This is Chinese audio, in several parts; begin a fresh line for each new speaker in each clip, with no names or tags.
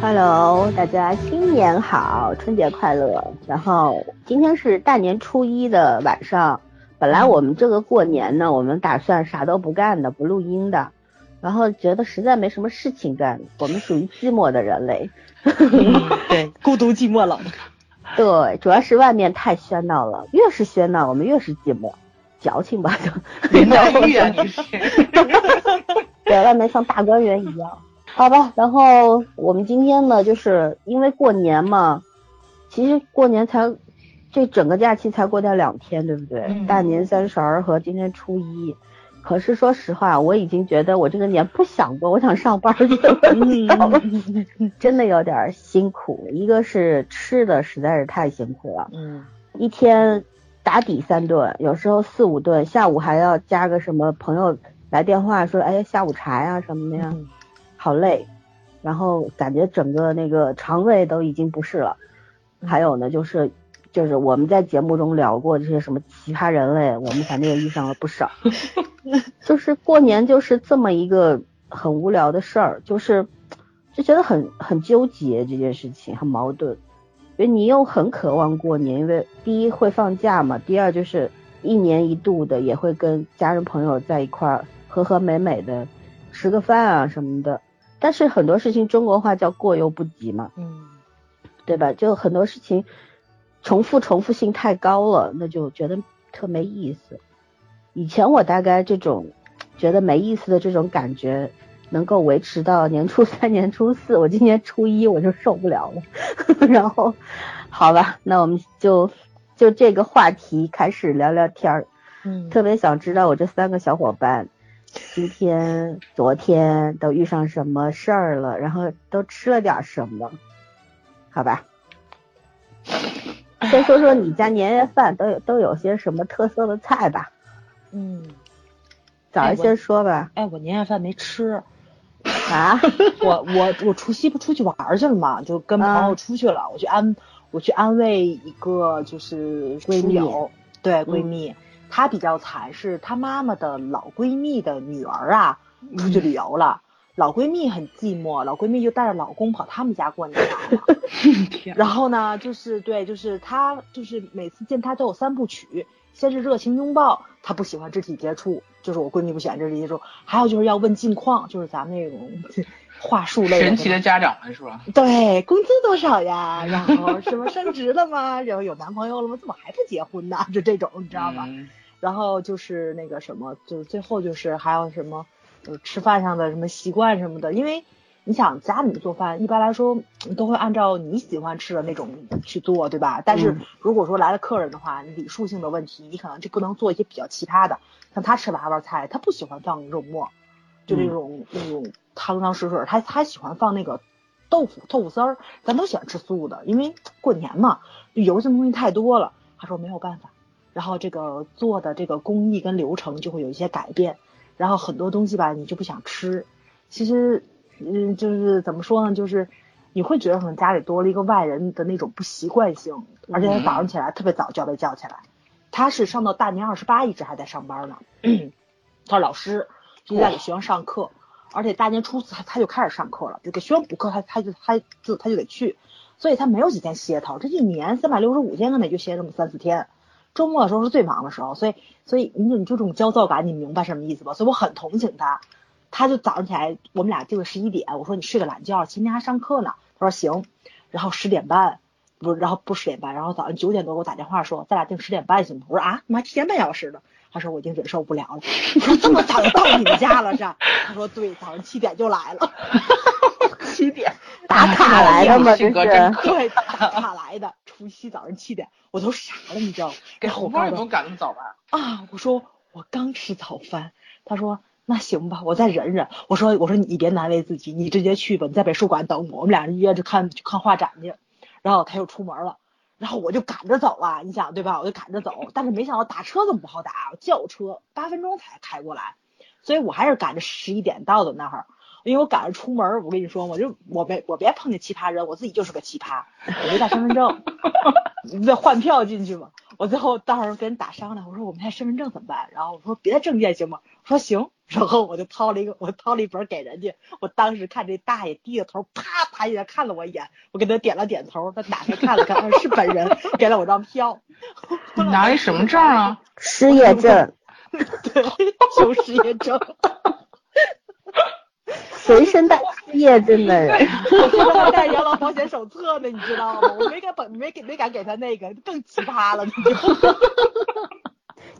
Hello，大家新年好，春节快乐。然后今天是大年初一的晚上，本来我们这个过年呢，我们打算啥都不干的，不录音的。然后觉得实在没什么事情干，我们属于寂寞的人类。
嗯对，孤独寂寞冷。
对，主要是外面太喧闹了，越是喧闹，我们越是寂寞，矫情吧就。
林黛玉啊，你是？
对，外面像大观园一样。好吧，然后我们今天呢，就是因为过年嘛，其实过年才这整个假期才过掉两天，对不对？
嗯
大年三十儿和今天初一。可是说实话，我已经觉得我这个年不想过，我想上班去了， 真的有点儿辛苦。一个是吃的实在是太辛苦了，
嗯，
一天打底三顿，有时候四五顿，下午还要加个什么朋友来电话说，哎，下午茶呀、什么的
嗯
呀，好累，然后感觉整个那个肠胃都已经不适了。还有呢，就是就是我们在节目中聊过这些什么奇葩人类，我们反正也遇上了不少。就是过年就是这么一个很无聊的事儿，就是就觉得很很纠结这件事情，很矛盾。因为你又很渴望过年，因为第一会放假嘛，第二就是一年一度的也会跟家人朋友在一块儿和和美美的吃个饭啊什么的。但是很多事情中国话叫过犹不及嘛，
嗯，
对吧？就很多事情重复重复性太高了，那就觉得特没意思。以前我大概这种觉得没意思的这种感觉，能够维持到年初三、 年初四，我今年初一我就受不了 了。然后，好吧，那我们就就这个话题开始聊聊天儿。
嗯，
特别想知道我这三个小伙伴，今天、昨天都遇上什么事儿了，然后都吃了点什么，好 吧？先说说你家年夜饭都有都有些什么特色的菜吧，
嗯，
早上先说吧。
哎，我年夜饭没吃，
啊，
我我我除夕不出去玩儿去了嘛，就跟朋友
嗯
出去了，我去安我去安慰一个就是
闺
书
蜜
友，对闺蜜，她比较惨，是她妈妈的老闺蜜的女儿啊，
嗯
出去旅游了。老闺蜜很寂寞，老闺蜜就带着老公跑他们家过年了。
天
然后呢，就是对，就是她，就是每次见她都有三部曲，先是热情拥抱，她不喜欢肢体接触，就是我闺蜜不喜欢肢体接触，还有就是要问近况，就是咱们那种话术类
神奇
的
的家长们是吧？
那种，对，工资多少呀？然后什么升职了吗？然后有男朋友了吗？怎么还不结婚呢？就这种，你知道吗？
嗯？
然后就是那个什么，就是最后就是还有什么，就是吃饭上的什么习惯什么的，因为你想家里做饭，一般来说嗯都会按照你喜欢吃的那种去做，对吧？但是
嗯
如果说来了客人的话，礼数性的问题，你可能就不能做一些比较奇葩的，像他吃娃娃菜，他不喜欢放肉末，就那
嗯
种、那种汤汤水水，他他喜欢放那个豆腐豆腐丝儿，咱都喜欢吃素的，因为过年嘛，油性的东西太多了。他说没有办法，然后这个做的这个工艺跟流程就会有一些改变，然后很多东西吧你就不想吃。其实，嗯，就是怎么说呢，就是你会觉得可能家里多了一个外人的那种不习惯性，而且他早上起来特别早就要被叫起来，他是上到大年二十八一直还在上班呢， 他是老师，就在给学生上课。而且大年初四他他就开始上课了，就给学生补课，他他就他就他就得去，所以他没有几天歇头，这一年三百六十五天可能也就歇这么三四天，周末的时候是最忙的时候，所以所以你就你就这种焦躁感，你明白什么意思吧？所以我很同情他，他就早上起来，我们俩定了十一点，我说你睡个懒觉，今天还上课呢，他说行，然后十点半。不，然后不十点半，然后早上九点多给我打电话说，咱俩定十点半行吗？我说啊，你妈提前半小时呢。他说我已经忍受不了了，我说这么早就到你们家了这？他说对，早上七点就来了，七点
打
哎
卡来的嘛，这
性格
是
真。
对，打卡来的，除夕早上七点，我都傻了，你知道吗？
给
然后我
红
爸
包哎也不
说
用赶那么早 吧？
啊，我说我刚吃早饭，他说那行吧，我再忍忍。我说我说你别难为自己，你直接去吧，你在美术馆等我，我们俩人约着看去看画展去。然后他又出门了，然后我就赶着走啊，你想对吧？我就赶着走，但是没想到打车更不好打，叫车八分钟才开过来，所以我还是赶着十一点到的那儿。因为我赶着出门儿，我跟你说嘛，就我别我别碰见奇葩人，我自己就是个奇葩，我就带身份证， 再换票进去嘛。我最后到时候跟人打商量，我说我们带身份证怎么办？然后我说别的证件行吗？我说行，然后我就掏了一个，我掏了一本给人家。我当时看这大爷低着头，啪爬起来看了我一眼，我给他点了点头，他打开看了看， 啊是本人，给了我张票。
你拿一什么证啊？
失业证，
对， 就失业证。
随身带失业证的人，
我现在还带养老保险手册呢，你知道吗？我没敢本 没给没敢给他那个，更奇葩了。你知 道吗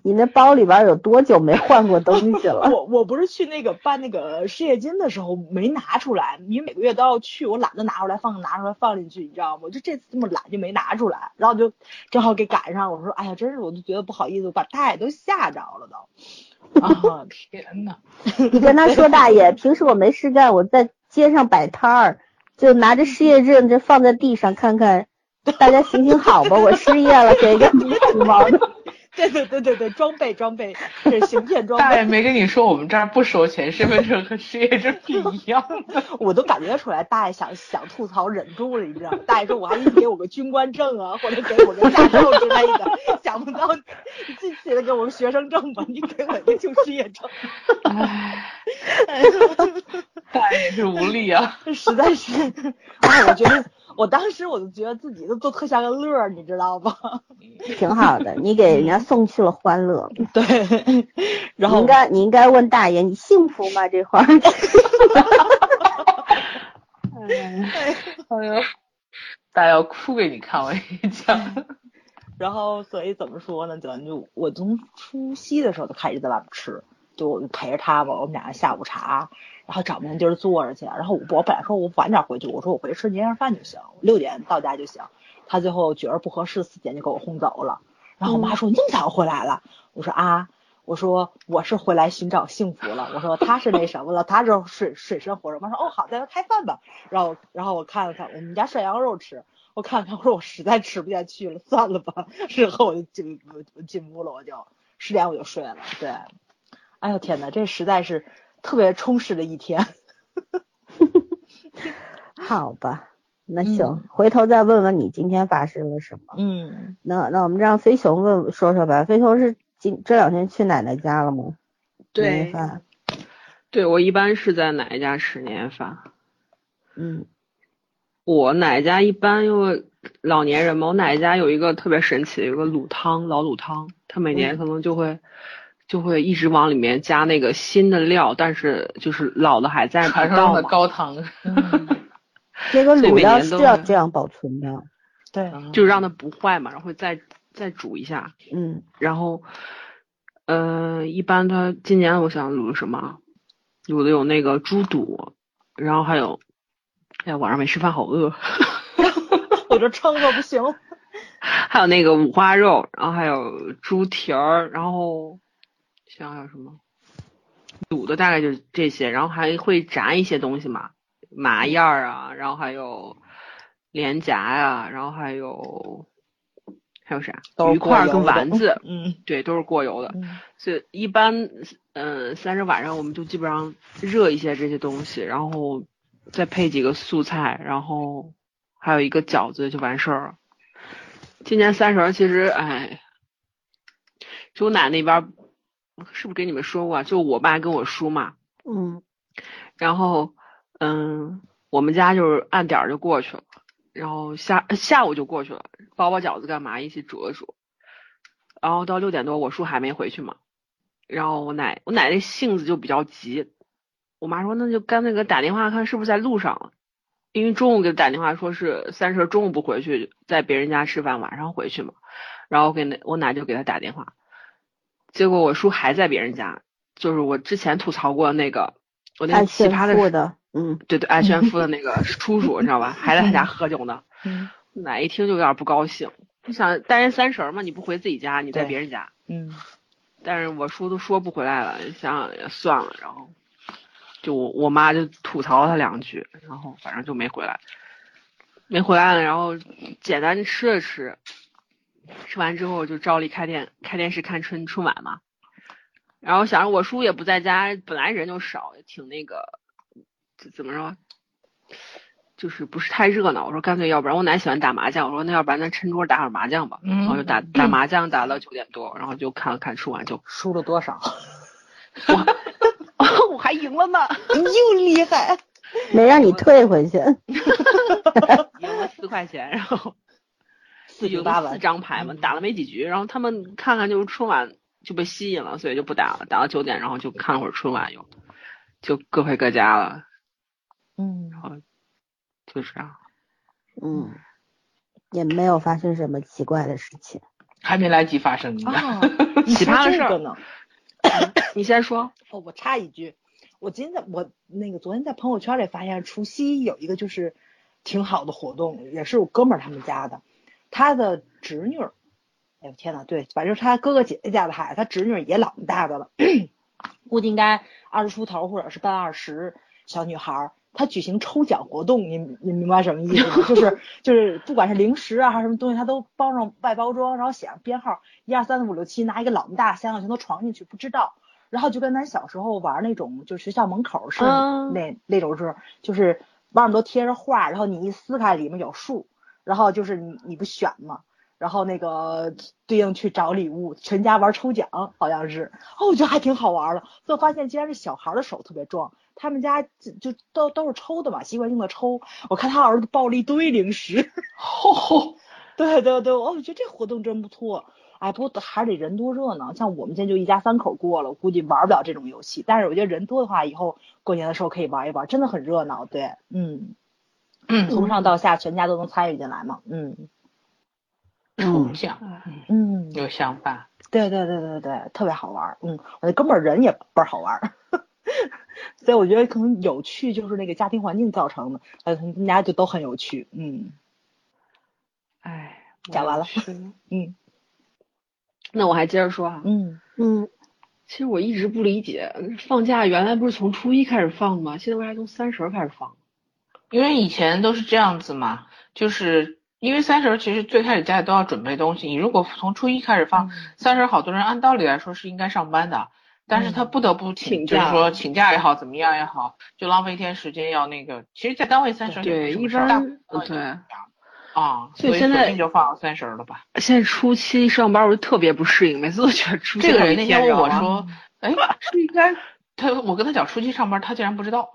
你那包里边有多久没换过东西了？
我我不是去那个办那个失业金的时候没拿出来，你每个月都要去，我懒得拿出来放拿出来放进去，你知道吗？我就这次这么懒就没拿出来，然后就正好给赶上，我说哎呀，真是我就觉得不好意思，我把大爷都吓着了都。啊，
天哪！
你跟他说，大爷，平时我没事干，我在街上摆摊儿，就拿着失业证这放在地上看看，大家行行好吧，我失业了，给个五毛的。
对对对对对，装备装备，这是行骗装
大
备
爷。没跟你说我们这儿不收钱，身份证和失业证是一样 的。
我都感觉出来，大爷想想吐槽，忍住了，你知道吗？大爷说我还给我个军官证啊，或者给我个驾照之类的， 想不到你尽起来给我个学生证吧，你给我一个就失业证，
唉，大爷也是无力啊。
实在是，哎，我觉得我当时我就觉得自己都都特像个乐儿，你知道吗？
挺好的，你给人家送去了欢乐。
对，嗯然
你
后
应该你应该问大爷，你幸福吗？这话
哎呦，大爷要哭给你看，我跟你 讲。
然后所以怎么说呢？咱就我从除夕的时候就开始在外面吃，就我就陪着他嘛，我们俩下午茶，然后找不见地儿坐着去。然后我我本来说我晚点回去，我说我回去吃年夜饭就行，六点到家就行。他最后觉着不合适，四点就给我轰走了。然后我妈说：“你这么早回来了？”我说：“啊。”我说我是回来寻找幸福了。我说他是那什么了，他是水水深火热。我妈说哦好，咱开饭吧。然后然后我看了看我们家涮羊肉吃，我看了看我说我实在吃不下去了，算了吧。然后我就进我进屋了，我就十点我就睡了。对，哎呦天哪，这实在是特别充实的一天。
好吧，那行，回头再问问你今天发生了什么。
嗯，
那那我们让飞熊问说说吧，飞熊是今这两天去奶奶家了吗？年夜
对，
饭
对我一般是在奶奶家吃年夜饭。
嗯，
我奶奶家一般因为老年人嘛，我奶奶家有一个特别神奇的，有个卤汤，老卤汤，她每
嗯
年可能就会、就会一直往里面加那个新的料，但是就是老的还在不
传说
到
中的
嘛
高堂，
嗯
这个
所以
卤
每
料
年
是
都
要
是
这样保存的。
对，
就
嗯
让它不坏嘛，然后再再煮一下，
嗯，
然后，呃，一般它今年我想卤什么，卤的有那个猪肚，然后还有，哎呀，晚上没吃饭好饿，
我这撑的不行。
还有那个五花肉，然后还有猪蹄儿，然后想想还有什么，卤的大概就是这些，然后还会炸一些东西嘛，麻
嗯
叶儿啊，然后还有脸颊呀、然后还有还有啥
都是
鱼
过
块儿跟
油的
丸子，
嗯
对，都是过油的。
嗯
所以一般，嗯、三十晚上我们就基本上热一些这些东西，然后再配几个素菜，然后还有一个饺子就完事儿了。今年三十儿其实，哎，就我奶奶那边儿，是不是跟你们说过啊？就我爸跟我叔嘛，
嗯，
然后，嗯，我们家就是按点儿就过去了，然后下呃下午就过去了，包包饺子干嘛，一起煮了煮，然后到六点多我叔还没回去嘛，然后我奶我奶奶性子就比较急，我妈说那就干脆给打电话看是不是在路上了，因为中午给她打电话说是三十中午不回去，在别人家吃饭，晚上回去嘛，然后给那我奶就给他打电话，结果我叔还在别人家，就是我之前吐槽过那个。我那
爱
个奇
炫
葩的
富的，嗯，
对对，爱炫富的 那个叔叔，你知道吧？还在他家喝酒呢。
嗯
奶一听就有点不高兴，就想大年三十儿嘛，你不回自己家，你在
对
别人家。
嗯，但
但是我叔都说不回来了，想想也算了，然后就我我妈就吐槽他两句，然后反正就没回来，没回来了，然后简单吃了吃，吃完之后就照例开电开电视看春春晚嘛，然后想着我叔也不在家，本来人就少，也挺那个怎怎么着，就是不是太热闹。我说干脆要不然我奶喜欢打麻将，我说那要不然咱抻桌打会儿麻将吧。然后就打打麻将，打到九点多，然后就看看书完就
输了 多少？
哦我我还赢了呢，
又厉害，
没让你退回去。嗯
赢了四块钱，然后
四
有
局八
四
完，
张牌嘛，
嗯
打了没几局，然后他们看看就是春晚就被吸引了，所以就不打了，打到九点，然后就看会儿春晚又就各回各家了，
嗯，
就这 样。
嗯，也没有发生什么奇怪的事情。
还没来及发生呢。
啊，
奇葩的事
这
儿
个呢？
你先说，
哦，我插一句，我今天在我那个昨天在朋友圈里发现，除夕有一个就是挺好的活动，也是我哥们儿他们家的，他的侄女儿，哎呦天呐，对，反正是他哥哥姐姐家的孩子，他侄女儿也老么大的了，估计应该二十出头或者是奔二十小女孩儿。他举行抽奖活动，你你明白什么意思吗？ 就是就是，不管是零食啊还是什么东西，他都包上外包装，然后写上编号一二三四五六七，拿一个老么大箱子全都装进去，不知道。然后就跟咱小时候玩那种，就是学校门口是
嗯
那、那种是，就是外面都贴着画，然后你一撕开里面有数，然后就是你你不选嘛，然后那个对应去找礼物，全家玩抽奖好像是，哦，我觉得还挺好玩的。最后发现竟然是小孩的手特别壮，他们家就就都都是抽的嘛，习惯性的抽。我看他儿子抱了一堆零食，
吼，
对对对，哦，我觉得这活动真不错。哎，不过还是得人多热闹，像我们现在就一家三口过了，我估计玩不了这种游戏。但是我觉得人多的话，以后过年的时候可以玩一玩，真的很热闹。对，嗯，
嗯
从上到下全家都能参与进来嘛。嗯
嗯，
想
嗯，
有想法，
对对对对对，特别好玩儿。嗯，我那哥们儿人也倍儿好玩儿， 所以我觉得可能有趣就是那个家庭环境造成的，呃，他们家就都很有趣。嗯
哎，我
讲完了
是。
嗯
那我还接着说啊，
嗯
嗯，
其实我一直不理解，放假原来不是从初一开始放吗？现在为啥从三十儿开始放？
因为以前都是这样子嘛，就是因为三十儿其实最开始家里都要准备东西，你如果从初一开始放，
嗯
三十儿好多人按道理来说是应该上班的，但是他不得不请，
请假
就是说请假也好，怎么样也好，就浪费一天时间要那个。其实，在单位三十儿也没
对，
什
一
么事儿大部
般
分单位
呃
都是
对。
这样啊，
所以
所
现在
索性就放三十儿了吧。
现在初七上班我就特别不适应，每次都觉得初七
这个
好
人那
一天
天问我
然后
说：“哎，是应该他我跟他讲初七上班，他竟然不知道。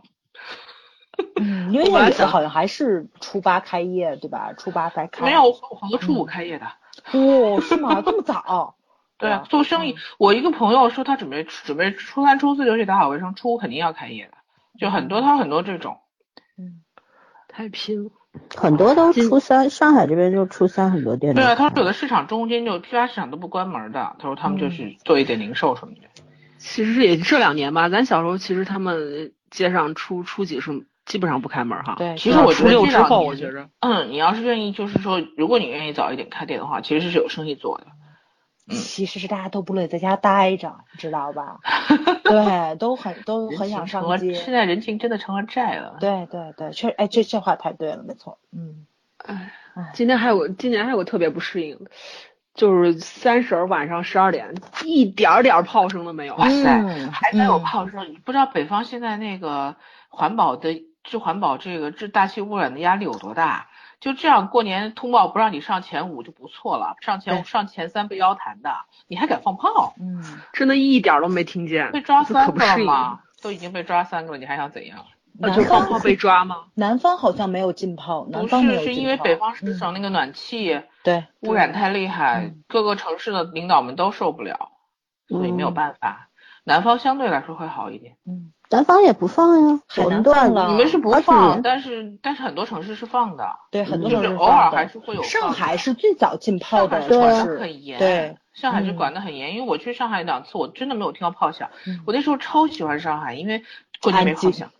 嗯，因为
我本来
那里
想
好像还是初八开业对吧？初八
啊
才开。
没有，我好多初五开业的。
嗯
哦，是吗？这么 早？
对啊
哇，
做生
嗯
意，我一个朋友说他准备准备初三、初四就去打好卫生，初五肯定要开业的。就很多，他有很多这种。
嗯，
太拼了。
很多都初三，上海这边就初三很多店都
对
开。
啊，他说有的市场中间就批发市场都不关门的，他说他们就是
嗯
做一点零售什么的。
其实也这两年吧，咱小时候其实他们街上初初几是基本上不开门哈。
对
直
其实
到
我觉
初
得
六
这
之
两
后，
年
我觉着
嗯，你要是愿意，就是说，如果你愿意早一点开店的话，其实是有生意做的。
其实是大家都不乐意在家待着，知道吧？ 对，都很都很想
成
上
了，
街
现。在人情真的成了债了。
对对对，确哎，这这话太对了，没错，嗯
今天还有今年还有个特别不适应的，就是三十儿晚上十二点一点儿点儿炮声都没有。
哇塞
嗯
还没有
嗯
炮声，你不知道北方现在那个环保的治环保这个治大气污染的压力有多大？就这样，过年通报不让你上前五就不错了，上前五
对
上前三被腰弹的，你还敢放炮？
嗯，
真的一点儿都没听见，
被抓
这
三
可不
个了
适应。
吗？都已经被抓三个了，你还想怎样？
呃
南
就放炮
方
被抓吗？
南方好像没有浸泡，南
不
方没有
是，是
浸
因为
泡
北方市
嗯
场那个暖气
对，
污染太厉害
嗯，
各个城市的领导们都受不了，所以没有办法。南方相对来说会好一点。
嗯
南方也不放呀，
海
我们
南
段
放了
你们是不
而且
放，但是但是很多城市是放的，
对，很多
就
城
是
市
偶尔
放
还
的
是会有放的。
上海是最早浸泡
上
的
海
啊
是
对
城
管
市
得，很严，
对，
上海是
嗯
管得很严，因为我去上海两次，我真的没有听到炮响
嗯。
我那时候超喜欢上海，因为过年没
安静
炮响。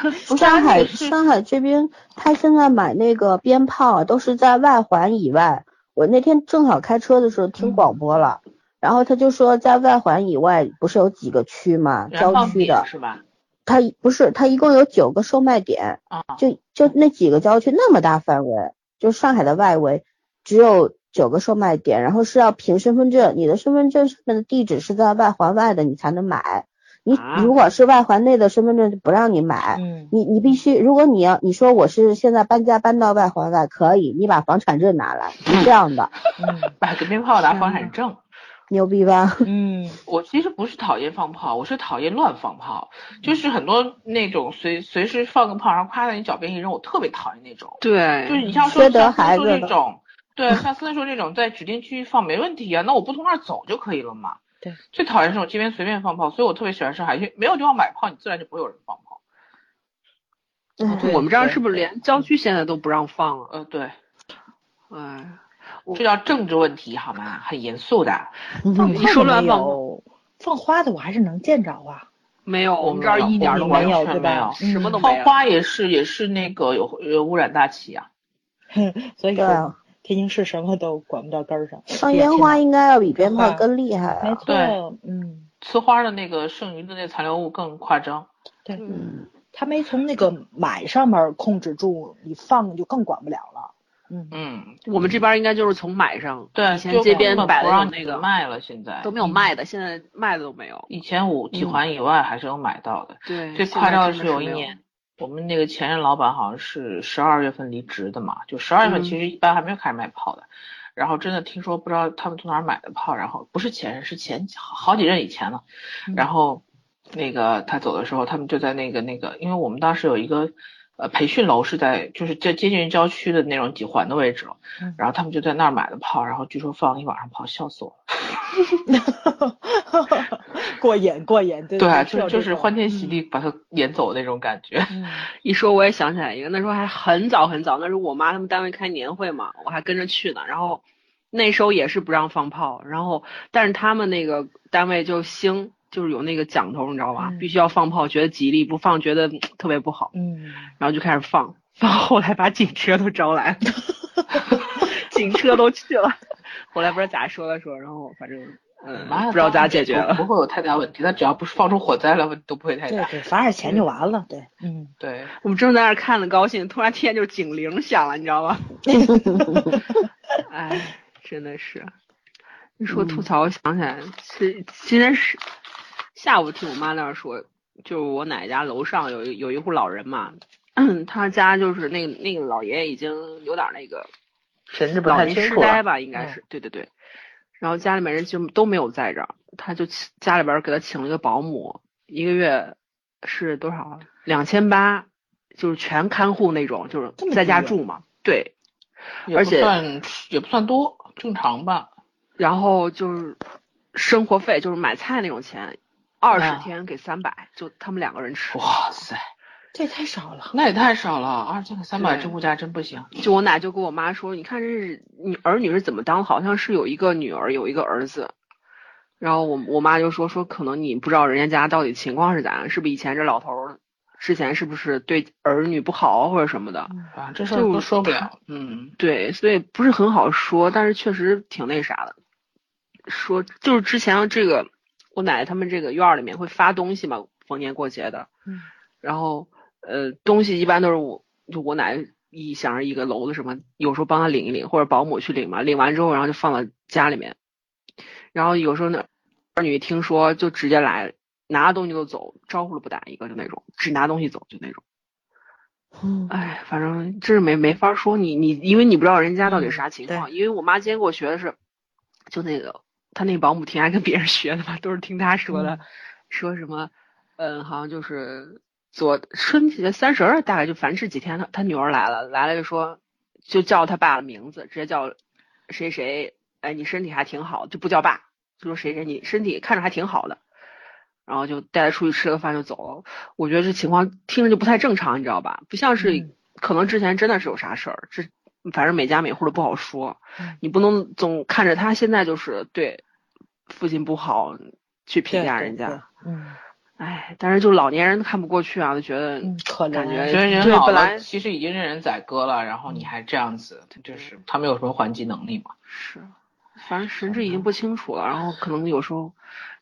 不是
上
安
海
静是
上海这边，他现在买那个鞭炮啊，都是在外环以外。我那天正好开车的时候听广播了，然后他就说在外环以外不是有几个区嘛，
燃
郊
放
区
饼
的，
是吧？
他不是他一共有九个售卖点，
啊，
就就那几个郊区那么大范围，就上海的外围只有九个售卖点，然后是要凭身份证，你的身份证上面的地址是在外环外的，你才能买。你
啊
如果是外环内的身份证就不让你买，
嗯
你你必须，如果你要你说我是现在搬家搬到外环外，可以，你把房产证拿来，是这样的，
嗯
买个鞭炮拿
天
房
呐
产证。
牛逼吧？
嗯
我其实不是讨厌放炮，我是讨厌乱放炮，就是很多那种随随时放个炮，然后啪在你脚边一扔，我特别讨厌那种。
对，
就是你像
缺
说
德
像
孩
森说
子
这
的
种，对，像森说这种在指定区域放没问题啊，那我不从那儿走就可以了嘛。
对，
最讨厌这种街边随便放炮，所以我特别喜欢上海，因为没有地方买炮，你自然就不会有人放炮。
哎
我们这儿
对
是不是
对
连郊区现在都不让放了？
呃，对，
哎，
这叫政治问题好吗？很严肃的。
放
你
炮
说
的嗯
乱
没
放
有放花的我还是能见着啊，
没有，我们这儿
没有
一点儿
我
都
们
没
没
有，
有
全
对
没
吧
有？
嗯
什么都没
放
有。
花也是也是那个有呃污染大气啊。
所
对
以说
啊，
天津市什么都管不到根儿上。
放
也
烟
挺
花
好
应该要比鞭
花
炮更厉害
没
啊，
错，嗯，
呲花的那个剩余的那残留物更夸张。
对，
嗯
他没从那个买上面控制住，你放就更管不了了。嗯，
嗯，
我们这边儿应该就是从买上，
对，
以前
就
街
根
边
本
摆
不
的有
让
那
你
个
卖了，现在
都没有卖的，现在卖的都没有。
以前五七环以外还是有买到的。
对，
最
现
夸
在
张
真
是
的
有一
没
年，我们那个前任老板好像是十二月份离职的嘛，就十二月份
嗯
其实一般还没有开始卖炮的。然后真的听说不知道他们从哪儿买的炮，然后不是前任，是前好好几任以前了。
嗯
然后那个他走的时候，他们就在那个那个，因为我们当时有一个呃培训楼是在就是接接近于郊区的那种几环的位置了
嗯，
然后他们就在那儿买的炮，然后据说放了一晚上炮，笑死我了。
过瘾过瘾，对
对，啊
有
就
这
就是
种
欢天喜
嗯
地把它撵走那种感 觉。
嗯
一说我也想起来一个，那时候还很早很早，那时候我妈他们单位开年会嘛，我还跟着去呢。然后那时候也是不让放炮，然后但是他们那个单位就兴，就是有那个讲头，你知道吧？
嗯
必须要放炮，觉得吉利，不放觉得嗯特别不好，
嗯
然后就开始放，放后来把警车都招来了，警车都去了。后来不知道咋说了说，然后反正嗯
妈呀，
不知道咋解决
不
了。
不会有太大问题，它只要不是放出火灾来，问题都不会太
对
大。
对，罚点钱就完了，对，嗯，
对，
我们正在那儿看的高兴，突然天就警铃响了，你知道吗？ 哎，真的是，一说吐槽，我想起来，其其实是下午听我妈那儿说，就是我奶奶家楼上有一有一户老人嘛， 他家就是那个那个老爷爷已经有点儿那个
神志
老年痴呆
了。嗯
吧，应该是，对对对。然后家里面人就都没有在这儿，他就请家里边儿给他请了一个保姆，一个月是多少啊？两千八，就是全看护那种，就是
这么
在家
低啊
住嘛。对，
也
而
不
且
算也不算多，正常吧。
然后就是生活费，就是买菜那种钱，二
啊
十天给三百，就他们两个人吃。
哇塞，
这也太少了，
那也太少了，二千和三百，
对
这物价真不行。
就我奶就跟我妈说，你看这是你儿女是怎么当，好像是有一个女儿，有一个儿子。然后我我妈就说说，可能你不知道人家家到底情况是咋样，是不是以前这老头儿之前是不是对儿女不好或者什么的？
啊，这事儿
就
都说不了。嗯，
对，所以不是很好说，但是确实挺那啥的。说就是之前这个我奶奶他们这个院儿里面会发东西嘛，逢年过节的，
嗯
然后呃东西一般都是我就我奶奶一想着一个楼的什么，有时候帮她领一领，或者保姆去领嘛，领完之后然后就放到家里面，然后有时候呢儿女听说就直接来拿了东西就走，招呼都不打一个就那种，只拿东西走就那种。
哦
嗯
哎，反正这是没没法说你你，因为你不知道人家到底
嗯
啥情
对
况。因为我妈今天给我学的是，就那个她那保姆挺爱跟别人学的嘛，都是听她说的，
嗯
说什么，嗯，好像就是昨春节三十儿大概就凡是几天，她她女儿来了，来了就说就叫她爸的名字，直接叫谁谁，哎，你身体还挺好，就不叫爸，就说谁谁你身体看着还挺好的。然后就带她出去吃了个饭就走了，我觉得这情况听着就不太正常，你知道吧？不像是、
嗯
可能之前真的是有啥事儿，这反正每家每户的不好说，
嗯
你不能总看着他现在就是对父亲不好去评价人
对
家。，
对对嗯
哎，但是就老年人看不过去啊，就觉得
嗯，可
感
怜
觉
觉
得人
对
老
哎本
了，
来嗯
其实已经任人宰割了，然后你还这样子，就是他们有什么还击能力吗？
是，反正神志已经
嗯
不清楚了，然后可能有时候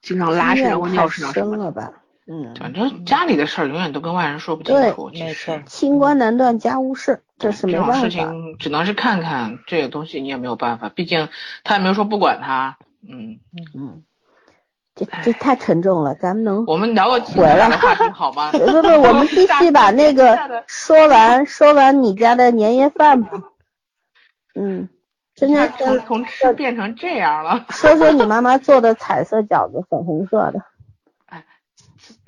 经常拉
经验
屎然后
太
尿屎尿啊什
深
么的。
了吧？嗯，
反正家里的事儿永远都跟外人说不清
对
楚，其
没
实
错
清官难断家务事，这是没
这种
办
事
法。
情只能是看看这个东西，你也没有办法，毕竟他也没有说不管他。嗯，
嗯，这这太沉重了，咱们能
我们聊个题
回来
外的话题好吗？
不不，我们必须把那个说完，说完你家的年夜饭吧。嗯，真的
从从吃变成这样了。
说说你妈妈做的彩色饺子，粉红色的。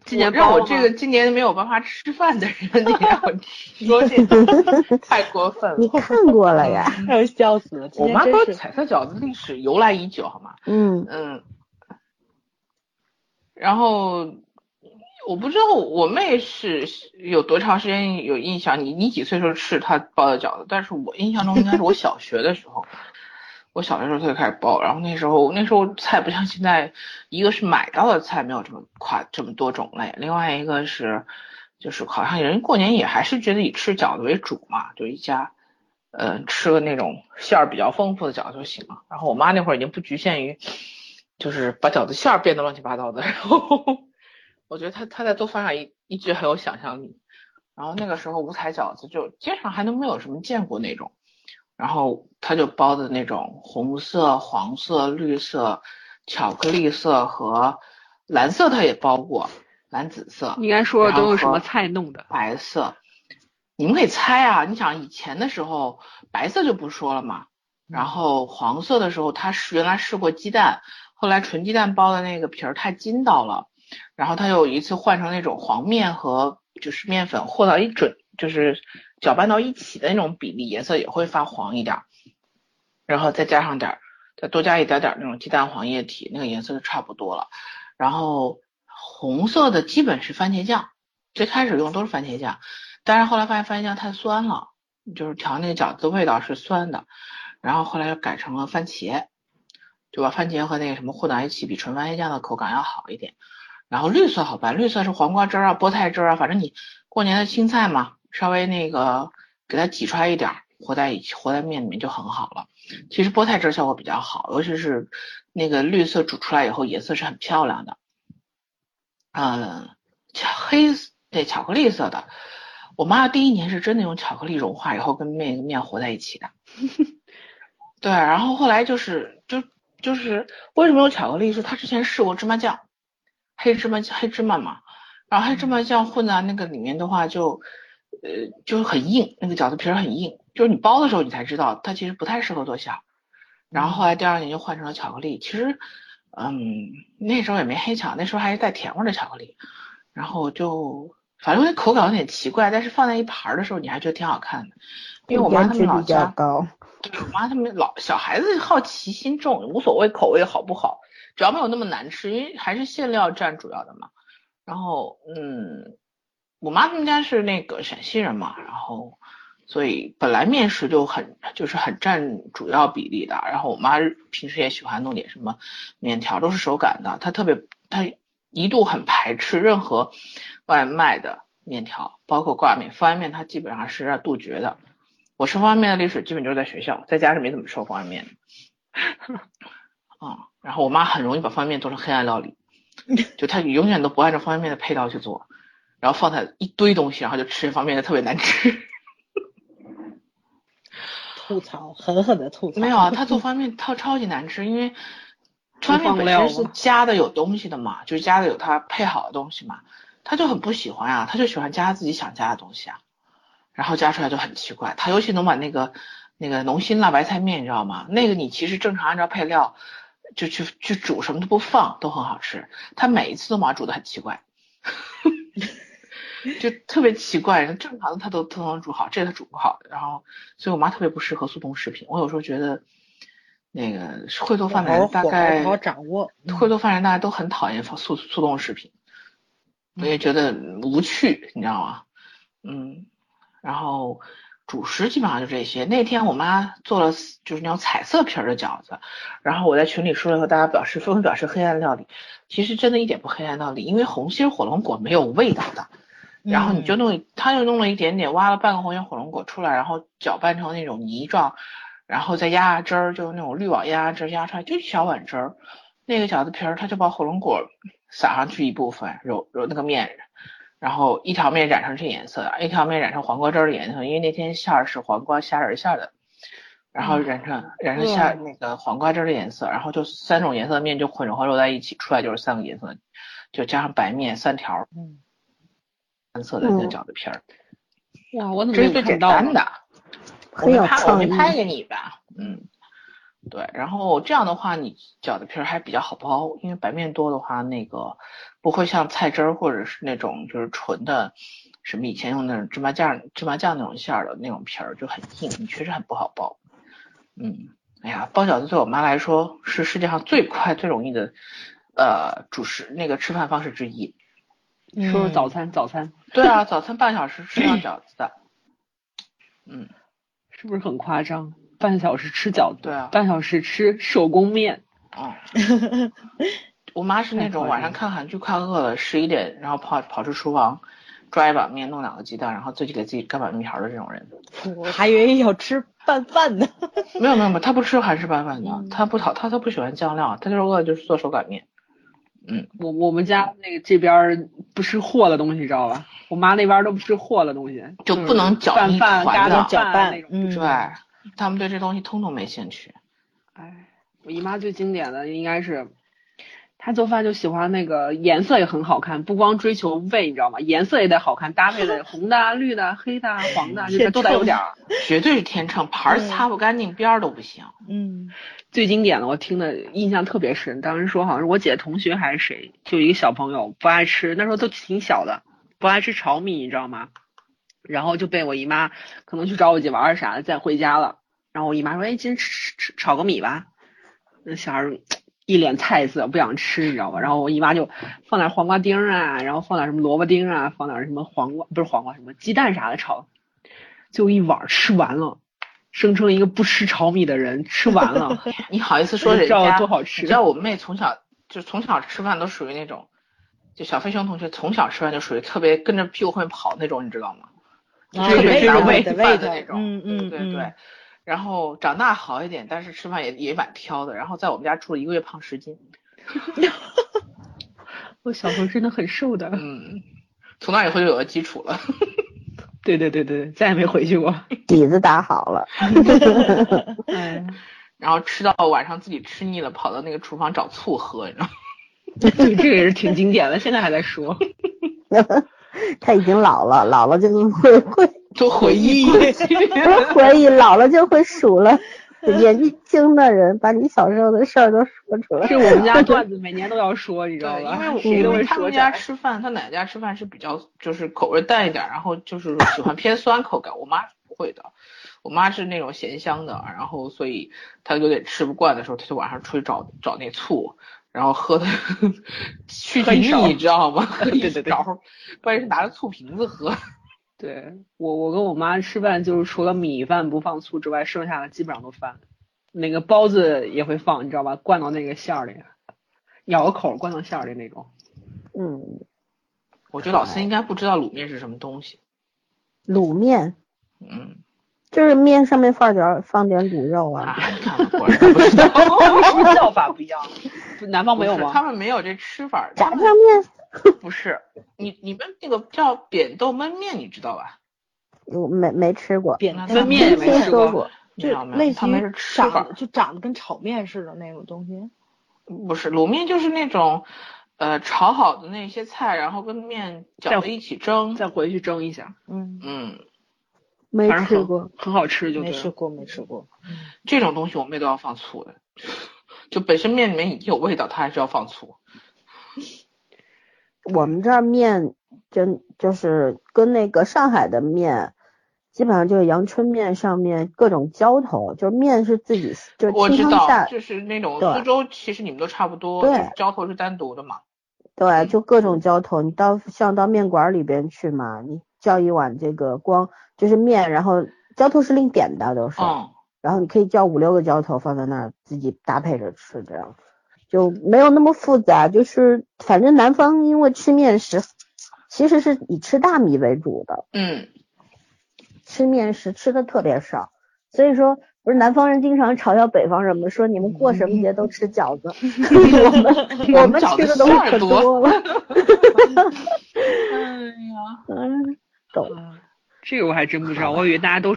今年
让
包
我
了
这
吗
个今年没有办法吃饭的人，你让我说这个太过分
你
了。
看过了呀？
让人哎 笑死了。今
嗯我
天
妈
真
说
是
彩色饺子历史由来已久，好吗？
嗯
嗯，然后我不知道我妹是有多长时间有印象，你你几岁时候吃她包的饺子？但是我印象中应该是我小学的时候，我小学时候她就开始包，然后那时候那时候菜不像现在，一个是买到的菜没有这么夸这么多种类，另外一个是就是好像人过年也还是觉得以吃饺子为主嘛，就一家。呃，吃个那种馅儿比较丰富的饺子就行了。然后我妈那会儿已经不局限于，就是把饺子馅儿变得乱七八糟的。然后我觉得她她在做饭上一一直很有想象力。然后那个时候五彩饺子就街上还都没有什么见过那种，然后她就包的那种红色、黄色、绿色、巧克力色和蓝色，她也包过蓝紫色。
你应该说
然
都是什
后
么菜弄的？
白色，你们可以猜啊。你想以前的时候，白色就不说了嘛，
嗯
然后黄色的时候，他是原来试过鸡蛋，后来纯鸡蛋包的那个皮儿太筋道了，然后他有一次换成那种黄面和就是面粉和到一准，就是搅拌到一起的那种比例，颜色也会发黄一点儿，然后再加上点儿，再多加一点点儿那种鸡蛋黄液体，那个颜色就差不多了。然后红色的基本是番茄酱，最开始用都是番茄酱，但是后来发现番茄酱太酸了，就是调那个饺子味道是酸的，然后后来又改成了番茄，就把番茄和那个什么混到一起，比纯番茄酱的口感要好一点。然后绿色好办，绿色是黄瓜汁儿啊、菠菜汁儿啊，反正你过年的青菜嘛，稍微那个给它挤出来一点儿，和在一起和在面里面就很好了。其实菠菜汁儿效果比较好，尤其是那个绿色煮出来以后，颜色是很漂亮的。嗯，巧黑色对巧克力色的，我妈第一年是真的用巧克力融化以后跟面面和在一起的。对，然后后来就是就就是为什么有巧克力？是她之前试过芝麻酱，黑芝麻黑芝麻嘛，然后黑芝麻酱混在那个里面的话就，呃，就是很硬，那个饺子皮儿很硬，就是你包的时候你才知道它其实不太适合做馅儿。然后后来第二年就换成了巧克力，其实，嗯，那时候也没黑巧，那时候还是带甜味儿的巧克力。然后就反正口感有点奇怪，但是放在一盘儿的时候你还觉得挺好看的，因为我妈
颜
他
值
们老
比较
家。
高。
对我妈他们老小孩子好奇心重，无所谓口味好不好，只要没有那么难吃，因为还是馅料占主要的嘛。然后嗯，我妈他们家是那个陕西人嘛，然后所以本来面食就很就是很占主要比例的。然后我妈平时也喜欢弄点什么面条，都是手擀的。她特别她一度很排斥任何外卖的面条，包括挂面、方便面，她基本上是要杜绝的。我吃方便面的历史基本就是在学校，在家是没怎么吃过方便面的。啊、然后我妈很容易把方便面做成黑暗料理，就她永远都不按照方便面的配料去做，然后放在一堆东西，然后就吃方便面特别难吃。
吐槽，狠狠的吐槽。
没有啊，她做方便面超超级难吃，因为方便面
不放
本
料
身
吗
是加的有东西的嘛，就是加的有她配好的东西嘛，她就很不喜欢啊，她就喜欢加自己想加的东西啊，然后加出来就很奇怪。她尤其能把那个那个浓心辣白菜面，你知道吗？那个你其实正常按照配料就去去煮，什么都不放，都很好吃。她每一次都把它煮的很奇怪。 就特别奇怪，人正常的他都都能煮好，这他煮不好。然后，所以我妈特别不适合速冻食品。我有时候觉得，那个会做饭的
火
人
候
大
火候
概
不好掌握嗯
会做饭的人大家都很讨厌放速速冻食品，我也觉得无趣，你知道吗？嗯，然后主食基本上就这些。那天我妈做了就是那种彩色皮儿的饺子，然后我在群里说了以后，大家表示纷纷表示黑暗料理，其实真的一点不黑暗料理，因为红心火龙果没有味道的。
嗯
然后你就弄，他就弄了一点点，挖了半个红心火龙果出来，然后搅拌成那种泥状，然后再压压汁儿，就是那种滤网压压汁儿，压出来就一小碗汁儿。那个饺子皮儿，他就把火龙果撒上去一部分，揉揉那个面，然后一条面染成这颜色，一条面染成黄瓜汁儿的颜色，因为那天馅儿是黄瓜虾仁馅儿的。然后染上染上下那个黄瓜汁儿的颜色，然后就三种颜色的面就混着和揉在一起，出来就是三个颜色，就加上白面三条儿
嗯，
三色的
嗯
那饺子皮儿，
哇，我怎么
这
没
是
有
最
看
简
到呢
单的。我
很
们
有
拍我
创
们
意。
拍给你吧，嗯，对，然后这样的话你饺子皮儿还比较好包，因为白面多的话，那个不会像菜汁儿或者是那种就是纯的什么以前用那种芝麻酱、芝麻酱那种馅儿的那种皮儿就很硬，你确实很不好包。嗯，哎呀，包饺子对我妈来说是世界上最快最容易的呃主食那个吃饭方式之一。
嗯
说说早
餐，
餐，早餐
对啊，早餐半小时吃上饺子的。嗯，
是不是很夸张？半小时吃饺子，
对啊
半小时吃手工面，
哦， 我妈是那种晚上看韩剧快饿了，十一点然后跑跑去厨房抓一把面，弄两个鸡蛋，然后自己给自己擀擀面条的这种 人。
我还以为要吃拌饭 呢。
没有没有没有，她不吃韩式拌饭的
嗯，
她不讨她她不喜欢酱料，她就是饿了就是做手擀面。
我我们家那个这边儿不吃和的东西，知道吧？我妈那边儿都不吃和的东西，
就不能搅
拌
一
饭、
团
嘎
的
子
搅
拌
拌
那，种。
嗯，
对，他们对这东西通通没兴趣。
哎，我姨妈最经典的应该是，她做饭就喜欢那个颜色也很好看，不光追求味，你知道吗？颜色也得好看，搭配的红的啊、绿的啊、黑的啊、黄的啊，就是都得有点儿。
绝对是天秤，盘儿擦不干净，边儿都不行。
嗯，
最经典的，我听的印象特别深。当时说好像是我姐同学还是谁，就一个小朋友不爱吃，那时候都挺小的，不爱吃炒米，你知道吗？然后就被我姨妈可能去找我姐玩儿啥的，再回家了。然后我姨妈说：“哎，今天吃吃吃炒个米吧。”那小孩儿一脸菜色，不想吃，你知道吗？然后我姨妈就放点黄瓜丁儿啊，然后放点什么萝卜丁儿啊，放点什么黄瓜不是黄瓜什么鸡蛋啥的炒，就一碗儿吃完了。声称一个不吃炒米的人吃完了，
你好意思说
你
人
知道
家
多好吃
你知道我妹从小就从小吃饭都属于那种，就小飞熊同学从小吃饭就属于特别跟着屁股后面跑那种，你知道吗？
啊
特别
味
拿
道
喂
得
饭
味
的
道
那种，
嗯嗯
对对对
嗯。
然后长大好一点，但是吃饭也也蛮挑的。然后在我们家住了一个月，胖十斤。
我小时候真的很瘦的。
嗯，从那以后就有了基础了。
对对对对，再也没回去过。
底子打好了，
哎，
然后吃到晚上自己吃腻了，跑到那个厨房找醋喝，你知道吗？
对，这个也是挺经典的，现在还在 说。
他已经老了，老了就会会
就回 忆。
回忆，老了就会数 了。年纪轻的人把你小时候的事儿都说出来，
是我们家段子每年都要说，你知道
对，
吧？
因 为我
谁
因
都会
为他
说
们
起来
家吃饭，他奶奶家吃饭是比较就是口味淡一点，然后就是喜欢偏酸口感。我妈是不会的，我妈是那种咸香的，然后所以她有点吃不惯的时候，她就晚上出去找找那醋，然后喝的 去
喝一
腻，
勺
你知道 吗？喝一
对对对
勺，关键是拿着醋瓶子喝。
对我，我跟我妈吃饭就是除了米饭不放醋之外，剩下的基本上都饭。那个包子也会放，你知道吧？灌到那个馅儿里，咬个口儿灌到馅儿里那种。
嗯，
我觉得
哎
老三应该不知道卤面是什么东西。
卤面
嗯，
就是面上面放点儿放点卤肉
啊
啊，，
哎
果然不知道，
不是叫法不一样， 南方没有
不是他
吗？
们没有这吃法。
炸
他
酱
们
面，
不是，你你们那个叫扁豆焖面，你知道吧？
我没没吃过，
扁
那
担啊
焖面也没
听
吃
说
过。
过，
没有
就
没
类
有，
似
他
于
们是吃
长
法
得，就长得跟炒面似的那种东西。
不是卤面，就是那种呃炒好的那些菜，然后跟面
再
搅在一起蒸。
再回去蒸一下，
嗯，
嗯，
没
反正
吃
很
过，
很好吃就
没
对
吃
了。
过，没吃过。
嗯这种东西我妹都要放醋的，就本身面里面已经有味道，她还是要放醋。
我们这儿面真就是跟那个上海的面。基本上就是阳春面上面各种浇头，就是面是自己就是
我
清
知
汤下
道，就是那种
对
苏州，其实你们都差不多，
对
就是浇头是单独的嘛。
对，就各种浇头，你到像到面馆儿里边去嘛，你叫一碗这个光就是面，然后浇头是另点的都是，
嗯，
然后你可以叫五六个浇头放在那儿自己搭配着吃，这样就没有那么复杂。就是反正南方因为吃面食其实是以吃大米为主的，
嗯，
吃面食吃的特别少，所以说不是南方人经常嘲笑北方人吗？说你们过什么节都吃饺 子，我们我们
嗯饺
吃
子
的东西
馅儿
可
多
多了，
哎呀，
嗯，懂。哎
啊这个我还真不知道，我以为大家都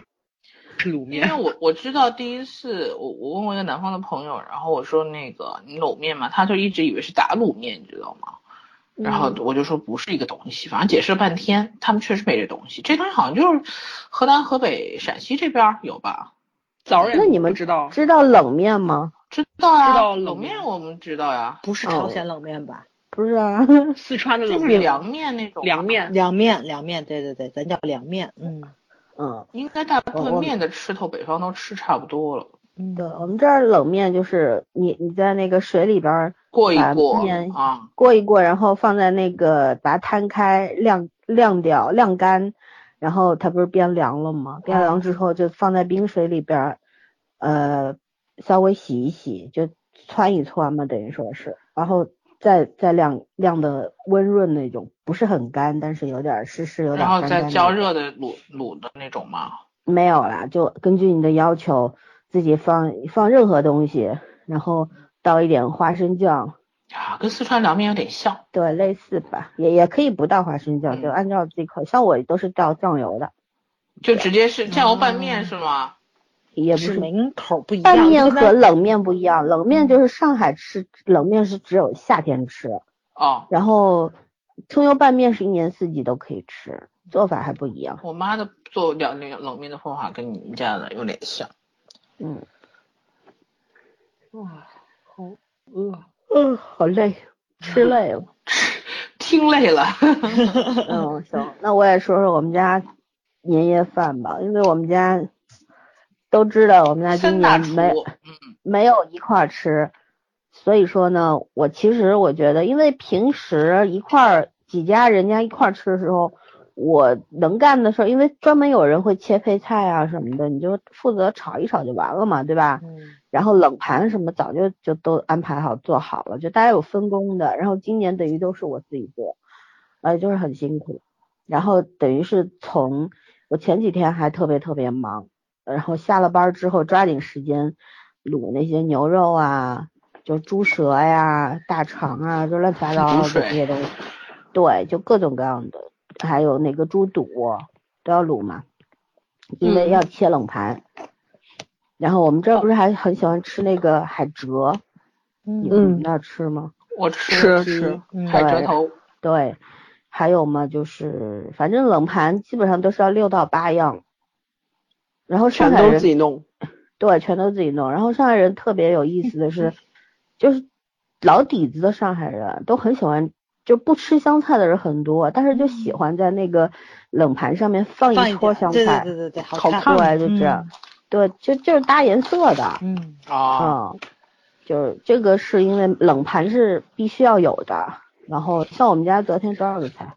吃卤
因
面
为。我我知道第一次我我问过一个南方的朋友，然后我说那个你卤面嘛，他就一直以为是打卤面，你知道吗？然后我就说不是一个东西，反正解释了半天，他们确实没这东西。这东西好像就是河南、河北、陕西这边儿有吧？
早上
那你们
知道
知道冷面吗？
知道呀、
知道冷
冷面我们知道呀，
不是朝鲜冷面吧？
不是啊，
四川的
就
冷
是
面，
凉面那种。
凉，面，
凉面，凉面，对对对，咱叫凉面。嗯
嗯，
应该大部
我我
分面的吃头北方都吃差不多了，
嗯，
对，我们这儿冷面就是你你在那个水里边儿
过一
把
过
面
啊，
过一过，然后放在那个把它摊开晾晾掉晾干，然后它不是变凉了吗？
嗯
变凉之后就放在冰水里边儿，呃，稍微洗一洗，就汆一汆嘛，等于说是，然后再再晾晾的温润那种，不是很干，但是有点儿湿湿，有点
然
儿
后
干干
再
的
浇热的卤卤的那种嘛。
没有啦，就根据你的要求自己放放任何东西，然后倒一点花生酱，
啊，跟四川凉面有点像。
对，类似吧，也也可以不倒花生酱，
嗯
就按照自己口，像我都是倒酱油的，
就直接是酱油拌
嗯
面是吗？
也不
是
是
每个人口不一样。
拌面
就
和
跟
冷面不一样，冷面就是上海吃冷面是只有夏天吃，
哦，
然后葱油拌面是一年四季都可以吃，做法还不一样，
我妈的做凉凉冷面的方法跟你们家的有点像。
嗯
哇，好饿。
嗯，好累，吃累了，
听累了，
嗯，行，那我也说说我们家年夜饭吧，因为我们家都知道我们家今
三大
年
厨，
没
嗯，
没有一块儿吃，所以说呢，我其实我觉得，因为平时一块儿几家人家一块儿吃的时候，我能干的事儿，因为专门有人会切配菜啊什么的，你就负责炒一炒就完了嘛，对吧？
嗯
然后冷盘什么早就就都安排好做好了，就大家有分工的。然后今年等于都是我自己做，呃，就是很辛苦。然后等于是从我前几天还特别特别忙，然后下了班之后抓紧时间卤那些牛肉啊，就猪舌呀、大肠啊，就乱七八糟
卤
的
水
这些东西，对，就各种各样的，还有那个猪肚都要卤嘛，因为
嗯
要切冷盘。然后我们这儿不是还很喜欢吃那个海蜇，你
嗯
们你们那儿吃吗？
我吃
吃
鸡
吃
嗯
海蜇头，
对，还有嘛，就是反正冷盘基本上都是要六到八样，然后上
全
海
都自
人
己弄，
对全都自己弄，然后上海人特别有意思的是，就是老底子的上海人啊都很喜欢，就不吃香菜的人很多，啊但是就喜欢在那个冷盘上面放
嗯放
一
一
撮
点
香
对
菜，
对对对对，
好
看，
对，就这样，
嗯
对，就就是搭颜色的，
嗯。嗯
啊，
嗯，就是这个是因为冷盘是必须要有的，然后像我们家昨天多少个菜，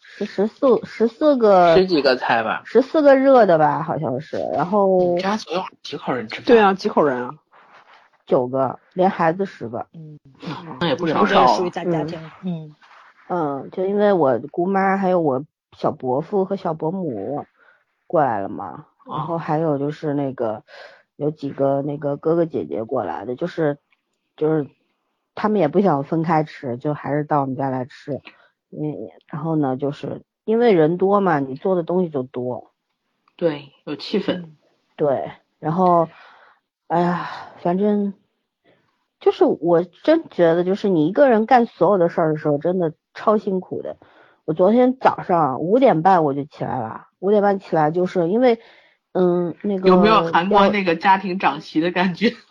十十四十四
十
个
几个菜吧。
十四个热的吧，好像是，然
你
后
们家总有几口人吃饭？
对，啊，几口人 啊？
九个连孩子十个，
嗯，
那也不
也
少
不
这
少
属于。大家庭，嗯
嗯，就因为我姑妈还有我小伯父和小伯母过来了嘛，然后还有就是那个有几个那个哥哥姐姐过来的，就是就是他们也不想分开吃，就还是到我们家来吃。嗯，然后呢，就是因为人多嘛，你做的东西就多，
对，有气氛。
对。然后，哎呀，反正就是我真觉得，就是你一个人干所有的事儿的时候，真的超辛苦的。我昨天早上五点半我就起来了，五点半起来就是因为，嗯，那个
有没有韩国
要
那个家庭长媳的感觉？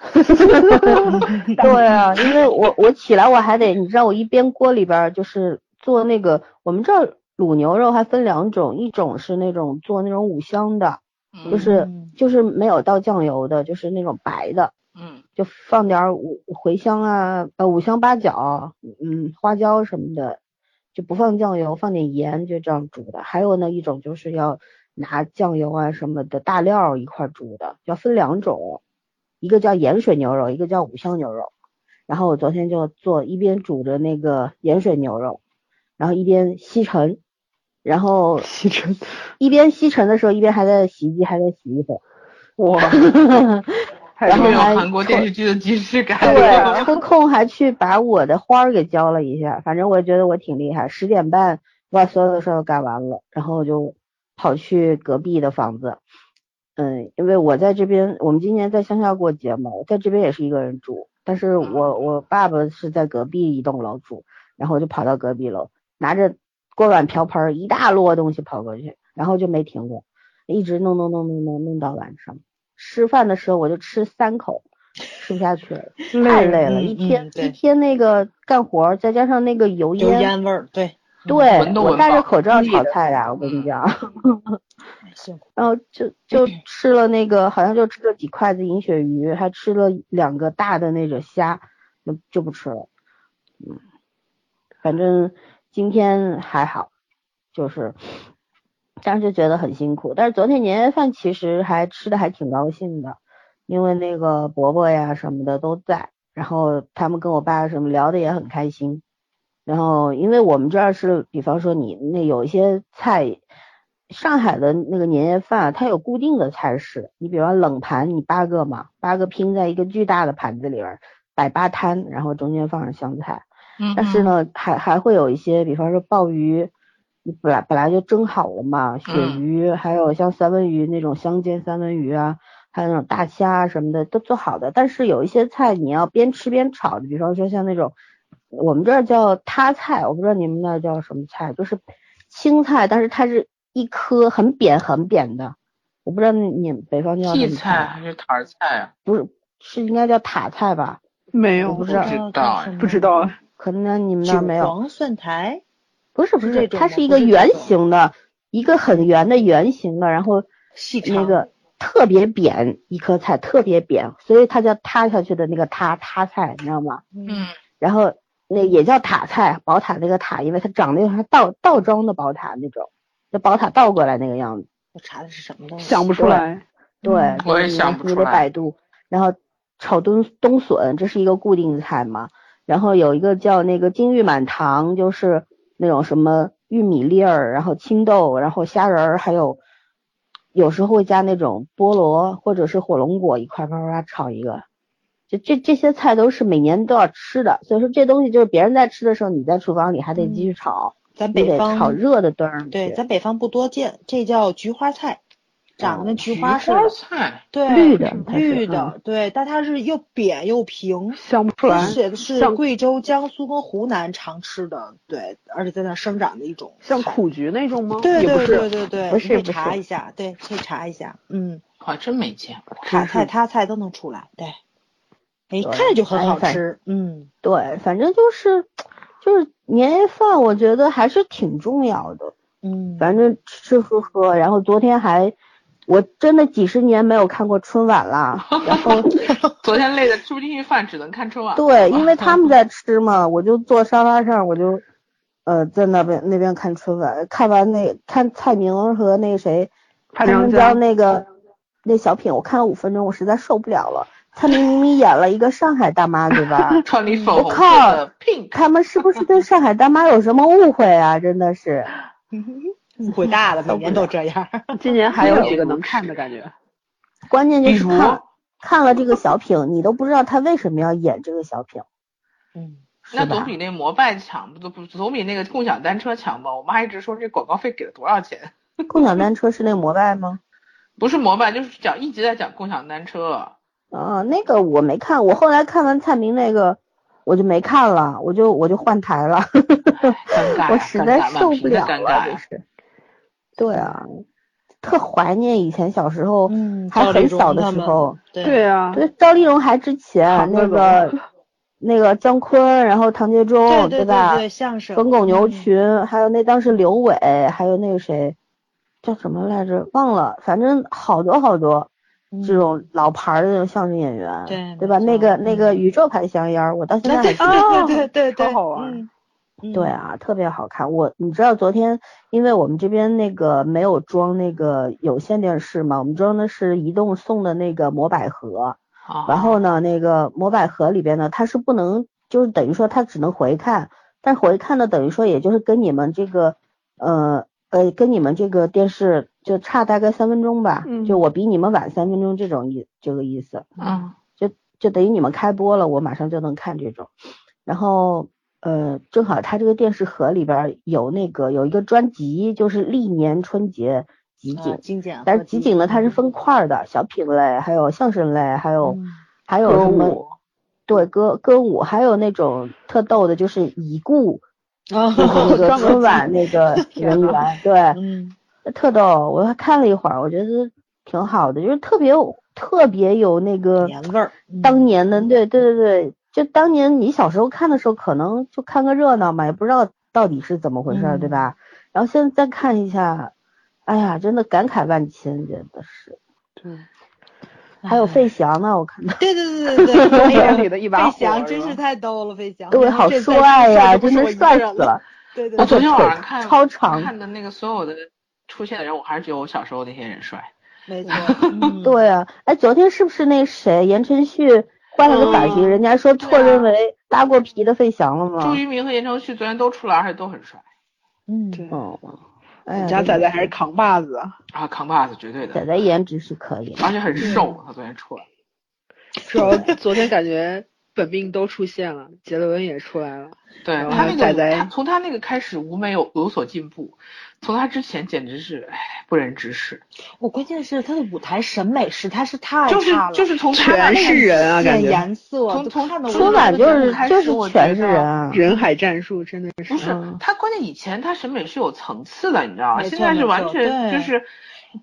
对啊，因为我我起来我还得，你知道我一边锅里边儿就是做那个，我们这儿卤牛肉还分两种，一种是那种做那种五香的，
嗯
就是
嗯
就是没有倒酱油的，就是那种白的，
嗯，
就放点儿五茴香啊，呃五香八角，嗯花椒什么的，就不放酱油，放点盐，就这样煮的。还有呢一种就是要拿酱油啊什么的大料儿一块儿煮的，要分两种，一个叫盐水牛肉，一个叫五香牛肉。然后我昨天就做一边煮着那个盐水牛肉，然后一边吸尘，然后
西城，
一边吸尘的时候一边还在洗衣机还在洗衣服，
哇，
有
然后
没有
还
韩国电视剧的即视感？
对，抽空还去把我的花儿给浇了一下，反正我觉得我挺厉害。十点半我把所有的事儿都干完了，然后我就跑去隔壁的房子，嗯，因为我在这边，我们今年在乡下过节嘛，我在这边也是一个人住，但是我我爸爸是在隔壁一栋楼住，然后我就跑到隔壁楼，拿着锅碗瓢盆儿一大摞东西跑过去，然后就没停过，一直弄弄弄弄弄弄到晚上。吃饭的时候我就吃三口，吃不下去 了，太
累
累
了
了，
嗯
一
嗯
天
对
一天那个干活儿，再加上那个油
油烟味儿，对，
对
闻都
我
闻
戴着
到
口罩
腻
炒
的
菜的，我
嗯
跟你讲。
辛苦。
然后就就吃了那个，好像就吃了几筷子银鳕鱼，还吃了两个大的那种虾，就就不吃了。嗯，反正今天还好，就是，但是觉得很辛苦。但是昨天年夜饭其实还吃的还挺高兴的，因为那个伯伯呀什么的都在，然后他们跟我爸什么聊的也很开心。然后，因为我们这儿是，比方说你那有一些菜，上海的那个年夜饭、啊，它有固定的菜式。你比方冷盘，你八个嘛，八个拼在一个巨大的盘子里边儿，摆八摊，然后中间放上香菜。
嗯
但是，呢，还还会有一些，比方说鲍鱼，你本来本来就蒸好了嘛，鳕
嗯
鱼，还有像三文鱼那种香煎三文鱼啊，还有那种大虾啊什么的都做好的。但是有一些菜你要边吃边炒的，比方说像那种我们这儿叫塌菜，我不知道你们那儿叫什么菜，就是青菜，但是它是一颗很扁很扁的，我不知道你你们北方叫什
荠
么
菜还是坛儿菜啊？
不是是应该叫塔菜吧？
没
有
有，
不知
知
道
知
道
道
哎，
不知道啊，
可能你们那儿没有。
黄蒜苔，
不是不
是这
是，
种
它
吗
是一
不
个
是这
圆
种
形的，一个很圆的圆形的，然后
细
那
长，
个特别扁一颗菜，特别扁，所以它叫塌下去的那个塌塌菜，你知道吗？
嗯，
嗯
然后那也叫塔菜，宝塔那个塔，因为它长得有点像倒倒装的宝塔那种，就宝塔倒过来那个样子。
我查的是什么东西？
想不出
对
来。
对，
嗯
就
我
是
也
你
想
得
不
你
出
得
来
百度，然后炒冬冬笋，这是一个固定菜嘛。然后有一个叫那个金玉满堂，就是那种什么玉米粒儿，然后青豆，然后虾仁儿，还有有时候会加那种菠萝或者是火龙果一块儿啪啪啪炒一个。就这这些菜都是每年都要吃的，所以说这东西就是别人在吃的时候，你在厨房里还得继续炒，
咱
你
嗯北
得
方
炒热的端上去。
对，咱北方不多见，这叫菊花菜，
哦
长得跟菊花似
花
的，
菜，
对，
绿的它嗯是
绿的，对，但它是又扁又平。
想不出来
它，写的是
像
贵州、江苏跟湖南常吃的，对，而且在那儿生长的一种
像
菜。
苦菊那种吗？
对
也不
对对
是，
对对，
不
你
是
可以
不
查
是
一下，对，可以查一下，嗯，
我还真没见过。
塔
是
菜、他菜都能出来，对，哎，
对
看着就很
哎
好
反
吃，嗯，
对，反正就是就是年夜饭，我觉得还是挺重要的。
嗯，
反正吃吃喝喝，然后昨天还，我真的几十年没有看过春晚了。然后
昨天累的吃不进去饭，只能看春晚。
对，因为他们在吃嘛，我就坐沙发上，我就呃在那边那边看春晚，看完那看蔡明和那谁
潘
长
长
江
江
那个那小品，我看了五分钟，我实在受不了了。蔡明明明演了一个上海大妈，对吧？
穿你粉红色
靠
的 pink，
他们是不是对上海大妈有什么误会 啊？真的是，
误会大了，每年都这样，
今年还有几个能看的感觉。
关键就
比
是
如
看看了这个小品，你都不知道他为什么要演这个小品，
嗯，
那
是吧
总比那摩拜强不都不总比那个共享单车强吧？我妈一直说这广告费给了多少钱，
共享单车是那摩拜 吗？
不是摩拜就是讲一直在讲共享单车。
啊、那个我没看，我后来看完蔡明那个，我就没看了，我就我就换台了，
尴尬 呀，
我实
尴
在
尬满
受
屏
不
的
了
尴
了，
尬
就
呀。
是。对啊，特怀念以前小时候，
嗯
还
赵丽
很
蓉
小的
他
时
们
候，
对
对啊，
对，赵丽蓉还之前
唐
那
德
个
龙
那个姜昆，然后唐杰忠，
对对
哦吧？
对，相声，
冯巩牛
嗯，
群，还有那当时刘伟，还有那个谁叫什么来着？忘了，反正好多好多这
嗯
种老牌儿的那种相声演员，
对
对吧？那
没错
个那个
嗯
宇宙牌香烟儿，我到现在还
对
记得。
对对对对，
超好玩
嗯，嗯
对，啊，特别好看。我你知道昨天，因为我们这边那个没有装那个有线电视嘛，我们装的是移动送的那个魔百合。
啊
然后呢，那个魔百合里边呢，它是不能，就是等于说它只能回看，但回看呢，等于说也就是跟你们这个，呃呃，跟你们这个电视就差大概三分钟吧，
嗯
就我比你们晚三分钟这种意这个意思，
嗯，
就就等于你们开播了，我马上就能看这种。然后呃，正好它这个电视盒里边有那个有一个专辑，就是历年春节集锦，
啊精简，嗯
但是集锦呢它是分块儿的，小品类，还有相声类，还有、还有什么？对歌歌舞，还有那种特逗的，就是已 故
啊，
那个
专
春
门
晚那 个人员，对，
嗯
特逗。我还看了一会儿，我觉得挺好的，就是特别有特别有那个
年味儿，嗯
呃当年的，对对对对，就当年你小时候看的时候，可能就看个热闹嘛，也不知道到底是怎么回事儿，对
嗯
吧？然后现在再看一下，哎呀，真的感慨万千，真的是。
对，
还有
哎
费翔呢，我看到。
对对对对对对，
黑人里的一把
费
火，
翔真
吧
是太逗了，费翔，
对，
然后
好
这
帅
在这事儿
呀、
就不
真
是我
是
一个
帅啊
人
死了。。
对对
我
对，
昨天晚上
腿
看
超长
看的那个所有的出现的人，我还是觉得我小时候那些人帅。
没错，嗯，
对啊，哎，昨天是不是那谁言承旭换了个发型，
嗯
人家说错
对啊
认为拉过皮的费翔了
朱
吗？
一鸣和言承旭昨天都出来，而且都很帅
嗯，
对
嗯，哎
人
呀
家仔仔还是扛把子啊，
啊，扛把子绝对
仔
的，
仔颜值是可以的，
而且很
嗯
瘦。他昨天出来，
主 要昨天感觉本命都出现了，杰伦也出来了，
对
然后
他那个
仔仔
他从他那个开始，吴美有有所进步，从他之前简直是哎不忍直视，
我关键是他的舞台审美实在是太
就是
差了，
就是从他那
全
那
是
个
人啊感
显
觉
颜色，
从从
看的
春
春晚就是
开
就
始我
是
觉
全是
得
人啊，
人海战术真的
不
是
是
嗯
他，关键以前他审美是有层次的，你知道吗？
没
现
错
在
没
是完
错
全
对
就是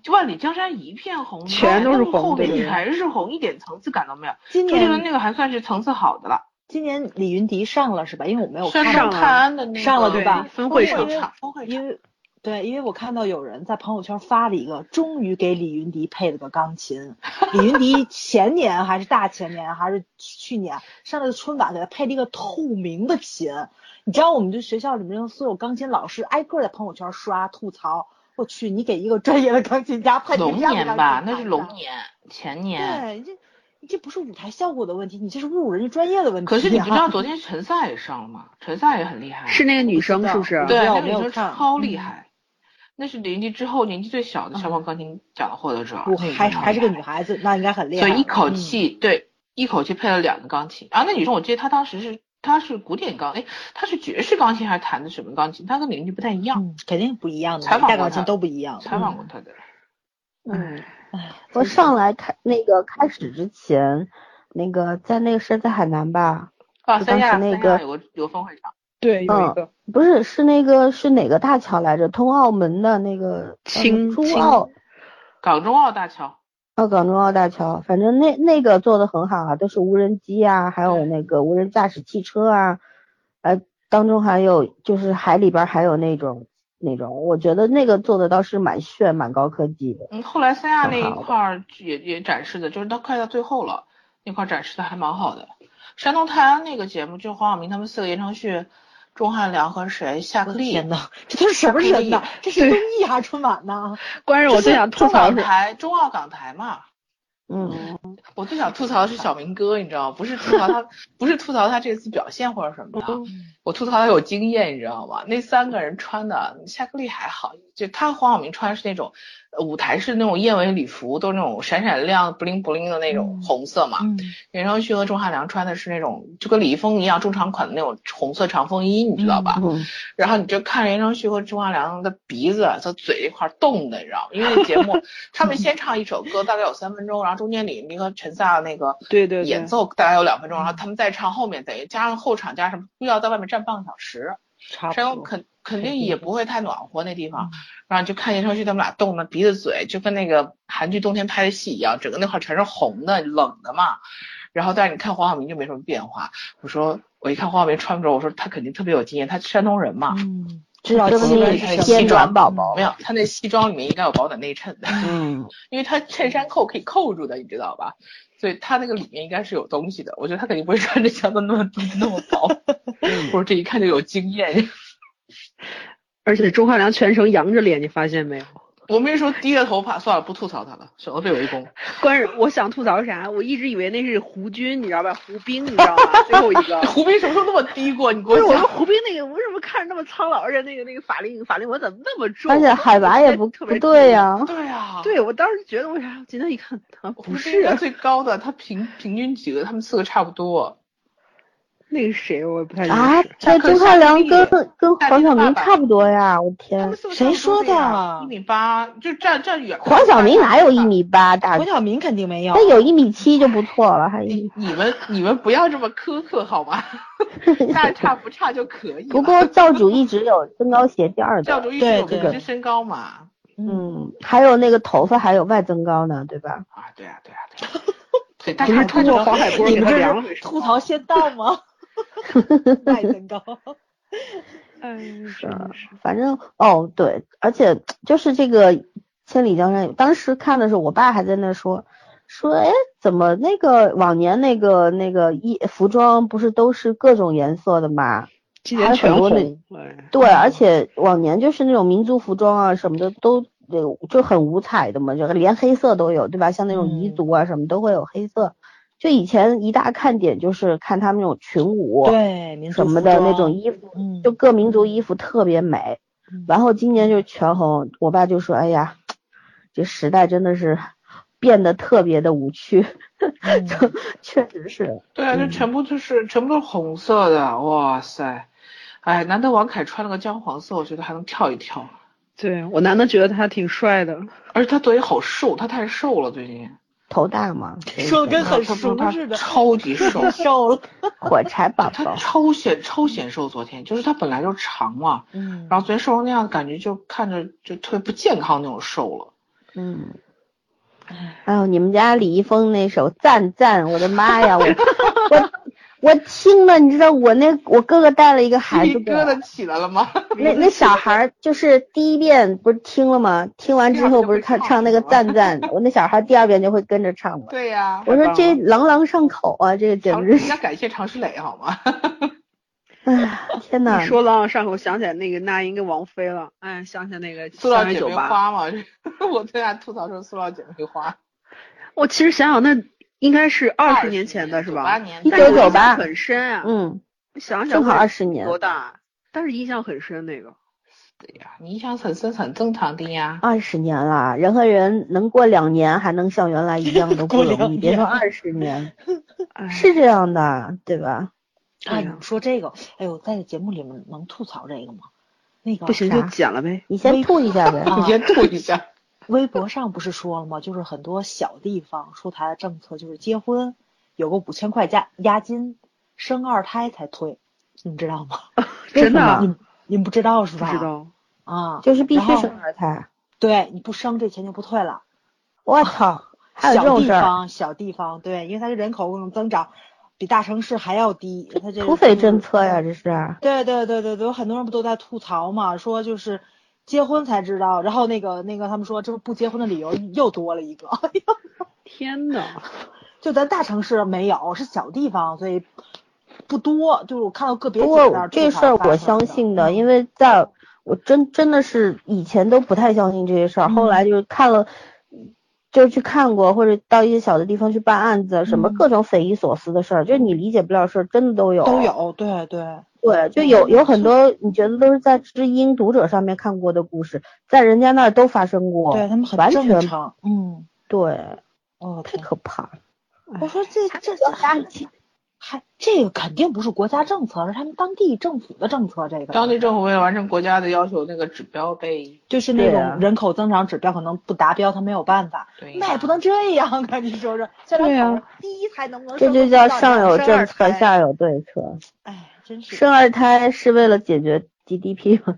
万里江山一片红，
全都是红
后
对
面全是红，一点层次感都没有。
今
周杰伦
年
那个还算是层次好的了，
今年李云迪上了是吧？因为我没有
算
看
是
上
到，
了
泰安的那个
哎上了对吧
分会
上
场场分会场
因为对，因为我看到有人在朋友圈发了一个，终于给李云迪配了个钢琴。李云 迪前年还是大前年还是去年上了个春晚，给他配了一个透明的琴。你知道我们这学校里面所有钢琴老师挨个在朋友圈刷吐槽，我去，你给一个专业的钢琴家配
龙年吧，那是龙
年。
年前年。
对，这这不是舞台效果的问题，你这是侮辱人家专业的问题、啊
可是你不 知道，昨天陈赛也上了吗？陈赛也很厉害，啊
是那个女生是不是？啊
对，
没有
那个
没
女
有
生
看
超厉
嗯
害，那是李云迪之后年纪最小的小宝钢琴奖的获得者，
我
那个
还
女生
还是
超
个
厉害
女孩子，那应该很厉
所
害。
以一口
嗯
气、对一口气配了两个钢琴。然后那女生我记得她当时是她是古典钢，哎，她是爵士钢琴还是弹的什么钢琴？她跟李云迪不太一样。
嗯，肯定不一样的，
采访
大
过
钢琴
他
都不一样。
采访过她的，
嗯，
哎，
我上来开那个开始之前，那个在那个是在海南吧？
啊，
就当
三亚
时那
三
个
亚有个有分会场，
对，有一个
不是，是那个是哪个大桥来着？通澳门的那个叫什么
青
珠
青
澳
港中澳大桥，
澳港中澳大桥，反正那那个做的很好啊，都是无人机啊，还有
对
那个无人驾驶汽车啊，呃，当中还有就是海里边儿还有那种那种，我觉得那个做的倒是蛮炫、蛮高科技的。
嗯，后来三亚
挺
那一
好的
块儿也也展示的，就是到快到最后了，那块儿展示的还蛮好的。山东泰安那个节目，就黄晓明他们四个，言承旭、钟汉良和谁，夏克立，
天呐，嗯这都是什么人呐？ 这是综艺还是春晚呐？
关键
就
我最
是
想吐
中
槽
港
的是，
台、中澳港台嘛。
嗯，
我最想吐槽的是小明哥，你知道吗？不是吐槽他，不是吐槽他这次表现或者什么的啊，我吐槽他有经验，你知道吗？那三个人穿的夏克立还好，就他和黄晓明穿的是那种呃舞台式那种燕尾礼服，都是那种闪闪亮、不灵不灵的那种
嗯
红色嘛。
嗯，
袁绍旭和钟汉良穿的是那种就跟李易峰一样中长款的那种红色长风衣，你知道吧？
嗯
然后你就看袁承旭和钟汉良的鼻子、他嘴这块儿动的，你知道吗？因为那节 目他们先唱一首歌，大概有三分钟，然后中间李那个陈萨那个
对对对嗯
演奏大概有两分钟，然后他们再唱后面，等于加上后场加上什么，估计要在外面站半个小时，
差
山东
不多。
肯肯定也不会太暖和那地方
嗯。
然后你就看袁承旭他们俩动的鼻子嘴，就跟那个韩剧冬天拍的戏一样，整个那块儿全是红的、冷的嘛。然后但是你看黄晓明就没什么变化。我说我一看黄晓明穿着，我说他肯定特别有经验，他山东人嘛。
嗯，知道
就
气
是
温
那
是
个
什
还有
么
贴
西
暖
装
宝宝
没。有，他那西装里面应该有保暖内衬的，
嗯，
因为他衬衫扣可以扣住的，你知道吧？所以他那个里面应该是有东西的。我觉得他肯定不会穿着像他那么低那么 薄。我说这一看就有经验。
而且钟汉良全程扬着脸，你发现没有？
我没说低着头发，算了，不吐槽他了，省得被围攻。。
关键我想吐槽啥？我一直以为那是胡军，你知道吧？胡兵，你知道吗？最后一个
胡斌什么时候那么低过？你给
不
我
是，我
讲
说。胡兵那个，为什么看着那么苍老，而且那个那个法令法令纹怎么那么重？
而且海拔也不
特
不
别
对、呀、
对啊，，
对，我当时觉得为啥？今天一看，啊，
胡
不
斌应
是
该，最高的，他平平均几个，他们四个差不多。
那个谁，我也
嗯
不太认
啊
识。，
这
可是
金
夏
快良
冰
跟
也
跟
夏
黄
冰
晓
爸
明
爸
差不多呀，我
他
天
们，是不是
谁
差不
说
多这样
的
一米八，就站站远。
黄晓明哪有一？米八大
黄？晓明肯定没有，
但有一米七就不错了，还一
你你们你们不要这么苛刻好吗？大差不差就可以了。
不过教主一直有增高鞋垫儿
教
的，
主一直
对
有
对
明星身高嘛。
嗯，还有那个头发还有外增高呢，对吧？
啊，对啊，对啊，对啊。对，大
不
家
是通过黄海波
你
给
们
他
这
量
是吐槽仙道 吗？卖增高，
嗯，是
啊
是，
反正哦对，而且就是这个《千里江山》，当时看的时候，我爸还在那说说，哎，怎么那个往年那个那个衣服装不是都是各种颜色的嘛？
今
还有
年
很
全
多
红，哎，
对，而且往年就是那种民族服装啊什么的都有就很五彩的嘛，就连黑色都有，对吧？像那种彝
嗯
族啊什么都会有黑色。就以前一大看点就是看他们那种群舞，
对，民族
什么
服
的那
装
种，衣服，
嗯
就各民族衣服特别美。
嗯
然后今年就是全红，我爸就说：“哎呀，这时代真的是变得特别的无趣。
嗯
确实是，
对啊，就全部都是全部都是红色的，哇塞！哎，难得王凯穿了个姜黄色，我觉得还能跳一跳。
对我难得觉得他挺帅的，
而且他嘴好瘦，他太瘦了，最近
头大嘛，
瘦跟很
他不
熟
他
似的，
超 级瘦，
瘦了，
火 柴宝
他
宝。
超显超显瘦。昨天就是他本来就长嘛，
嗯
然后昨天瘦成那样，感觉就看着就特别不健康那种瘦了。
嗯，哎呦，你们家李易峰那首《赞赞》，我的妈呀，我我我听了，你知道我那我哥哥带了一个孩
鸡
子
皮
过
疙
来。
瘩起来了吗？
那那小孩儿就是第一遍不是听了吗？听完之后不是他唱那个赞赞，我那小孩儿第二遍就会跟着唱了。
对呀、
我说这朗朗上口啊，这个简
常
直
人
是
家，感谢常石磊好吗？
哎，天哪
一！说朗朗上口，想起来那个那英跟王菲了，哎，想起那个
塑料
三
姐
九
妹
八。
花嘛， 我对他吐槽说塑料姐妹花。
我其实想想，那应该是二十年前的是
八
吧？
年
一
代，
但
九
是我
九
印
八
象很深啊。
嗯，
我想想
正好
我
二十年
多，大？啊但是印象很深那个。
对呀，你印象很深很正常的呀。
二十年了，人和人能过两年还能像原来一样都不
过两
容易，别说
年
二十年，
哎，
是这样的，对吧？
哎
哎，你
呀
说这个，哎呦，在节目里面能吐槽这个吗？那个
不行
啥
就剪了呗。
你先
微
吐一下呗。
啊
你先吐一下。
微博上不是说了吗？就是很多小地方出台的政策，就是结婚有个五千块加押金，生二胎才退，你们知道吗？
为
真的
什
啊
么
你们你们不知道是
不
吧？
知道，
啊，
就是必须
然后
生二胎。
对，你不生这钱就不退了。
我 操，还有这种
小地
事儿，
方，小地方，对，因为它人口可能增长比大城市还要低，它这
土匪政策呀，。这是。
对对对对对，有很多人不都在吐槽嘛，说就是结婚才知道，然后那个那个他们说这不不结婚的理由又多了一个，
天呐，
就咱大城市啊没有，是小地方，所以不多。就是我看到个别
不
几
过
个那儿
我这
吐槽
事儿
发
我
生
相信的，
的，嗯
因
为
为在我真真的是以前都不太相信这些事儿，后
嗯
来就是看了，就去看过或者到一些小的地方去办案子，什么
嗯
各种匪夷所思的事儿，就是你理解不了的事儿，真的都有。哦
都。有，嗯对对，
对，就有有很
是
多你觉得都是在知音读者上面看过的故事，在人家那儿都发生过。
对他们很
完
正
全
常，嗯，
对，
哦，
太
天
可怕了。哎
我说这这这还这个肯定不是国家政策，而是他们当地政府的政策。这个
当地政府为了完成国家的要求，那个指标被
就是
对
那
啊
种人口增长指标可能不达标，他没有办法。
对呀
那也不能这样 啊！你说说，虽
对
然
啊
考上第一胎能不能
这
生
就
都
叫
不知道
上有
生二
政策，
胎
下有对策。
哎，真是
生二胎是为了解决 GDP 吗？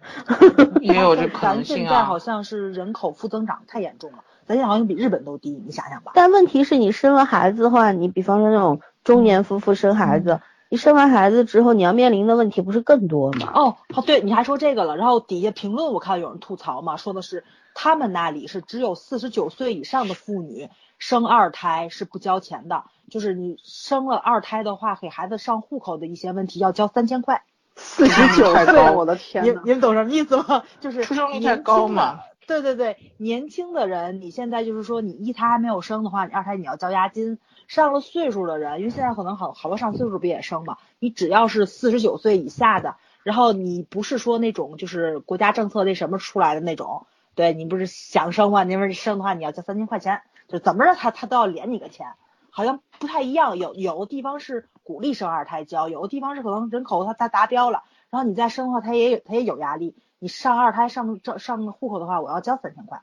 也有这
但是
可能
咱现
性
在好
啊。
像是人口负增长太严重了，咱现在好像比日本都低，你想想吧。
但问题是你生了孩子的话，你比方说那种中年夫妇生孩子，你生完孩子之后，你要面临的问题不是更多吗？
哦，好，对，你还说这个了。然后底下评论我看到有人吐槽嘛，说的是他们那里是只有四十九岁以上的妇女生二胎是不交钱的，就是你生了二胎的话，给孩子上户口的一些问题要交三千块。
四十九
太
岁，
高
我的天
你
呐，
你们懂什么意思吗？ 就是
出生率太
年
高
轻的
嘛。
对对对，年轻的人，你现在就是说，你一胎还没有生的话，你二胎你要交押金。上了岁数的人，因为现在可能好好多上岁数不也生嘛，你只要是四十九岁以下的，然后你不是说那种就是国家政策那什么出来的那种，对你不是想生吗？你要是生的话，你要交三千块钱，就怎么着他他都要连你个钱，好像不太一样，有有的地方是鼓励生二胎教，有的地方是可能人口它它达标了，然后你再生的话，它也有它也有压力。你上二胎上上上户口的话，我要交三千块，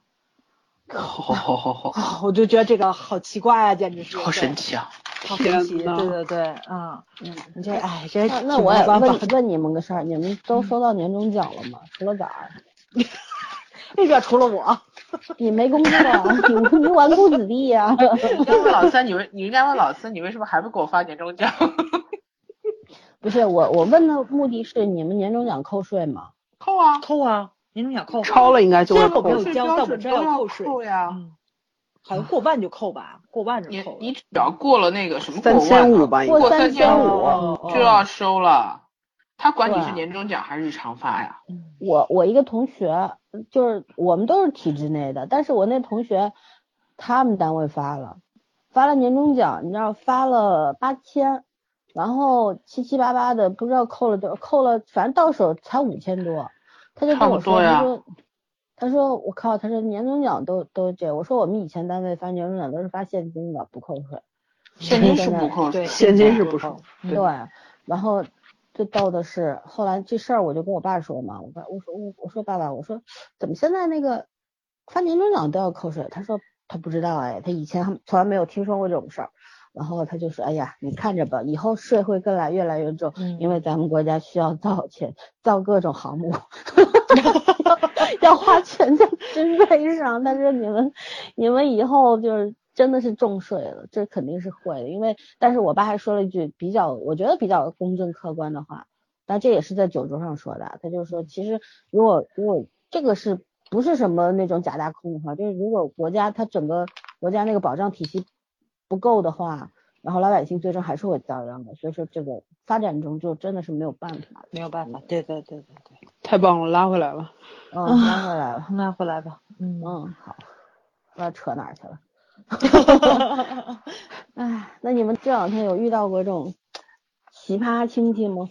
好
啊我就觉得这个好奇怪啊，简直是
好神
奇，
奇啊！
好神奇，
天呐
对对对，嗯，
嗯，
你这哎这
那
挺
那我也
没办法
问问你们个事儿，你们都收到年终奖了吗？除了崽儿，
这边除了我，
你没工作啊， 你你纨绔子弟呀、
你要问老三，你为你应该问老四，你为什么还不给我发年终奖？
不是我我问的目的是你们年终奖扣税吗？
扣啊，
扣啊，年终奖扣
超了应该就
虽然我
会
没
扣
有
税
交
标
但
准
我知
都
道
要
扣税
扣呀。
嗯，好像过万就扣吧，过万就
你
扣了。
你只要过了那个什么过
三千五
万
吧，应
过
该
过
三
千
千
五
五。
哦
就要收了，他管你
对
是年终奖还是日常发呀？
嗯
我我一个同学，嗯就是我们都是体制内的，但是我那同学他们单位发了，发了年终奖，你知道发了八千，然后七七八八的不知道扣了多，扣了反正到手才五千多，他就跟我说，
差
他
不多
说他说我靠，他说年终奖都都这，我说我们以前单位发年终奖都是发现金的，不扣税，
现金是不扣
对，
税的，
现金是不收。
对，然后最逗的是，后来这事儿我就跟我爸说嘛，我爸我说我我说爸爸，我说怎么现在那个发年终奖都要扣税？他说他不知道哎，他以前从来没有听说过这种事儿。然后他就说，哎呀，你看着吧，以后税会更来越来越重，
嗯
因为咱们国家需要造钱，造各种航母， 要花钱在军备上。他说你们你们以后就是真的是重税了，这肯定是会的。因为，但是我爸还说了一句比较，我觉得比较公正客观的话，但这也是在酒桌上说的啊。他就说，其实如果如果这个是不是什么那种假大空的话，就是如果国家它整个国家那个保障体系不够的话，然后老百姓最终还是会遭殃的。所以说，这个发展中就真的是没有办法。
没有办法，对对对对对，
太棒了，拉回来了。
嗯，
啊
拉回来了。
那回来吧，嗯
嗯，好，不知道扯哪儿去了。 哎，那你们这两天有遇到过这种奇葩亲戚吗？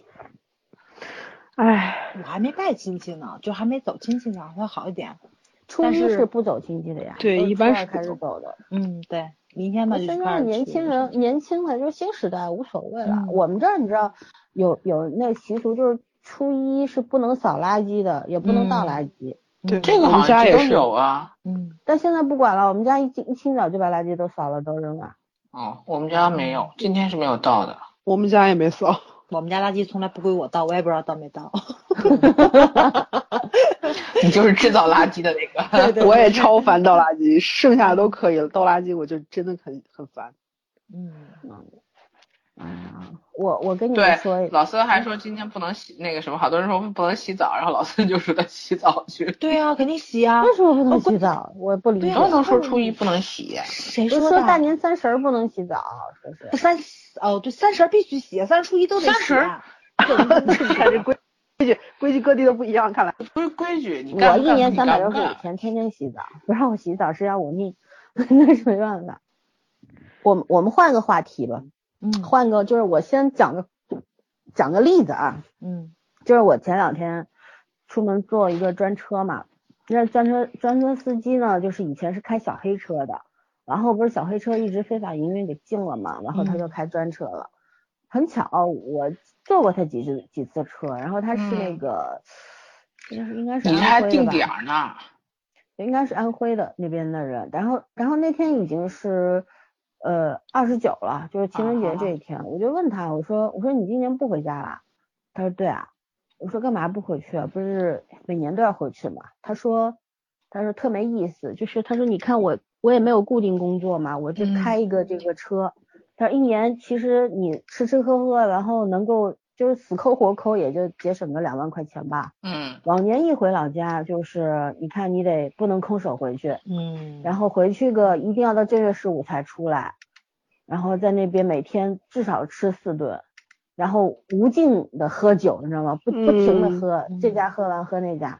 唉，
我还没拜亲戚呢，就还没走亲戚呢，会好一点。
初
但
一
是
是不走亲戚的呀，
对
都是
一般
初二
是不
开始
走
走的。
嗯，对，明天吧就
现
去
在
看。
年轻人，年轻的就是新时代无所谓了。
嗯
我们这儿你知道有有那习俗，就是初一是不能扫垃圾的，也不能倒
嗯
垃圾。
对
这个
我们
好
家
像
也
都
是
有啊。
嗯，
但现在不管了，我们家一清一清早就把垃圾都扫了，都扔了。
哦，我们家没有，今天是没有到的。
我们家也没扫。
我们家垃圾从来不归我倒，我也不知道倒没倒。
你 就是制造垃圾的那
对
个。
对
我也超烦倒 垃圾，剩下的都可以了，倒垃圾我就真的很很烦。
嗯，
哎呀，我我跟你们说
对，，老孙还说今天不能洗那个什么，好多人说不能洗澡，然后老孙就说他洗澡去。
对啊，肯定洗啊。
为什么不能洗澡？我不理解
对
很。多人都说初一不能洗，
谁
不是
的？啊
说大年三十儿不能洗澡，说是。
三十哦，对，三十儿必须洗，三十初一都得洗啊。
三十儿
看这规规矩规矩各地都不一样，看来
不是规矩，你
我
干不
一
干
年
你
三百
干不
六十五
干？
天，天天洗澡，不让我洗澡是要我命， 那是没办法。我们我们换个话题吧，
嗯
换个就是我先讲个讲个例子啊，
嗯
就是我前两天出门坐一个专车嘛，那专车专车司机呢，就是以前是开小黑车的，然后不是小黑车一直非法营运给禁了嘛，然后他就开专车了。很巧，我坐过他几次几次车，然后他是那
嗯
个，就是应该是
你这
安
还
徽的
定
吧
点儿呢？
应该是安徽的那边的人。然后，然后那天已经是呃二十九了，就是情人节这一天，我就问他，我说我说你今年不回家啦？他说对啊。我说干嘛不回去啊？不是每年都要回去嘛？他说他说特没意思，就是他说你看我我也没有固定工作嘛，我就
嗯
开一个这个车。他说一年其实你吃吃喝喝，然后能够就是死抠活抠，也就节省个两万块钱吧。
嗯，
往年一回老家就是，你看你得不能空手回去，
嗯，
然后回去个一定要到正月十五才出来，然后在那边每天至少吃四顿，然后无尽的喝酒，你知道吗？不不停的
嗯
喝，这家喝完喝那家。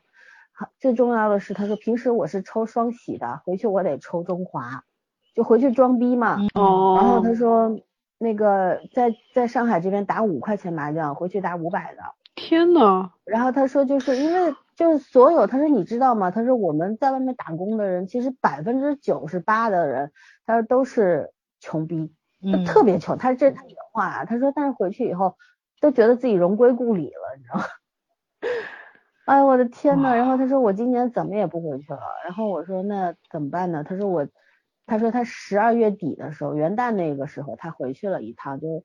好最重要的是，他说平时我是抽双喜的，回去我得抽中华，就回去装逼嘛。
哦
然后他说那个在在上海这边打五块钱麻将，回去打五百的。
天呐，
然后他说，就是因为就是所有，他说你知道吗？他说我们在外面打工的人，其实百分之九十八的人，他说都是穷逼，
嗯
他特别穷，他这是他原话啊，他说，但是回去以后都觉得自己荣归故里了，你知道吗？哎呦我的天呐！
哇
然后他说我今年怎么也不回去了。然后我说那怎么办呢？他说我，他说他十二月底的时候，元旦那个时候他回去了一趟，就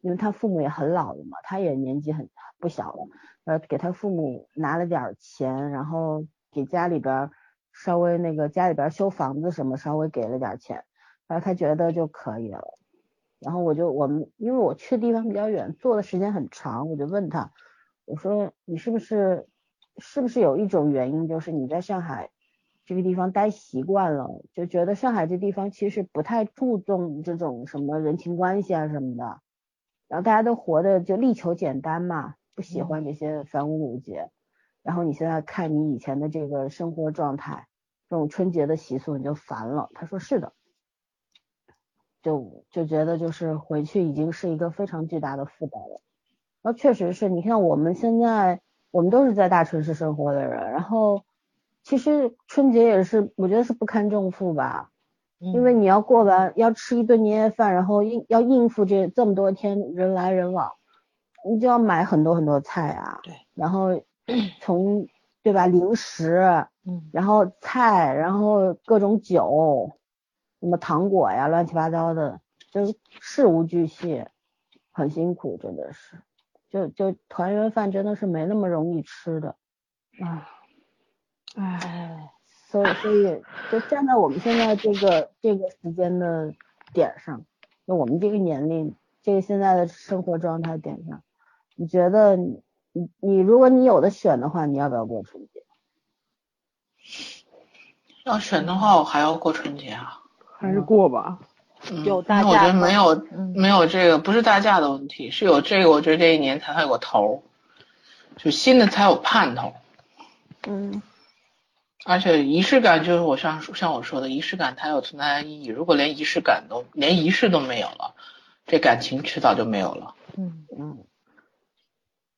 因为他父母也很老了嘛，他也年纪很不小了，然后给他父母拿了点儿钱，然后给家里边儿稍微那个家里边儿修房子什么稍微给了点儿钱，然后他觉得就可以了。然后我就我们因为我去的地方比较远，坐的时间很长，我就问他，我说你是不是是不是有一种原因，就是你在上海这个地方待习惯了，就觉得上海这地方其实不太注重这种什么人情关系啊什么的，然后大家都活的就力求简单嘛，不喜欢这些繁文缛节。然后你现在看你以前的这个生活状态，这种春节的习俗你就烦了。他说是的，就就觉得就是回去已经是一个非常巨大的负担了。然后确实是你看我们现在我们都是在大城市生活的人，然后其实春节也是我觉得是不堪重负吧，
嗯
因为你要过完要吃一顿年夜饭，然后应要应付这这么多天人来人往，你就要买很多很多菜啊，
对，
然后 从对吧零食，
嗯
然后菜，然后各种酒，什么糖果呀，乱七八糟的，就是事无巨细，很辛苦，真的是。就就团圆饭真的是没那么容易吃的，
唉唉，
哎
所以所以就站在我们现在这个这个时间的点上，就我们这个年龄，这个现在的生活状态点上，你觉得你你你如果你有的选的话，你要不要过春节？
要选的话，我还要过春节啊。
还是过吧。
嗯
有大
那我觉
假
得
吗
没有
嗯
没有这个不是大假的问题，是有这个，我觉得这一年才会有个头儿，就新的才有盼头，
嗯
而且仪式感就是我上像我说的仪式感，它有存在的意义。如果连仪式感都连仪式都没有了，这感情迟早就没有了。
嗯
嗯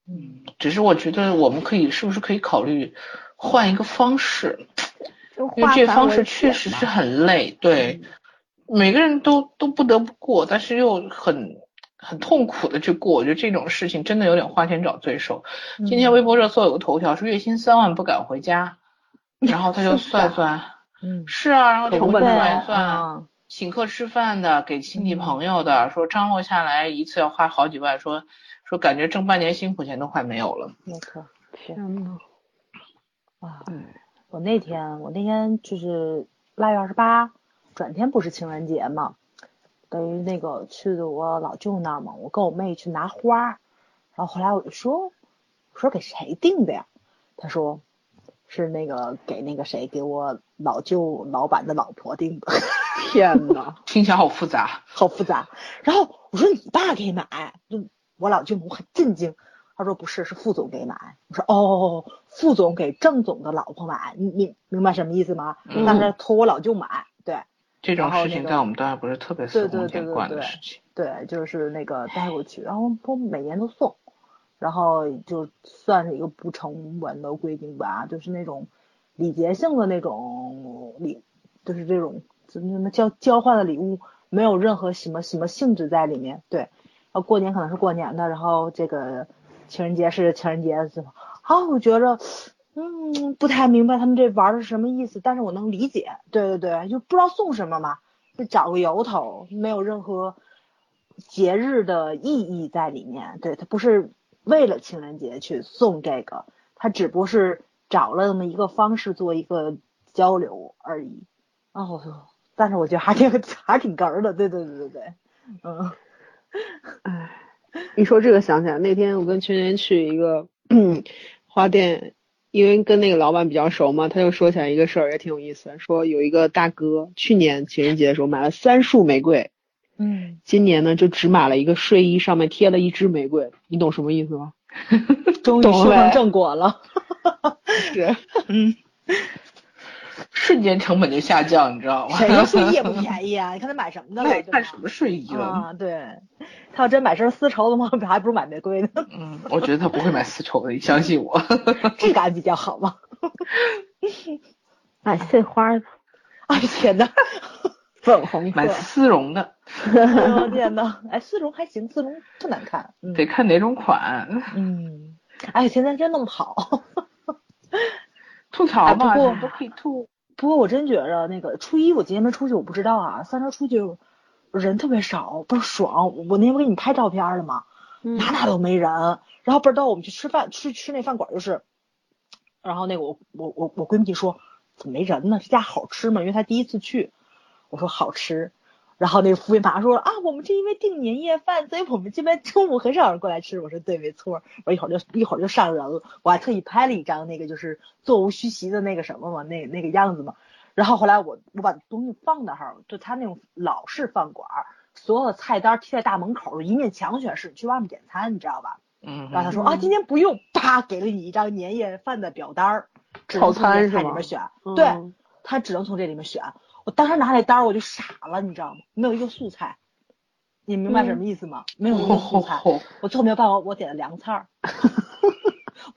嗯，
只是我觉得我们可以是不是可以考虑换一个方式，
就
因为
化
这
繁
方
为
式确
简
实
嘛嗯
是很累，对，每个人都都不得不过，但是又很很痛苦的去过。我觉得这种事情真的有点花钱找罪受。
嗯
嗯
今天微博热搜有个头条是月薪三万不敢回家，然后他就
啊
算算，
嗯
是啊，然后就
成
会
本
算
啊
一算，
啊
请客吃饭的，给亲戚
嗯
朋友的，说张罗下来一次要花好几万，说说感觉挣半年辛苦钱都快没有了。
没错对
天呐，
啊。我那天我那天就是腊月二十八，转天不是情人节嘛，等于那个去的我老舅那儿嘛，我跟我妹去拿花儿，然后后来我就说，我说给谁订的呀？他说是那个给那个谁给我老舅老板的老婆订的，
天呐，
听起来好复杂，
好复杂。然后我说你爸给买，就我老舅母很震惊。他说不是，是副总给买。我说哦，副总给郑总的老婆买，你你明白什么意思吗？
嗯
当时托我老舅买，对
这种
然后
事
那
情
个
在我们当然不是特别司
对
空
对
见
对
惯的
对
事情。
对，就是那个带过去，然后我每年都送，然后就算是一个不成文的规定吧，就是那种礼节性的那种礼，就是这种怎么怎么交交换的礼物，没有任何什么什么性质在里面。对，然后过年可能是过年的，然后这个情人节是情人节，是吧？啊，我觉着。嗯，不太明白他们这玩的是什么意思，但是我能理解。对对对，就不知道送什么嘛，就找个由头，没有任何节日的意义在里面。对，它不是为了情人节去送这个，它只不过是找了那么一个方式做一个交流而已。啊，我说，但是我觉得还挺 还挺哏儿的。对对对对对，嗯
一说这个想起来，那天我跟圈圈去一个 花店，因为跟那个老板比较熟嘛，他就说起来一个事儿也挺有意思，说有一个大哥去年情人节的时候买了三束玫瑰，
嗯，
今年呢就只买了一个睡衣，上面贴了一支玫瑰，你懂什么意思吗？
终于
懂了
修成
呗
正果了。
是，
嗯，瞬间成本就下降，你知道吗？
谁的睡衣也 不便宜啊！你看他买什么的了？
那也
对
看
吧
什么睡衣了？
啊，对，他要真买身丝绸的话， 还不如买玫瑰呢，
嗯，我觉得他不会买丝绸的，你相信我。
质感比较好嘛。
买碎花儿的
哎天呐，
粉红
买
色
丝绒的，
哎呦我天呐，哎，丝绒还行，丝绒不难看，嗯
得看哪种款。
嗯，哎，现在真弄不好。
吐
哎
槽
不
嘛，
过
什么都可以吐。
不过我真觉着那个初一我今天没出去，我不知道啊。三十出去人特别少，倍儿爽。我那天不给你们拍照片了吗？
嗯
哪哪都没人。然后倍儿逗，我们去吃饭，去吃那饭馆就是，然后那个我我我我闺蜜说怎么没人呢？这家好吃吗？因为她第一次去，我说好吃。然后那个服务员马上说了啊，我们是因为订年夜饭，所以我们这边中午很少有人过来吃。我说对，没错。我一会儿就一会儿就上人了，我还特意拍了一张那个就是座无虚席的那个什么嘛，那那个样子嘛。然后后来我我把东西放那儿，就他那种老式饭馆儿，所有的菜单贴在大门口，一面墙全是，你去外面点餐，你知道吧？
嗯
然后他说啊，今天不用，啪，给了你一张年夜饭的表单儿，只能
套餐
从这
是
菜里
吗
面选。
嗯
对，他只能从这里面选。我当时拿那单儿我就傻了，你知道吗？没有一个素菜，你明白什么意思吗？没有一个
吼
素
吼
菜，
吼！
我最后没有办法，我点了凉菜儿，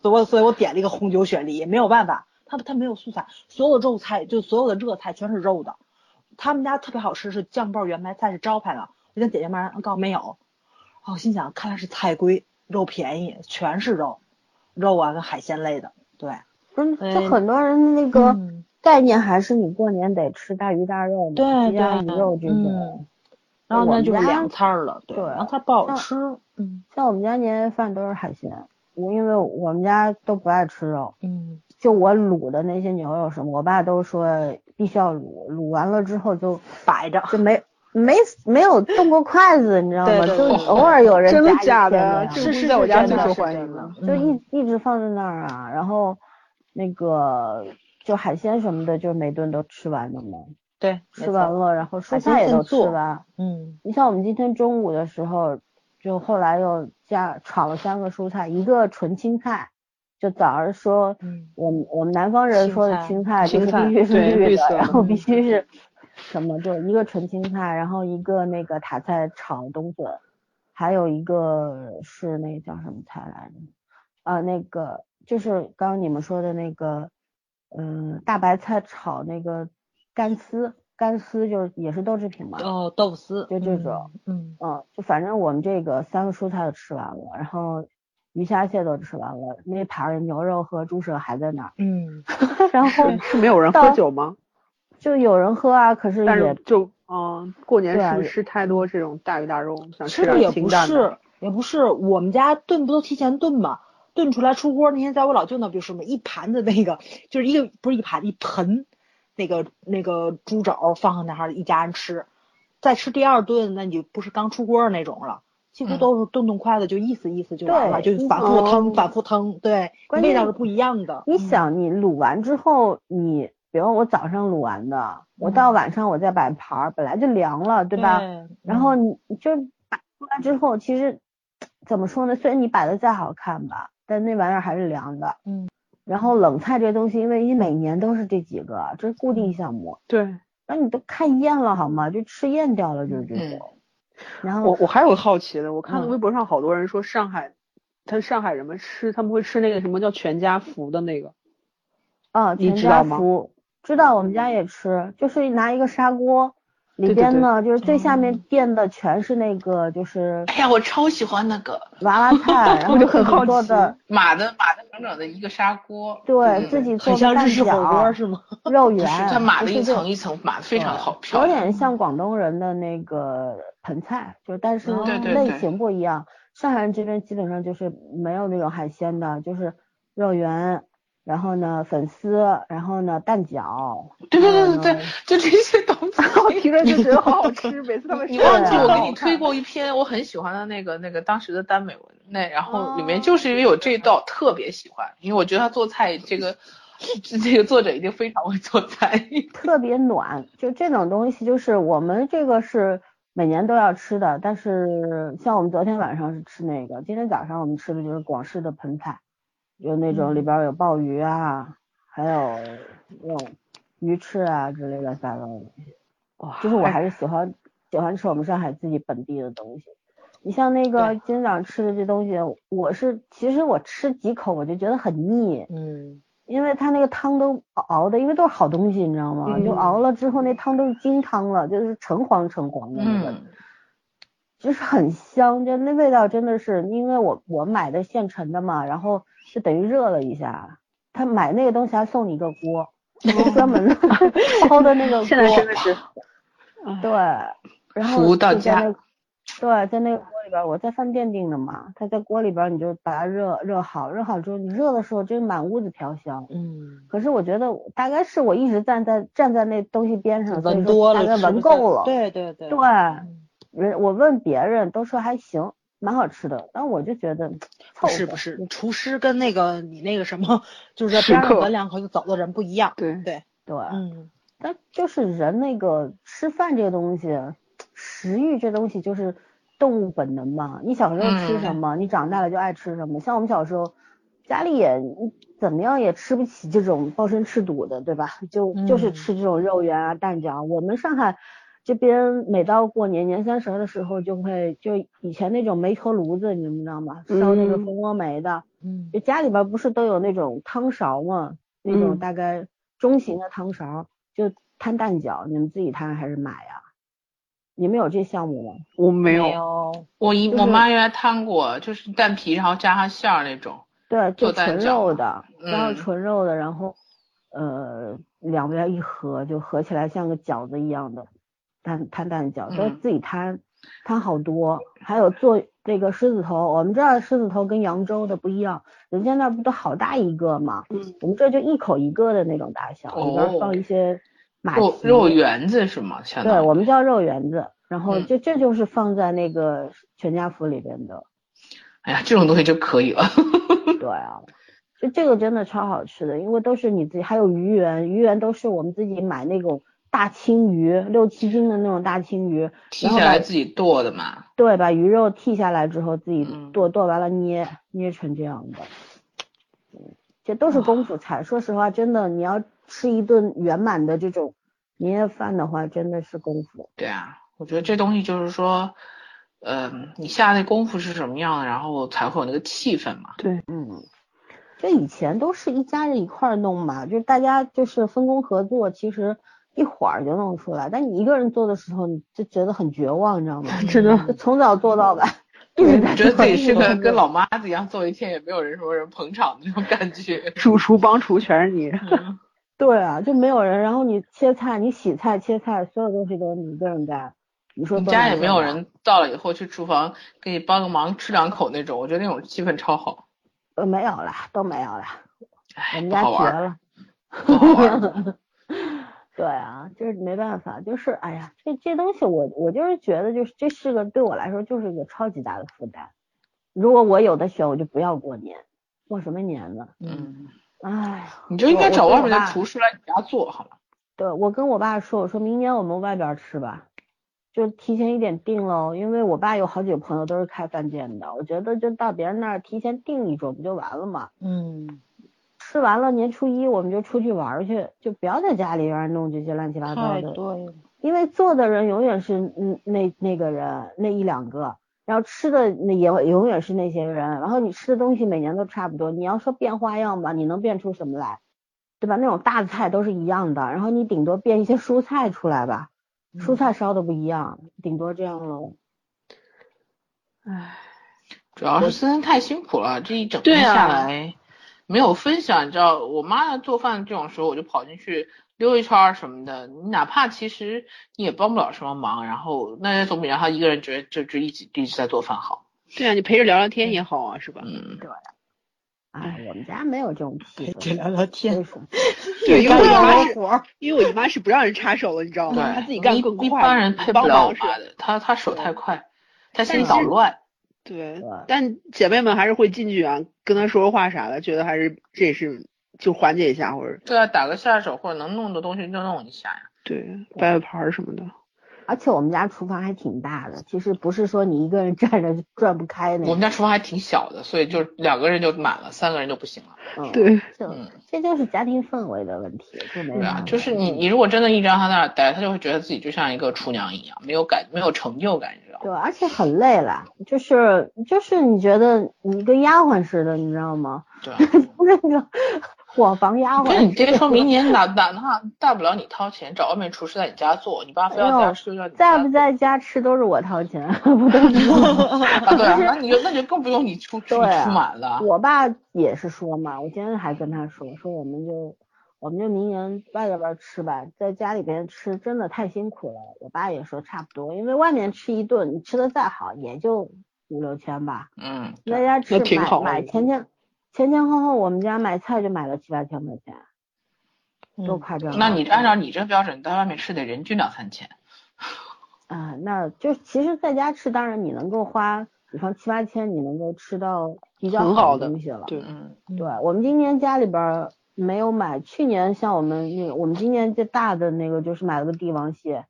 所以我所以我点了一个红酒雪梨，没有办法，他他没有素菜，所有的肉菜就所有的热菜全是肉的，他们家特别好吃是酱爆圆白菜是招牌的，我想点圆白菜，告诉我没有，哦，我心想看来是菜贵，肉便宜，全是肉，肉啊跟海鲜类的，对，
不是，
哎
嗯就很多人那个
嗯
概念还是你过年得吃大鱼大肉嘛，
对
鸡鸭鱼
对
肉这种
嗯。然后
我
那
们
就是
家
凉菜儿了，对，啊
对
凉菜不好
像
吃，嗯
像我们家年夜饭都是海鲜，我因为我们家都不爱吃肉，
嗯
就我卤的那些牛肉什么，我爸都说必须要卤，卤完了之后就
摆着，
就没没没有动过筷子，你知道吗？
对对对
就偶尔有人
真的
夹一
假
片
的
那样
这
是
个
是
不在我
是
家
真
最
的
受
是
欢
真
迎
的
了
就
嗯
一一直放在那儿啊，然后那个就海鲜什么的，就是每顿都吃完的嘛，
对，
吃完
了，
了，然后蔬
海鲜
菜也都
现做
吃完。
嗯
你像我们今天中午的时候，就后来又加炒了三个蔬菜，一个纯青菜，就早上说
嗯
我们我们南方人说的青
青
菜就是
青菜
必须是
对
绿
绿
的，
色嗯的
然后必须是什么，就一个纯青菜，然后一个那个塔菜炒冬笋，还有一个是那个叫什么菜来着？啊，那个就是刚刚你们说的那个，嗯，大白菜炒那个干丝，干丝就是也是豆制品嘛。
哦，豆腐丝，
就这种
嗯，
嗯，就反正我们这个三个蔬菜都吃完了，然后鱼虾蟹都吃完了，那盘儿牛肉和猪舌还在那儿，
嗯
然后
是没有人喝
到
酒吗？
就有人喝啊，可是
但是
也
就嗯，过年
对
是
啊
不是吃太多这种大鱼大肉？想
吃
点
的也
清
不
淡的。
是，也不是，我们家炖不都提前炖嘛，炖出来出锅那天在我老舅那不就是嘛，一盘子那个就是一个不是一盘一盆那个那个猪肘放在那儿，一家人吃，再吃第二顿那你就不是刚出锅的那种了。几乎都是炖炖筷子，就意思意思就完了，
嗯对
就反复
哦
腾，反复腾，对，
关键
味道是不一样的。
你
嗯，
想，你卤完之后，你比如我早上卤完的，我到
嗯
晚上我再摆盘儿，本来就凉了，对吧？然后
嗯
你你就摆出来之后，其实怎么说呢？虽然你摆的再好看吧，但那玩意儿还是凉的。
嗯。
然后冷菜这东西，因为你每年都是这几个，这是固定
嗯
项目，
对，
那你都看厌了好吗？就吃厌掉了，就是这
嗯
种。然
我
后
我还有个好奇的，我看
嗯
微博上好多人说上海，他上海人们吃他们会吃那个什么叫全家福的 那个，
啊，
你
全
知
家
道吗
福知道我们家也吃，就是拿一个砂锅，里
对对
边
对
呢就是最下面
嗯
垫的全是那个就是
哎呀，我超喜欢那个
娃娃菜，然
我
后
就很
自己
好
做
奇
的，
码的码的整整的一个砂锅，
对
嗯
自己做
很
的
像
蛋
日式火锅
饺、
是吗？
肉
不
圆
是，它码
不
的
是
一
这嗯
层一层码的非常好，漂
有
亮。
点像广东人的那个盆菜，就是但是
嗯对对
类
对
型不一样。上海人这边基本上就是没有那种海鲜的，就是肉圆，然后呢粉丝，然后呢蛋饺。
对对对对
嗯
对，就这些东西。
我听着就觉得好好吃，每次他们
你
吃
忘记
对啊
我
都
给
好
你推
看
过一篇我很喜欢的那个那个当时的耽美文，那然后里面
哦
就是因为有这道特别喜欢，因为我觉得他做菜这个 这个作者一定非常会做菜。
特别暖，就这种东西，就是我们这个是每年都要吃的，但是像我们昨天晚上是吃那个，今天早上我们吃的就是广式的盆菜，有那种里边儿有鲍鱼啊，还有那种鱼翅啊之类的杂乱的。
哇
就是我
哎
还是喜欢喜欢吃我们上海自己本地的东西。你像那个
对
今天早上吃的这东西，我是其实我吃几口我就觉得很腻，
嗯，
因为它那个汤都熬的，因为都是好东西，你知道吗？就
嗯
熬了之后，那汤都是金汤了，就是橙黄橙黄的那个，
嗯，
就是很香，就那味道真的是，因为我我买的现成的嘛，然后就等于热了一下，他买那个东西还送你一个锅， 就专 门包的那个锅，
现在真 的是，
对，然后
服务到
就在
家
那个对，在那个锅里边儿，我在饭店订的嘛，它在锅里边儿你就把它热热好，热好之后你热的时候就是满屋子飘香。
嗯，
可是我觉得我大概是我一直站在站在那东西边上，所以
闻
说
多
大
了，
概
吃
闻
不
够
下
了。
对对对
对
嗯
人我问别人都说还行，蛮好吃的，但我就觉得
不
凑合。
是不是，厨师跟那个你那个什么，就是在
食
边上
客
闻两口就走的人不一样。
对，
对，
嗯，
但就是人那个吃饭这个东西，食欲这东西就是动物本能嘛。你小时候吃什么，你长大了就爱吃什么。像我们小时候，家里也怎么样也吃不起这种暴身赤肚的，对吧？就就是
嗯
吃这种肉圆啊、蛋饺。我们上海这边每到过年年三十儿的时候，就会就以前那种煤球炉子，你们知道吗？烧那个
嗯
蜂窝煤的。
嗯
就家里边不是都有那种汤勺嘛，那种
嗯
大概中型的汤勺，就摊蛋饺，你们自己摊还是买呀？你们有这项目吗？
我没
有，
有，
我一
就是
我妈原来摊过，就是蛋皮然后加上馅儿那种，
对，就
做蛋
纯
饺
肉的，然后
嗯
纯肉的，然后呃两边一合，就合起来像个饺子一样的摊摊蛋饺，都
嗯
自己摊，摊好多，还有做那个狮子头，我们这儿狮子头跟扬州的不一样，人家那儿不都好大一个嘛，
嗯，
我们这就一口一个的那种大小，里边
哦
放一些马
嗯肉
蹄，
肉圆子是吗？相
对
当于
我们叫肉圆子，然后
嗯
就这就是放在那个全家福里边的，
哎呀，这种东西就可以了。
对啊，就这个真的超好吃的，因为都是你自己，还有鱼圆，鱼圆都是我们自己买那种大青鱼，六七斤的那种大青鱼，
提
然后
起
把
来自己剁的嘛，
对把鱼肉剔下来之后自己
嗯
剁，剁完了捏捏成这样的，嗯这都是功夫菜。说实话，真的你要吃一顿圆满的这种年夜饭的话，真的是功夫。
对啊，我觉得这东西就是说，嗯，你下的功夫是什么样的，然后才会有那个气氛嘛。
嗯，就以前都是一家人一块儿弄嘛，就是大家就是分工合作，其实一会儿就弄出来。但你一个人做的时候，你就觉得很绝望，你知道吗？
真的
就从早做到 晚，一直在
觉得
做
自己
一
是个
工作
跟老妈子一样，做一天也没有人什么人捧场的那种感觉。
主厨帮厨全是你，
嗯
对啊，就没有人。然后你切菜，你洗菜、切菜，所有东西都是你一个人干。你说
你
多
家
难
也
受
没有
啊
人到了以后去厨房给你帮个忙吃两口那种，我觉得那种气氛超好。
呃，没有啦，都没有啦，我
哎，
们
不
家
好
绝
玩儿，
了。
不好玩儿。
对啊，就是没办法，就是哎呀，这这东西我我就是觉得就是这是个对我来说就是一个超级大的负担。如果我有的选，我就不要过年，过什么年呢？
嗯，
哎呀，
你就应该
我
找
我跟
外
我
面的
爸
厨师来你家做好了。
对我跟我爸说，我说明年我们外边儿吃吧，就提前一点订喽，因为我爸有好几个朋友都是开饭店的，我觉得就到别人那儿提前订一桌不就完了嘛。
嗯，
吃完了年初一我们就出去玩儿去，就不要在家里边儿弄这些乱七八糟
太
的。
对了，
因为做的人永远是嗯那那个人那一两个，然后吃的那也永远是那些人，然后你吃的东西每年都差不多，你要说变花样吧，你能变出什么来，对吧？那种大菜都是一样的，然后你顶多变一些蔬菜出来吧，
嗯
蔬菜烧的不一样，顶多这样喽。
唉，
主要是森森太辛苦了，这一整
对
天
啊
下来、没有分享，你知道，我妈做饭这种时候，我就跑进去溜一圈儿什么的。你哪怕其实你也帮不了什么忙，然后那也总比让她一个人觉得就就一直一直在做饭好。
对啊，你陪着聊聊天也好啊，是吧？
嗯，
哎，我们家没有这种
哎
气
这
氛，
聊聊
所以
天，
说
对，因为我
干
妈
完
是，
活儿，
因为我姨妈是不让人插手的，你知道吗？她自己干
一
更快，
一般人配不
帮
了我
忙是
妈的，她她手太快，她
但
心
是
捣乱。
对
对，
但姐妹们还是会进去啊，跟她说说话啥的，觉得还是这也是就缓解一下，或者
对啊，打个下手或者能弄的东西就弄一下呀。
对摆摆盘儿什么的。
而且我们家厨房还挺大的，其实不是说你一个人站着转不开那
我
种。
们家厨房还挺小的，所以就两个人就满了，三个人就不行了。
嗯，
对，
就
嗯
这就是家庭氛围的问题，就没
对
办
啊
法，
就是你，你如果真的一直让他那儿待，他就会觉得自己就像一个厨娘一样，没有感，没有成就感，你知道吗？
对，而且很累啦， 就是就是你觉得你跟丫鬟似的，你知道吗？
对啊，
那个伙房丫
那你
鬟。
这说明年哪哪怕大不了你掏钱找外面厨师在你家做，你爸非要在那儿睡觉，你
在
家
不在家吃都是我掏钱， 不都是我？
啊？对啊，那你就那就更不用你出出
对啊
出满了。
我爸也是说嘛，我今天还跟他说，说我们就我们就明年外边儿吃吧，在家里边吃真的太辛苦了。我爸也说差不多，因为外面吃一顿，你吃的再好也就五六千吧，
嗯，
在家吃
那挺
买
好
买前前前前后后我们家买菜就买了七八千块钱，多
嗯
夸张啊！
那你按照你这标准，在外面吃得人均两三千。
啊、那就其实在家吃，当然你能够花，比方七八千，你能够吃到比较
很
好
好
的
的
东西了。
对
嗯，
对，我们今年家里边儿没有买，去年像我们那个，我们今年最大的那个就是买了个帝王蟹，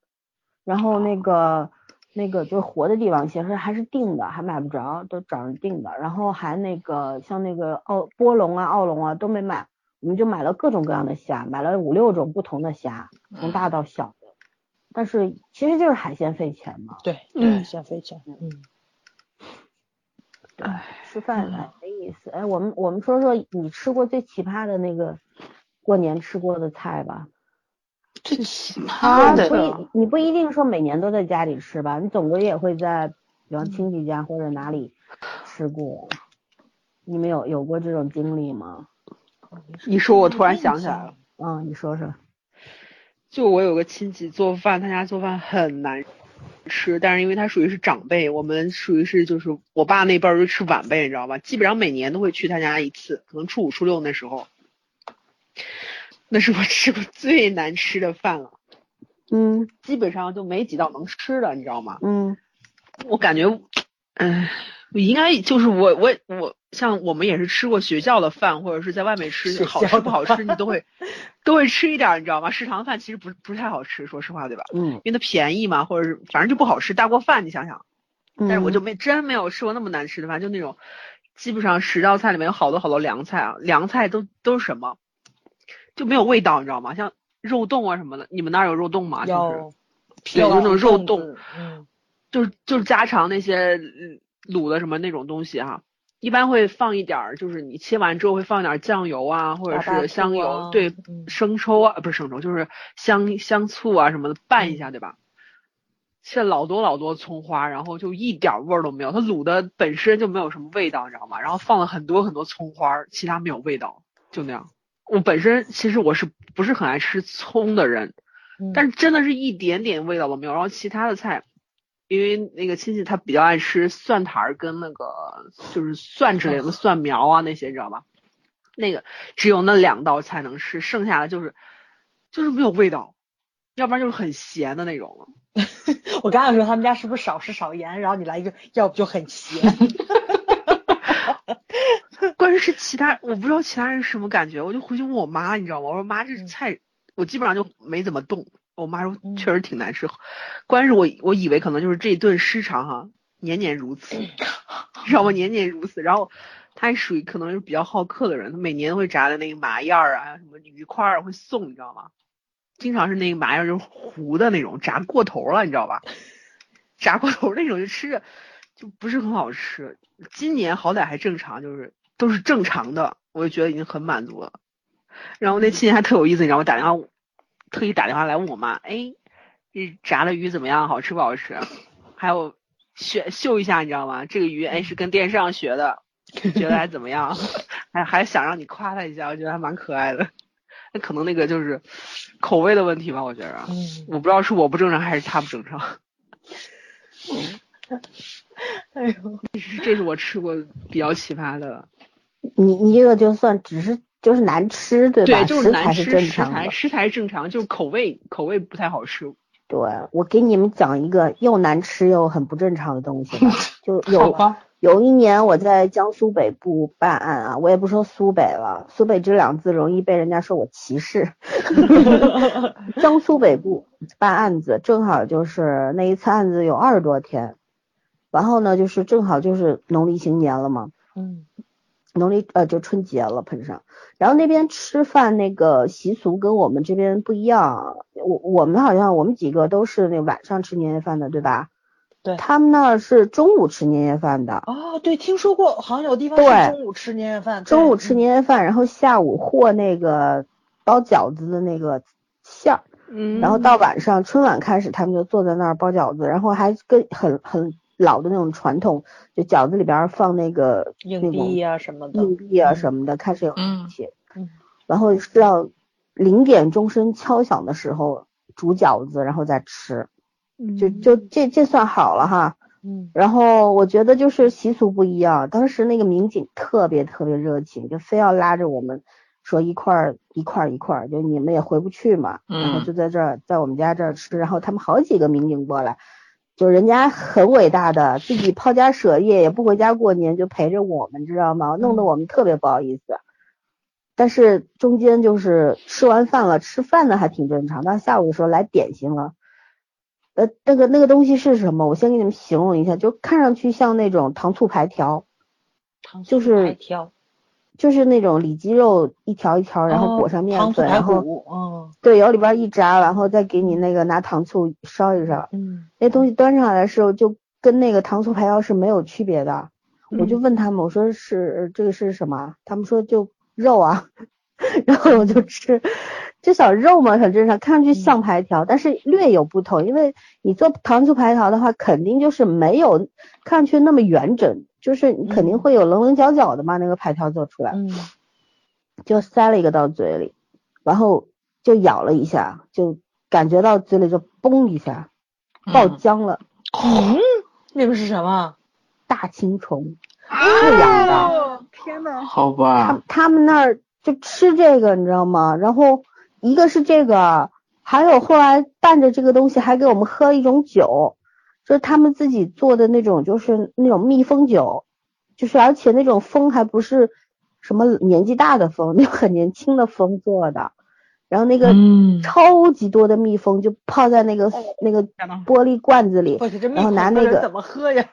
然后那个那个就是活的帝王蟹，是还是订的，还买不着，都找人订的，然后还那个像那个澳波龙啊、澳龙啊都没买，我们就买了各种各样的虾，买了五六种不同的虾，
嗯
从
嗯
大到小的，但是其实就是海鲜费钱嘛，
对对，
嗯
先飞钱，嗯，
吃
嗯
饭哎没意思。哎，我们我们说说你吃过最奇葩的那个过年吃过的菜吧。
这奇
啊，
葩
不
的，
哦
一你不一定说每年都在家里吃吧，你总归也会在比
嗯
方亲戚家或者哪里吃过。你们有有过这种经历吗？
一说我突然想起来了，
嗯，你说说。
就我有个亲戚做饭，他家做饭很难吃，但是因为他属于是长辈，我们属于是就是我爸那辈儿就吃晚辈，你知道吧？基本上每年都会去他家一次，可能初五初六那时候，那是我吃过最难吃的饭了，
嗯
基本上就没几道能吃的，你知道吗？
嗯
我感觉，唉，我应该就是我我我像我们也是吃过学校的饭，或者是在外面
学
吃，
校
好
的
吃不好吃你都会都会吃一点儿，你知道吗？食堂饭其实不不太好吃，说实话，对吧？
嗯，
因为它便宜嘛，或者是反正就不好吃，大锅饭你想想。
但嗯
但是我
嗯
就没真没有吃过那么难吃的饭，就那种基本上十道菜里面有好多好多凉菜啊，凉菜都都是什么，就没有味道，你知道吗？像肉冻啊什么的，你们那儿有肉冻吗？就是
要
对，就那种肉冻，
子，嗯，
就是就是家常那些嗯卤的什么那种东西哈、一般会放一点儿，就是你切完之后会放一点儿酱油啊，或者
大巴
是香
醋
油，
啊
对
嗯，
生抽啊，不是生抽，就是香香醋啊什么的拌一下，对吧？切老多老多葱花，然后就一点儿味儿都没有，它卤的本身就没有什么味道，你知道吗？然后放了很多很多葱花，其他没有味道，就那样。我本身其实我是不是很爱吃葱的人，
嗯
但是真的是一点点味道都没有。然后其他的菜，因为那个亲戚他比较爱吃蒜苔儿跟那个就是蒜之类的蒜苗啊那些，你知道吧？那个只有那两道菜能吃，剩下的就是就是没有味道，要不然就是很咸的那种了。
我刚想说他们家是不是少吃少盐，然后你来一个，要不就很咸，
关键是其他我不知道其他人是什么感觉，我就回去问我妈，你知道吗？我说妈，这
嗯
菜我基本上就没怎么动。我妈说
嗯
确实挺难吃，关键是我我以为可能就是这一顿失常哈、年年
嗯
如此，知道吗？年年如此。然后她还属于可能是比较好客的人，她每年会炸的那个麻燕儿啊，什么鱼块儿啊会送，你知道吗？经常是那个麻燕儿就是糊的那种，炸过头了，你知道吧？ 炸过头那种就吃着就不是很好吃。今年好歹还正常，就是都是正常的，我就觉得已经很满足了。然后那亲戚还特有意思，你知道吗？打电话特意打电话来问我妈，哎，这炸的鱼怎么样？好吃不好吃？还有学秀一下，你知道吗？这个鱼哎是跟电视上学的，你觉得还怎么样？ 还还想让你夸他一下，我觉得还蛮可爱的。那可能那个就是口味的问题吧，我觉着。啊
嗯，
我不知道是我不正常还是他不正常。
哎呦，
这是我吃过比较奇葩的，
你你这个就算只是就是难吃对吧？
就是
食
难
材
吃，
是正
食
常的
材。食材正常，就是口味口味不太好吃。
对，我给你们讲一个又难吃又很不正常的东 西吧，就
好
有
吧，
有一年我在江苏北部办案啊，我也不说苏北了，苏北这两字容易被人家说我歧 视。江苏北部办案子，正好就是那一次案子有二十多天，然后呢，就是正好就是农历新年了嘛，
嗯
农历呃就春节了，碰上。然后那边吃饭那个习俗跟我们这边不一样，我我们好像我们几个都是那晚上吃年夜饭的，对吧？
对
他们那儿是中午吃年夜饭的，
哦，对，听说过，好像有地方
对
是中午吃年夜饭，对
中午吃
嗯
年夜饭，然后下午和那个包饺子的那个馅儿，
嗯，
然后到晚上春晚开始，他们就坐在那儿包饺子，然后还跟很很老的那种传统，就饺子里边儿放那个
硬币嗯呀、什么
那
的
种，硬币啊
嗯
什么的，开始有
嗯
起，
嗯
然后是到零点钟声敲响的时候煮饺子，然后再吃，就
嗯
就这这算好了哈。
嗯
然后我觉得就是习俗不一样，当时那个民警特别特别热情，就非要拉着我们说一块儿一块儿一块儿，就你们也回不去嘛，然后
嗯
就在这儿在我们家这儿吃，然后他们好几个民警过来，就人家很伟大的，自己抛家舍业也不回家过年，就陪着我们，知道吗？弄
嗯
得我们特别不好意思。但是中间就是吃完饭了，吃饭呢还挺正常，到下午的时候来点心了。呃，那个那个东西是什么？我先给你们形容一下，就看上去像那种糖醋排条，
糖醋
就是
排条，
就是那种里脊肉一条一条，然后
哦
裹上面
糖醋
粉，
排
然后
骨，嗯
对，往里边一炸，然后再给你那个拿糖醋烧一烧。
嗯
那东西端上来的时候，就跟那个糖醋排条是没有区别的。我
嗯
就问他们，我说是这个是什么？他们说就肉啊， 然后我就吃，这小肉嘛很正常，看上去
嗯
像排条，但是略有不同，因为你做糖醋排条的话，肯定就是没有看上去那么圆整，就是你肯定
嗯
会有棱棱角角的嘛，那个排条做出来。
嗯
就塞了一个到嘴里，然后就咬了一下，就感觉到嘴里就嘣一下爆
嗯
浆了，
嗯，那个是什么？
大青虫。
这
样的
啊
天呐，
好
他
吧，
他们那儿就吃这个，你知道吗？然后一个是这个，还有后来伴着这个东西还给我们喝一种酒，就是他们自己做的那种，就是那种蜜蜂酒，就是而且那种蜂还不是什么年纪大的蜂，就很年轻的蜂做的，然后那个
嗯
超级多的蜜蜂就泡在那个、那个
天呐
玻璃罐子里，
我去，这
然后拿
蜜
那
蜂的人
个
怎么喝呀？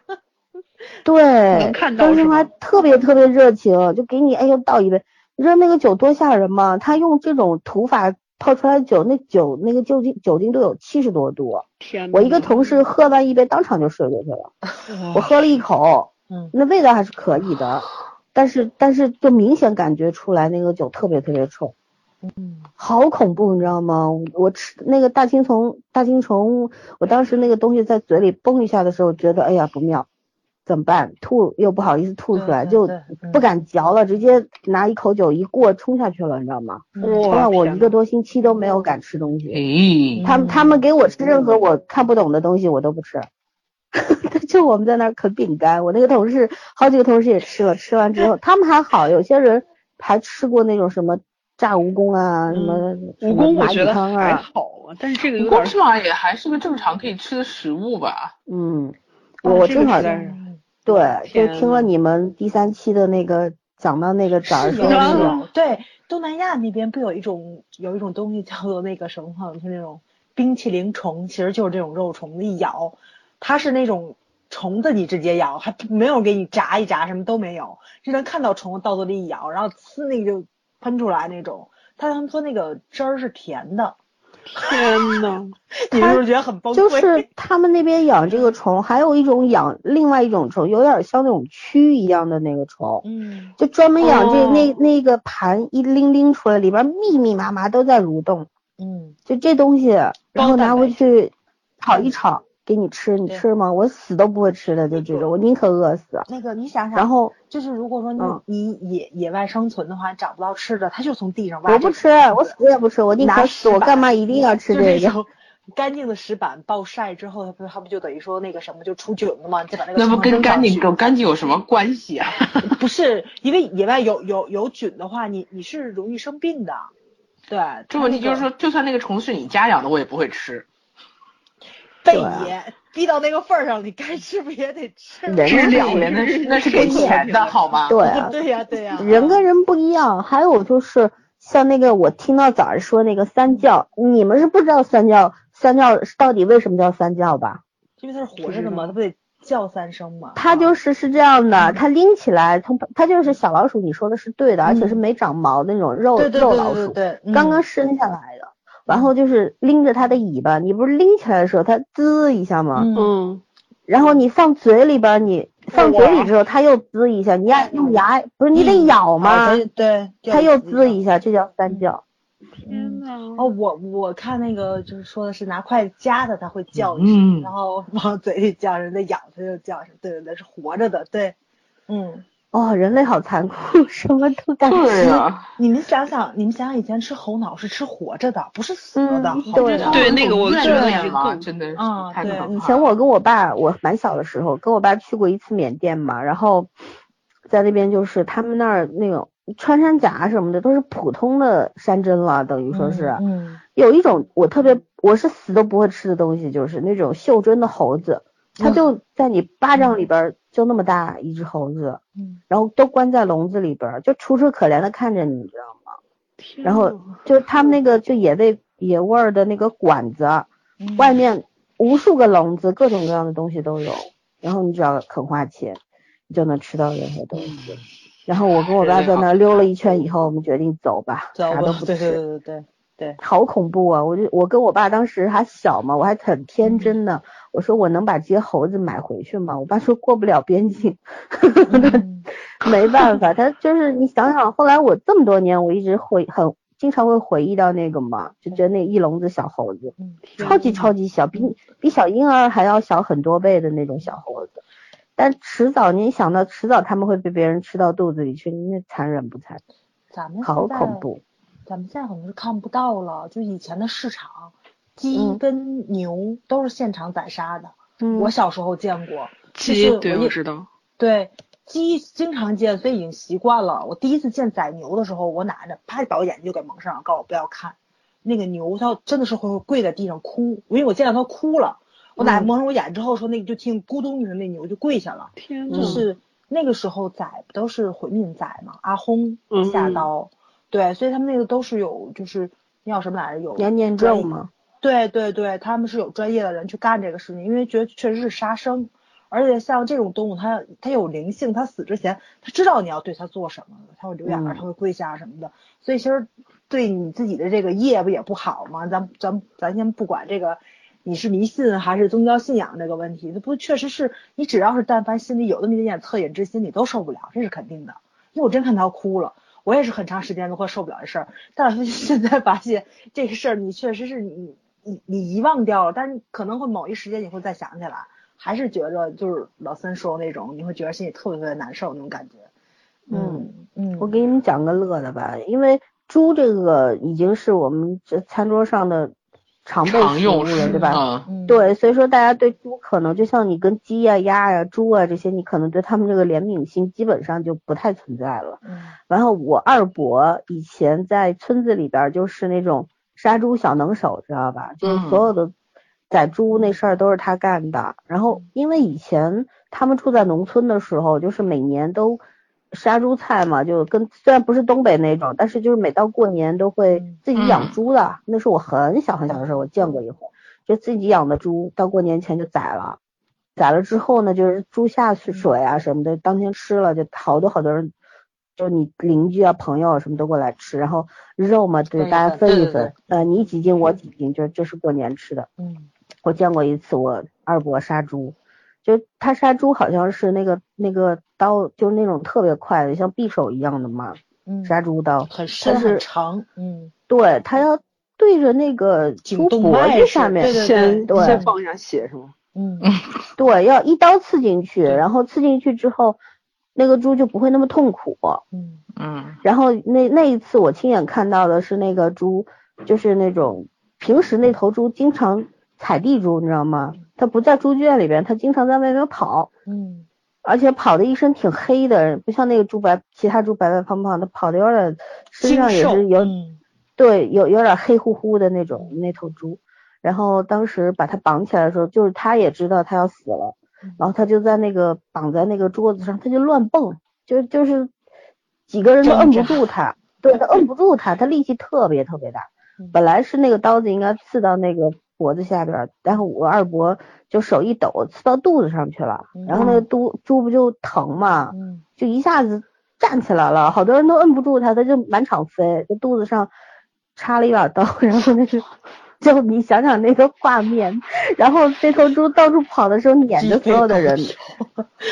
对
能，看到
当时
是吗
还特别特别热情，就给你哎呦倒一杯，你知道那个酒多吓人吗？他用这种土法泡出来的酒，那酒那个酒精酒精都有七十多度，
天呐，
我一个同事喝完一杯当场就睡过去
哦
了，我喝了一口，
嗯
那味道还是可以
哦
的，但是但是就明显感觉出来那个酒特别特别臭。
嗯
好恐怖，你知道吗？我我吃那个大青虫，大青虫，我当时那个东西在嘴里嘣一下的时候，觉得哎呀不妙，怎么办？吐又不好意思吐出来，
对
就
对嗯
不敢嚼了，直接拿一口酒一过冲下去了，你知道吗？
嗯
后
哇
来我
天
一个多星期都没有敢吃东西，
嗯
咦，
他们他们给我吃任何我看不懂的东西，我都不吃。 就我们在那儿啃饼干，我那个同事好几个同事也吃了，吃完之后他们还好，有些人还吃过那种什么炸蜈蚣啊，什么什
蜈
么
嗯蚣我
蚂
觉
蚁
得
汤
还
啊，
好啊，但是这个有
不
点
过
儿
起码也还是个正常可以吃的食物吧。
嗯，
啊
我我
这个
正好
实在是
嗯
对，就
天
听了
呐
你们第三期的那个讲到那个
是
早上说
有
的那
这
个
种
有对东南亚那边不有一种有一种东西叫做那个什么，就是那种冰淇淋虫，其实就是这种肉虫子一咬，它是那种虫子你直接咬，还不没有给你炸一炸，什么都没有，只能看到虫子到嘴里一咬，然后呲那个就喷出来那种。他他们说那个汁儿是甜的，
天呐，
你是不是觉得很崩溃？
就是他们那边养这个虫，还有一种养另外一种虫，有点像那种蛆一样的那个虫，
嗯
就专门养这、那
哦
那个盘一拎拎出来，里边密密麻麻都在蠕动，
嗯，
就这东西，然后
蛋
拿
白
回
质
去炒一炒给你吃，你
对
吃吗？我死都不会吃的，就这种，我宁可饿死。
那个你想想，
然后
就是如果说你、
嗯
你野野外生存的话，找不到吃的，它就从地上挖。
我不吃，我死也不吃，我宁
拿
可死，我
石板
干嘛一定要吃
就
这
那
个？
种干净的石板暴晒之后，它不它不就等于说那个什么就出菌了吗？你再把那个
那不
虫
跟
扔上
干净
去
跟干净有什么关系啊？
不是，因为野外有有有菌的话，你你是容易生病的。对，
这
它
问题
那
就是
个
说，就算那个虫子是你家养的，我也不会吃。
被
对啊
野逼到那个份儿上，你该吃不也得吃吗？，
人
治
是
疗那
人
是那是
是
给
人
钱的好吗？
对啊
对呀对呀，
人跟人不一样，还有就是像那个我听到早上说那个三教，你们是不知道三教三教到底为什么叫三教吧？
因为它是活着的嘛，它不得叫三声嘛。
它就是是这样的，
嗯
它拎起来，从它就是小老鼠，你说的是对的，而且是没长毛的那种肉
嗯啊对对
肉
对
老
对
鼠，
对对，
刚刚
嗯
生下来的。然后就是拎着它的尾巴，你不是拎起来的时候，它滋一下吗？
嗯
嗯，
然后你放嘴里边，你放嘴里之后，它又滋一下，你要用牙，不是你得咬吗？
啊对，对
它又
自
滋
己
一下，这叫
嗯
三叫。
嗯
天哪！
哦，我我看那个就是说的是拿筷子夹的，它会叫一声，
嗯
然后往嘴里叫，人家咬它就叫一声，对对对，是活着的，对，嗯，
哦，人类好残酷， 什么都敢
对
吃。
呀，
你们想想，你们想想以前吃猴脑是吃活着的，不是死了的，
嗯
好
对
着呢
对那个我
觉
觉得
得
已经够
真的是
啊
太
对
可怕
以
了。
前我跟我爸，我蛮小的时候，跟我爸去过一次缅甸嘛，然后在那边就是他们那儿那种穿山甲什么的都是普通的山珍了，等于说是、
嗯，
有一种我特别我是死都不会吃的东西，就是那种袖珍的猴子，它就在你巴掌里边儿就那么大一只猴子，
嗯
然后都关在笼子里边儿，就楚楚可怜的看着你，你知道吗？
天
然后
哪
就是他们那个就野味野味儿的那个馆子，
嗯
外面无数个笼子，各种各样的东西都有。然后你只要肯花钱，你就能吃到任何东
嗯
西。然后我跟我爸在那儿溜了一圈以后，我们决定走吧，
走
啥
吧
都不
对对
吃，
对对对，
好恐怖啊！我就我跟我爸当时还小嘛，我还很天真呢。我说我能把这些猴子买回去吗？我爸说过不了边境，
嗯
没办 法，他就是你想想，后来我这么多年，我一直回很经常会回忆到那个嘛，就觉得那一笼子小猴子，
嗯
超级超级小，比比小婴儿还要小很多倍的那种小猴子。但迟早，你想到迟早他们会被别人吃到肚子里去，那残忍不残忍？
咱们
好
现在
恐怖！
咱们现在可能是看不到了，就以前的市场，鸡
嗯
跟牛都是现场宰杀的，
嗯
我小时候见过。
鸡
就是
对
我
我
也
知道，
对，鸡经常见，所以已经习惯了。我第一次见宰牛的时候，我拿着啪把我眼睛就给蒙上了，告诉我不要看。那个牛它真的是会跪在地上哭，因为我见到它哭了。我奶奶
嗯
蒙上我眼之后说，那个就听咕咚一声，那牛就跪下了。
天
嗯
哪！
就是那个时候宰不都是回民宰嘛，阿訇
嗯
下刀，对，所以他们那个都是有就是那叫什么来着有
年年咒嘛，
对对对，他们是有专业的人去干这个事情，因为觉得确实是杀生，而且像这种动物，它它有灵性，它死之前，它知道你要对它做什么，它会流眼泪，
嗯
它会跪下什么的，所以其实对你自己的这个业不也不好嘛。咱咱咱先不管这个，你是迷信还是宗教信仰这个问题，它不确实是你只要是但凡心里有那么一点点恻隐之心，你都受不了，这是肯定的。因为我真看他哭了，我也是很长时间都快受不了这事儿，但是现在发现这个事儿，你确实是你你你遗忘掉了，但是可能会某一时间你会再想起来，还是觉着就是老三说的那种，你会觉得心里特别特别难受那种感觉。嗯嗯，
我给你们讲个乐的吧，因为猪这个已经是我们这餐桌上的常备
常
食物
用
了，
是
对吧？
嗯
嗯
对，所以说大家对猪可能就像你跟鸡呀、鸭呀、猪啊这些，你可能对他们这个怜悯心基本上就不太存在了。
嗯
然后我二伯以前在村子里边儿就是那种杀猪小能手，知道吧？
嗯
嗯
就是所有的宰猪那事儿都是他干的。然后因为以前他们住在农村的时候，就是每年都杀猪菜嘛，就跟虽然不是东北那种，但是就是每到过年都会
嗯
自己
嗯
养猪的。那是我很小很小的时候，我见过一回，就自己养的猪，到过年前就宰了。宰了之后呢，就是猪下
嗯
去水啊什么的，当天吃了，就好多好多人，就你邻居啊、朋友啊什么都过来吃，然后肉嘛，对
分一
大家
份
分一
对对
分，呃，你几斤我几斤，就这是过年吃的。
嗯
我见过一次我二伯杀猪，就他杀猪好像是那个那个刀，就是那种特别快的，像匕首一样的嘛，
嗯，
杀猪刀，
很深
但是
很长，嗯
对他要对着那个
颈
猪
动
脖
脉
子
是
上面，
对对
先
对
先放一下血是吗？
嗯
对，要一刀刺进去，
对
然后刺进去之后，那个猪就不会那么痛苦。
嗯
嗯，
然后那那一次我亲眼看到的是那个猪，就是那种平时那头猪经常踩地猪，你知道吗？它不在猪圈里边，它经常在外面跑，
嗯
而且跑的一身挺黑的，不像那个猪白，其他猪白白胖胖的，跑的有点身上也
精瘦
是有
嗯
对，有有点黑乎乎的那种那头猪。然后当时把它绑起来的时候，就是他也知道他要死了
嗯，
然后他就在那个绑在那个桌子上，他就乱蹦，就就是几个人都摁不
挣扎
住 他，对他摁不住他，他力气特别特别大
嗯。
本来是那个刀子应该刺到那个脖子下边儿，然后我二伯就手一抖，刺到肚子上去了，然后那个猪猪不就疼嘛，
嗯
就一下子站起来了，好多人都摁不住他，他就满场飞，就肚子上插了一把刀，然后那个就你想想那个画面，然后飞头猪到处跑的时候撵着所有的人，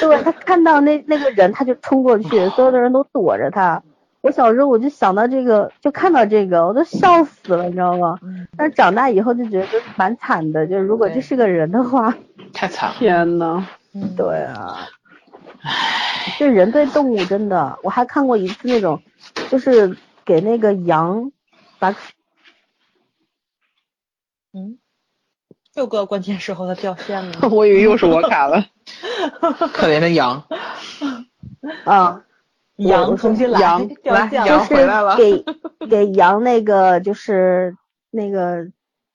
对他看到那那个人他就冲过去，所有的人都躲着他。我小时候我就想到这个，就看到这个，我都笑死了，你知道吗？但是长大以后就觉得蛮惨的，就是如果这是个人的话，
嗯太惨了。
天呐，
对啊，就人对动物真的，我还看过一次那种，就是给那个羊把
嗯，又个关键时候的掉线了。
我以为又是我卡了。
可怜的羊，
啊，
羊重新来，
羊
掉
就
线
羊
了。
回来
是
了
给给羊那个就是那个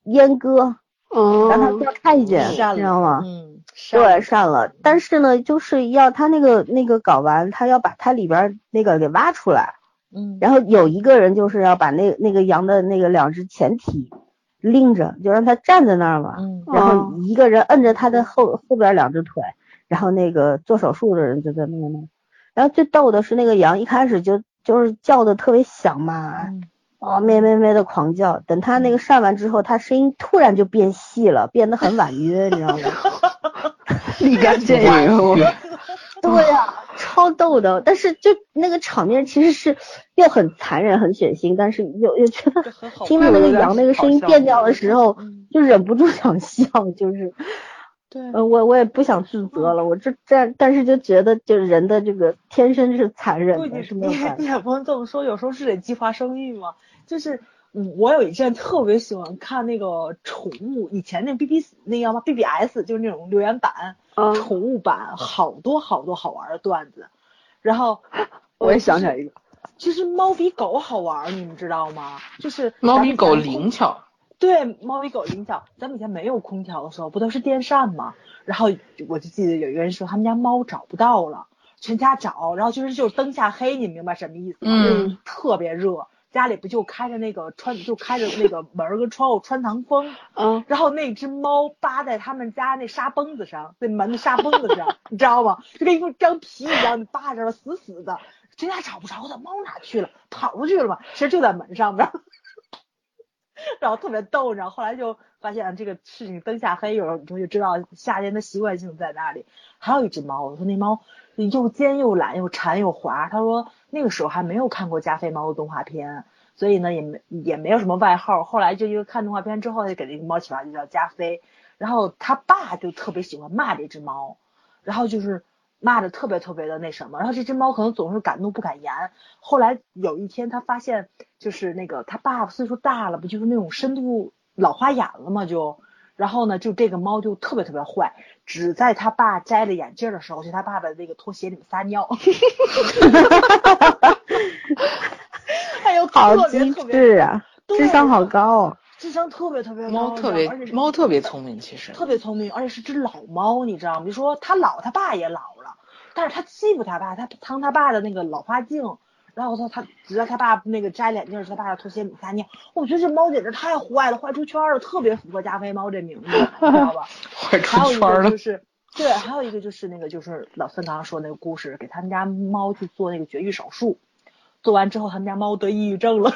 阉割，让 它不
嗯，
要看见，
善
知道吗？
嗯，善
对，善了，但是呢，就是要它那个那个睾丸，它要把它里边儿那个给挖出来，
嗯，
然后有一个人就是要把那那个羊的那个两只前蹄拎着，就让它站在那儿嘛，
嗯
然后
哦
一个人摁着他的后后边两只腿，然后那个做手术的人就在那个弄。然后最逗的是那个羊一开始就就是叫的特别响嘛，
嗯
哦咩咩咩的狂叫。等他那个上完之后，他声音突然就变细了，变得很婉约，你知道吗？
立竿见影，我
对呀、 超逗的。但是就那个场面其实是又很残忍、很血腥，但是又又觉得
这很好。
听到那个羊那个声音变调的时候，
嗯，
就忍不住想笑，就是。
对，
呃，我我也不想自责了，我这但但是就觉得，就是人的这个天生是残
不
忍
仅
的，
是
是没有
你
办法
你。也不能这么说，有时候是得计划生育嘛。就是嗯我有一阵特别喜欢看那个宠物，以前那 B B 那叫嘛 B B S，就是那种留言板、
嗯，
宠物版，好多好多好玩的段子。然后
我也想起来一个，
其实猫比狗好玩，你们知道吗？就是
猫
咱
比
们
狗
咱们
灵巧，
对，猫比狗灵巧。咱们以前没有空调的时候，不都是电扇吗？然后我就记得有一个人说他们家猫找不到了，全家找，然后就是就是灯下黑，你明白什么意思吗？
嗯，
特别热，家里不就开着那个穿就开着那个门儿跟窗户穿堂风，
嗯，
然后那只猫扒在他们家那沙崩子上，那门的沙崩子上，你知道吗？就跟一副张皮一样，你扒着了死死的，谁家找不着的，猫哪去了？跑出去了嘛？其实就在门上边儿。 然后特别逗，然后后来就发现啊这个事情灯下黑，有时候你就知道夏天的习惯性在哪里。还有一只猫，我说那猫又尖又懒又馋又滑，他说那个时候还没有看过加菲猫的动画片，所以呢也没也没有什么外号。后来就因为看动画片之后，就给这个猫起名就叫加菲。然后他爸就特别喜欢骂这只猫，然后就是骂的特别特别的那什么，然后这只猫可能总是敢怒不敢言。后来有一天，他发现就是那个他爸爸岁数大了，不就是那种深度老花眼了嘛，就。然后呢，就这个猫就特别特别坏，只在他爸摘了眼镜的时候，去他爸爸的那个拖鞋里面撒尿。 哎呦，
好
特别
机
特别，
智啊，
对
智商好高啊！
智商特别特别高，
猫特
你知
别
道啊吗而且
猫特别聪明，其实
特别聪明，而且是只老猫，你知道吗？你说它老，它爸也老了，但是它欺负它爸，它当它爸的那个老花镜，然后它它直到它爸那个摘眼镜，他爸的拖鞋里撒尿。我觉得这猫简直太坏了，坏出圈了，特别符合加菲猫这名字，你知道 吧？
快
还有
出
一
圈儿
个
了
就。是，对，还有一个就是那个就是老孙刚刚说那个故事，给他们家猫去做那个绝育手术，做完之后他们家猫得抑郁症了，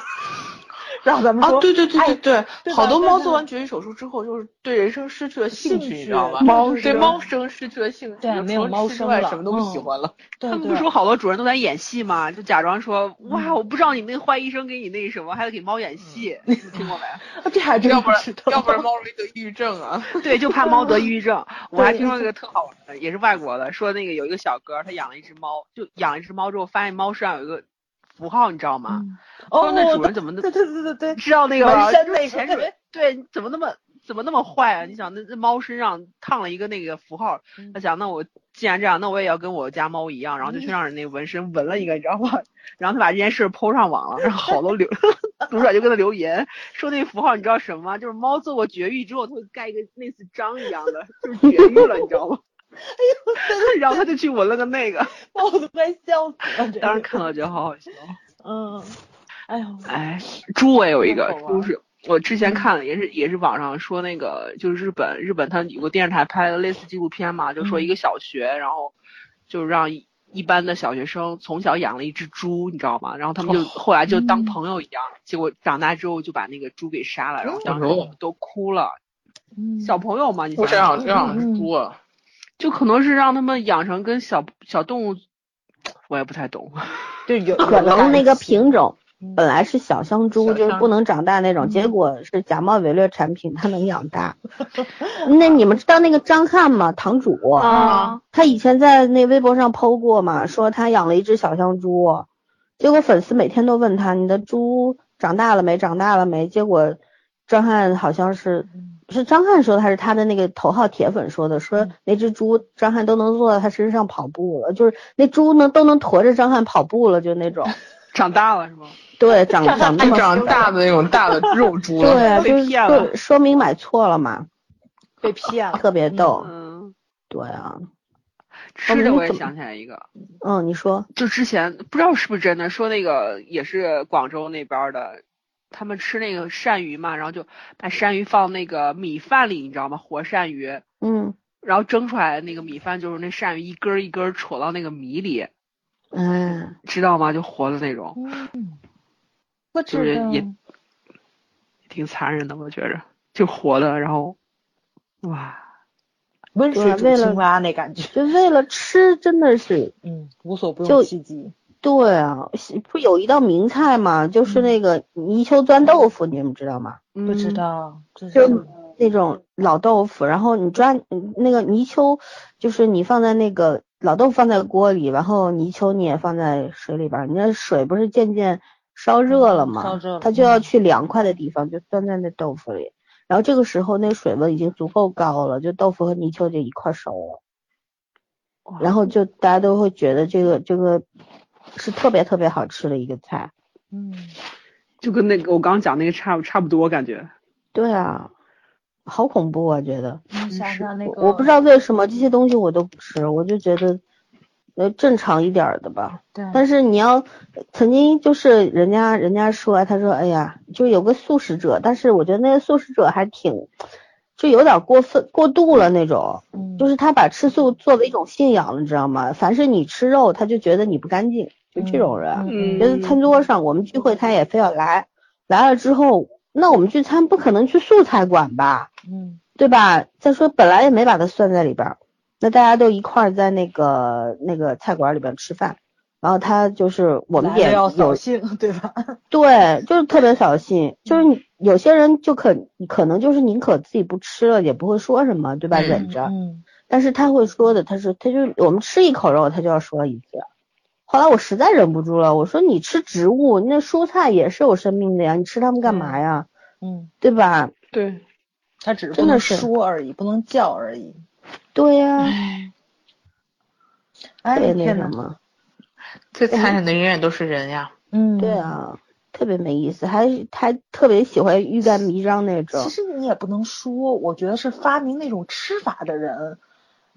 然后咱们
啊
说，，
对对对
哎
对对，
对吧
好多
对
猫
对
做完绝育手术之后，就是对人生失去了兴趣，
兴
你知道
趣
吧？
猫
对
生
猫生失去了兴趣，
对啊
除了
没有猫
吃之
生
外
了
什么都不喜
嗯
欢了。
对
他们不
对
是说好多主人都在演戏吗？就假装说哇，
嗯
我不知道你那个坏医生给你那什么，还得给猫演戏，你听过没？
啊这还真
要不然
知道
要不然猫容易得抑郁症啊。
对，就怕猫得抑郁症。我还
对
听说那个特好玩的，也是外国的，说那个有一个小哥，他养了一只猫，就养了一只猫之后，发现猫身上有一个符号，你知道吗？
嗯
说
哦，
那主人怎么那
对对对对对，
知道那
纹
个
身那
潜
个
水？对，怎么那么怎么那么坏啊？你想那那猫身上烫了一个那个符号，他想那我既然这样，那我也要跟我家猫一样，然后就去让人那纹身纹了一个，你知道吗？ 然后他把这件事抛上网了，然后好多留 读者就跟他留言说那符号你知道什么吗？就是猫做过绝育之后，它会盖一个类似章一样的，就是绝育了，你知 道吗？ 然后他就去纹了个那个，
把我都快笑死了。这
当
个
时看到觉得好好笑。
嗯，哎呦，
哎，猪我也有一
真
个
好玩
猪是，我之前
嗯
看了，也是也是网上说那个，就是日本日本它有个电视台拍了类似纪录片嘛，就说
嗯
一个小学，然后就让一般的小学生从小养了一只猪，你知道吗？然后他
哦
们就后来就
嗯
当朋友一样，结果长大之后就把那个猪给杀了，然后
哦
当时我们都哭了。
嗯
小朋友嘛，你
我
想
身
想，
上身上是猪啊，
就可能是让他们养成跟小小动物，我也不太懂。
就有
可能那个品种
嗯
本来是小香猪，
小
就是
香
不能长大那种，
嗯
结果是假冒伪劣产品，它能养大。那你们知道那个张翰吗？堂主，
啊，
他以前在那微博上 PO 过嘛，说他养了一只小香猪，结果粉丝每天都问他你的猪长大了没？长大了没？结果张翰好像是是张翰说的，还是他的那个头号铁粉说的，说那只猪张翰都能坐在他身上跑步了，就是那猪能都能驮着张翰跑步了，就那种。
长大了是吗？
对，长长这
太
么
长大的那种大的肉猪了。
对，就
被
是
骗
说
了
说明买错了嘛，
被骗 了，
特别逗。
嗯，
对啊，
哦
吃的
你
我也
怎么
想起来一个，
嗯，你说
就之前不知道是不是真的，说那个也是广州那边儿的，他们吃那个鳝鱼嘛，然后就把鳝鱼放那个米饭里，你知道吗？活鳝鱼，
嗯
然后蒸出来的那个米饭就是那鳝鱼一根儿一根儿戳到那个米里，
嗯，
知道吗？就活的那种，
嗯，我
就
知
是
道
也挺残忍的，我觉着就活的，然后哇，
温水煮
对为了
青蛙那感觉，
就为了吃真的是，
嗯，无所不
就
用其极，
对啊，是不有一道名菜嘛，就是那个泥鳅钻豆腐，你们知道吗？
不知
嗯
道，这
就是是那种老豆腐，然后你抓嗯那个泥鳅，就是你放在那个老豆腐放在锅里，然后泥鳅你也放在水里边儿，你那水不是渐渐烧热了吗？
烧热了
它就要
嗯
去凉快的地方，就钻在那豆腐里。然后这个时候，那水温已经足够高了，就豆腐和泥鳅就一块熟了。
哇
然后就大家都会觉得这个这个是特别特别好吃的一个菜。
嗯，
就跟那个我刚刚讲那个差不差不多感觉，
对啊，好恐怖啊！觉得
你想想那个，
我我不知道为什么这些东西我都不吃，我就觉得呃正常一点儿的吧。
对，
但是你要曾经就是人家人家说，他说哎呀，就有个素食者，但是我觉得那个素食者还挺就有点过分过度了那种，
嗯
就是他把吃素作为一种信仰了，你知道吗？凡是你吃肉，他就觉得你不干净，就这种人。
嗯
觉得餐桌上我们聚会他也非要来，来了之后，那我们聚餐不可能去素菜馆吧，
嗯
对吧？再说本来也没把它算在里边儿，那大家都一块儿在那个那个菜馆里边吃饭，然后他就是我们
来了
也
要
有
扫兴，嗯对吧？
对，就是特别扫兴，就是你有些人就可可能就是宁可自己不吃了，也不会说什么，对吧？
嗯
忍着，
嗯，
但是他会说的，他是他就我们吃一口肉，他就要说一次。后来我实在忍不住了，我说你吃植物，那蔬菜也是有生命的呀，你吃它们干嘛呀？
嗯，
对吧？
对，
他只是不
真的
能
是
说而已，不能叫而已。
对呀、
哎
特别那
天
什
哪，
么，
最残忍的永远都是人呀。
嗯，
对。啊，特别没意思，还还特别喜欢欲盖弥彰那种
其。实你也不能说，我觉得是发明那种吃法的人，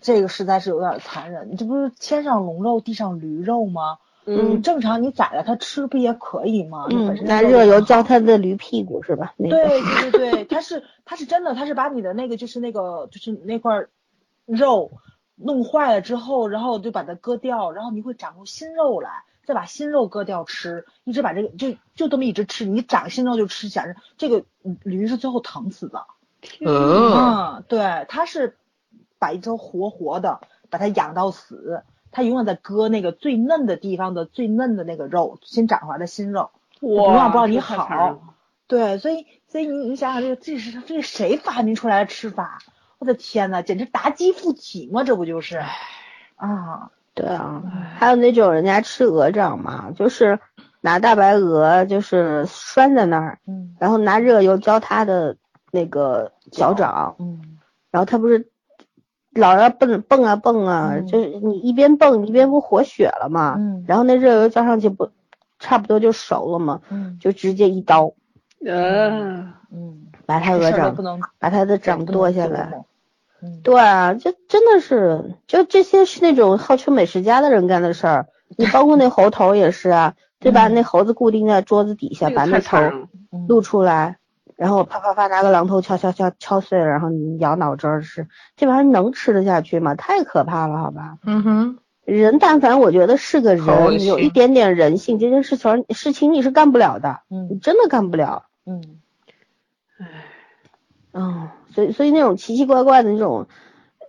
这个实在是有点残忍。你这不是天上龙肉，地上驴肉吗？你
嗯
正常你宰了它吃不也可以吗？你本
嗯，
身
拿
肉
热
就
油
很
浇
好
它的驴屁股是吧？那
对
种。
对对对，它是它是真的，它是把你的那个就是那个就是那块儿肉弄坏了之后，然后就把它割掉，然后你会长出新肉来，再把新肉割掉吃，一直把这个就就这么一直吃，你长新肉就吃，想着这个嗯驴是最后疼死的。
哦
呃，
嗯，对，它是把一头活活的把它养到死，它永远在割那个最嫩的地方的最嫩的那个肉，新长出来的新肉。永远不让你
这太残
好
忍了
对，所以所以你你想想这个这是这是谁发明出来的吃法？我的天呐，简直妲己附体嘛，这不就是？啊，
对啊，还有那种人家吃鹅掌嘛，就是拿大白鹅就是拴在那儿，
嗯
然后拿热油浇它的那个脚掌，
嗯
然后它不是老要蹦蹦啊蹦啊，
嗯
就是你一边蹦一边不活血了嘛，
嗯
然后那热油浇上去不差不多就熟了嘛，
嗯
就直接一刀
呃，
嗯，
把它
这
鹅
事儿都
掌
不能
把它的掌
不能
剁下
琢
来。
磨。嗯，
对啊，就真的是，就这些是那种号称美食家的人干的事儿。你包括那猴头也是啊，对吧？
嗯
那猴子固定在桌子底下，
这
把
个
那
太残忍
头
了。
嗯
露出来，然后啪啪啪拿个榔头敲敲敲敲碎了，然后你咬脑汁儿吃，这玩意儿能吃得下去吗？太可怕了，好吧？
嗯哼，
人但凡我觉得是个
好恶
人，
心
有一点点人性，这件事情儿事情你是干不了的，你
嗯
真的干不了。
嗯
嗯，所以所以那种奇奇怪怪的那种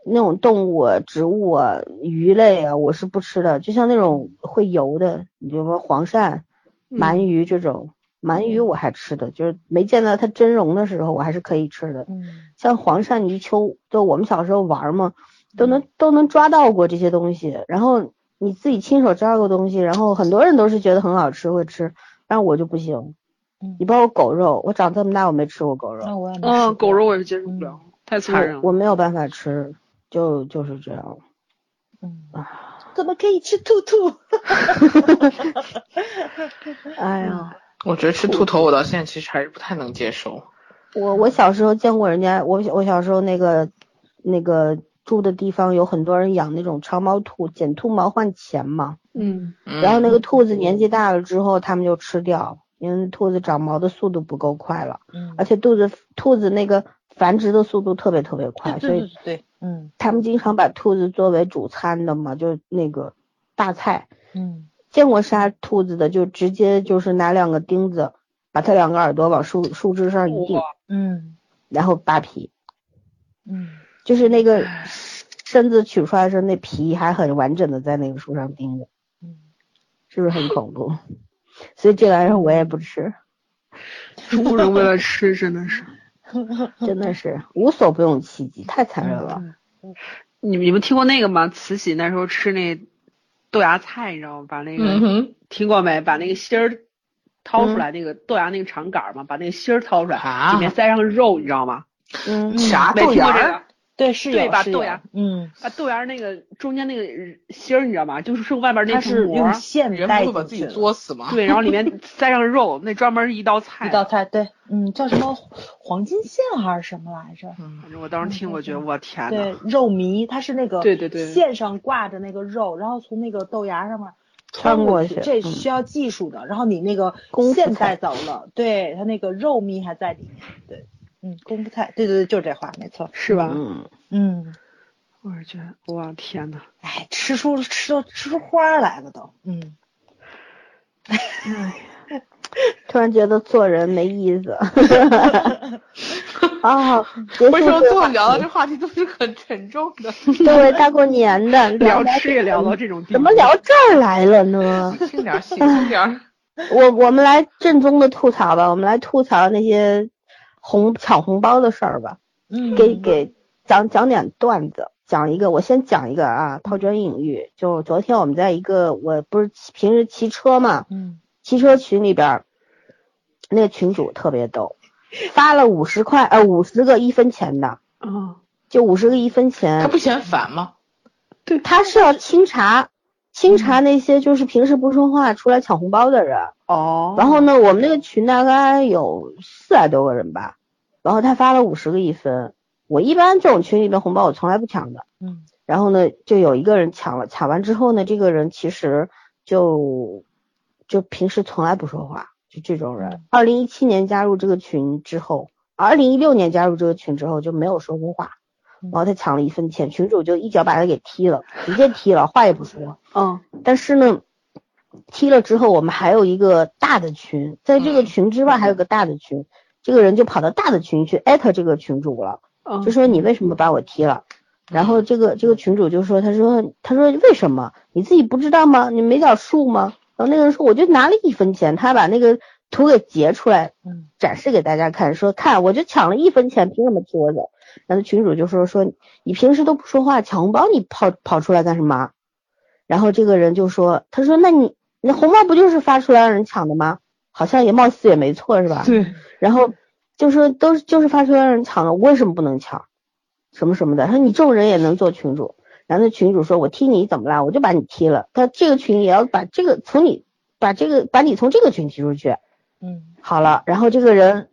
那种动物、啊、植物啊、鱼类啊，我是不吃的。就像那种会游的，你比如说黄鳝、
嗯
鳗鱼这种，鳗鱼我还吃的，就是没见到它真容的时候，我还是可以吃的。
嗯
像黄鳝、泥鳅，就我们小时候玩嘛，都能
嗯
都能抓到过这些东西，然后你自己亲手抓到过东西，然后很多人都是觉得很好吃会吃，但我就不行。
嗯
你包括狗肉，我长这么大我没吃过狗肉
那，我也没吃
嗯，狗
过
肉我也接受不了，太残忍
嗯我我
了。
没有办法吃，就就是这样。
嗯怎么可以吃兔兔？
哎
嗯
呀，
我觉得吃兔头，我到现在其实还是不太能接受。
嗯
我我小时候见过人家，我我小时候那个那个住的地方有很多人养那种长毛兔，剪兔毛换钱嘛。
嗯
嗯
然后那个兔子年纪大了之后，他们就吃掉，因为兔子长毛的速度不够快了，
嗯
而且兔子兔子那个繁殖的速度特别特别快，
对
所
对
以
对对，嗯
他们经常把兔子作为主餐的嘛，就那个大菜。
嗯
见过杀兔子的，就直接就是拿两个钉子，把它两个耳朵往树树枝上一钉，
嗯
然后扒皮，
嗯
就是那个身子取出来的时候，那皮还很完整的在那个树上钉着。
嗯，
是不是很恐怖？ 所以这玩意儿我也不吃，
畜生为了吃真的是，
真的是无所不用其极，太残忍了。
嗯
你们你们听过那个吗？慈禧那时候吃那豆芽菜，你知道吗？把那个、
嗯哼
听过没？把那个芯儿掏出
嗯
来，那个豆芽那个肠杆儿嘛，把那个芯儿掏出来，
啊
里面塞上肉，你知道吗？
嗯
啥
没
豆
听
芽
过这
儿
个？
对是
对
有
把
是
豆
有
芽
嗯，
把豆芽儿那个中间那个芯儿，你知道吗？就是剩外边儿那
它
层
是
膜
用
儿，
线
人
带
不
进
会
去
把自己
的
作死吗？
对，然后里面塞上肉，那专门儿一道菜。
一道菜，对，嗯，叫什么黄金线还是什么来着？
嗯，
反正我当时听，我觉得我天
对
呐，，
肉糜，它是那个
对对对
线上挂着那个肉，然后从那个豆芽上面
穿
过
过
去，
去
这
嗯
是需要技术的。然后你那个
功夫
线
菜
带走了，对，它那个肉糜还在里面，对，嗯，功夫菜，对对对，就是这话，没错，
是吧？
嗯，
嗯，
我是觉得，我天呐，
哎，吃出吃出吃出花儿来了都，嗯，
突然觉得做人没意思。 啊，结束
为什么
这
最后
话
聊到这话题都是很沉重 的？
各位大过年的聊
聊
聊
吃也聊到这种地步，
怎么聊这儿来了呢？
轻点儿，细轻点儿。
我我们来正宗的吐槽吧，我们来吐槽那些红抢红包的事儿吧。
嗯
给给讲讲点段子，讲一个，我先讲一个啊，抛砖引玉。就昨天我们在一个，我不是骑平时骑车嘛，
嗯
骑车群里边儿，那个群主特别逗，发了五十块，呃，五十个一分钱的，
啊？
就五十个一分
他
钱
不，嫌烦吗？
他是要清查。清查那些就是平时不说话出来抢红包的人，
哦，
然后呢，我们那个群大概有四百多个人吧，然后他发了五十个一分，我一般这种群里面红包我从来不抢的，
嗯
然后呢，就有一个人抢了，抢完之后呢，这个人其实就就平时从来不说话，就这种
嗯
人。二零一七年加入这个群之后，二零一六年加入这个群之后就没有说过话，
嗯
然后他抢了一分钱，群主就一脚把他给踢了，直接踢了，话也不说。
嗯，
但是呢，踢了之后，我们还有一个大的群，在这个
嗯
群之外还有个大的群，这个人就跑到大的群去艾特这个群主了。
嗯
就说你为什么把我踢了？然后这个这个群主就说，他说他说为什么你自己不知道吗？你没点数吗？然后那个人说我就拿了一分钱，他把那个图给截出来
嗯
展示给大家看，说看我就抢了一分钱，凭什么踢我走？然后群主就说说你平时都不说话，抢红包你跑跑出来干什么？然后这个人就说，他说那你那红包不就是发出来让人抢的吗？好像也貌似也没错是吧？
对，
然后就说都是就是发出来让人抢了，为什么不能抢？什么什么的，他说你这种人也能做群主。然后那群主说，我踢你怎么了？我就把你踢了。他这个群也要把这个从你把这个把你从这个群踢出去。
嗯
好了，然后这个人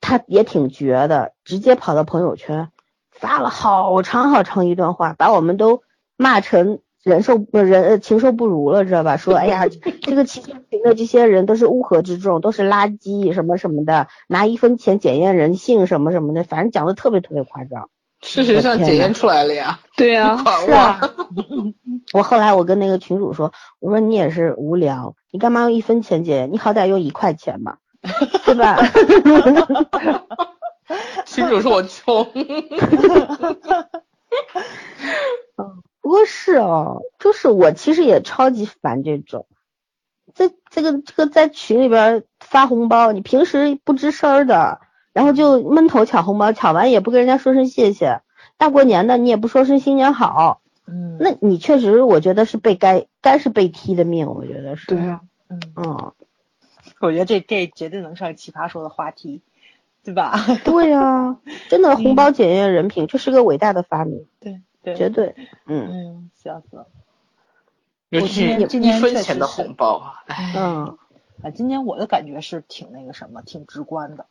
他也挺绝的，直接跑到朋友圈发了好长好长一段话，把我们都骂成人受不人呃禽兽不如了，知道吧？说哎呀， 这个骑车群的这些人都是乌合之众，都是垃圾什么什么的，拿一分钱检验人性什么什么的，反正讲的特别特别夸张。
事实上检验出来了呀，
对呀啊
你，管
是
我？
啊， 我后来我跟那个群主说，我说你也是无聊，你干嘛用一分钱解？你好歹用一块钱吧，对吧？
群主说我穷，
不过是哦，就是我其实也超级烦这种，在这个这个在群里边发红包，你平时不吱声儿的，然后就闷头抢红包，抢完也不跟人家说声谢谢，大过年的你也不说声新年好，
嗯，
那你确实我觉得是被该该是被踢的命，我觉得是。
对呀、
嗯，
嗯，
我觉得这这绝对能上奇葩说的话题，对吧？
对呀、真的红包检验人品，这是个伟大的发明，
对对，
绝对。嗯
嗯，笑死了。
尤
我今
其
年
是
今
一
年
分
确
钱
实
的
是
红包啊，哎，
嗯
啊，今年我的感觉是挺那个什么，挺直观的。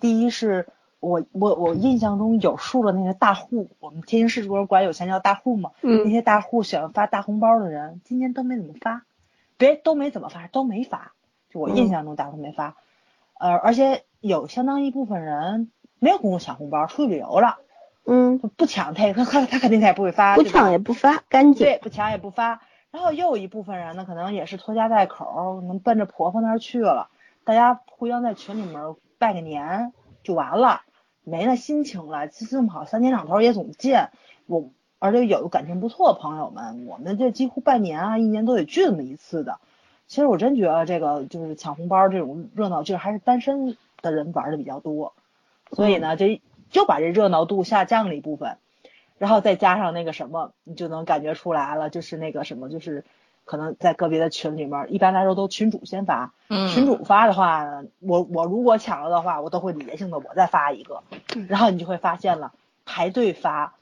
第一是我我我印象中有数的那个大户，我们天津市不是管有钱叫大户嘛，那
嗯，
些大户喜欢发大红包的人，今年都没怎么发，别都没怎么发，都没发。就我
嗯
印象中大户没发，呃，而且有相当一部分人没有跟我抢红包，出去旅游了，
嗯，
就不抢他也他他他肯定他也不会发，
不
对吧
抢也不发，干净。
对，不抢也不发。然后又有一部分人呢，可能也是拖家带口儿，可能奔着婆婆那儿去了，大家互相在群里面拜个年就完了，没那心情了。就这么好，三天两头也总见我，而且有感情不错的朋友们，我们这几乎半年啊，一年都得聚那么一次的。其实我真觉得这个就是抢红包这种热闹劲儿，还是单身的人玩的比较多。所以呢，这就把这热闹度下降了一部分，然后再加上那个什么，你就能感觉出来了，就是那个什么，就是可能在个别的群里面，一般来说都群主先发，
嗯，
群主发的话呢，我我如果抢了的话，我都会礼节性的我再发一个，然后你就会发现了排队发，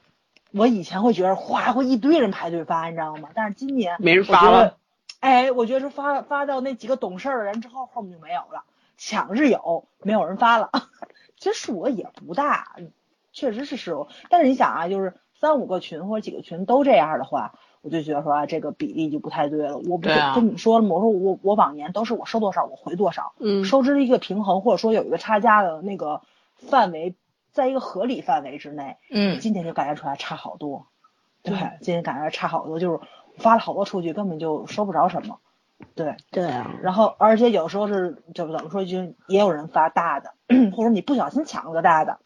我以前会觉得哗会一堆人排队发，你知道吗？但是今年
没人
我觉
发
得
了，
哎，我觉得是发发到那几个懂事儿的人之后，后面就没有了。抢是有，没有人发了。 其实数额也不大，确实是十五。但是你想啊，就是三五个群或者几个群都这样的话，我就觉得说、啊、这个比例就不太对了。我不
对
是
啊
跟你们说了吗？我说我我往年都是我收多少我回多少，
嗯，
收支一个平衡，或者说有一个差价的那个范围，在一个合理范围之内。
嗯，
今天就感觉出来差好多，对
对，
今天感觉差好多，就是发了好多数据，根本就收不着什么，对。
对啊，
然后，而且有时候是就怎么说，就是也有人发大的， 或者你不小心抢了个大的，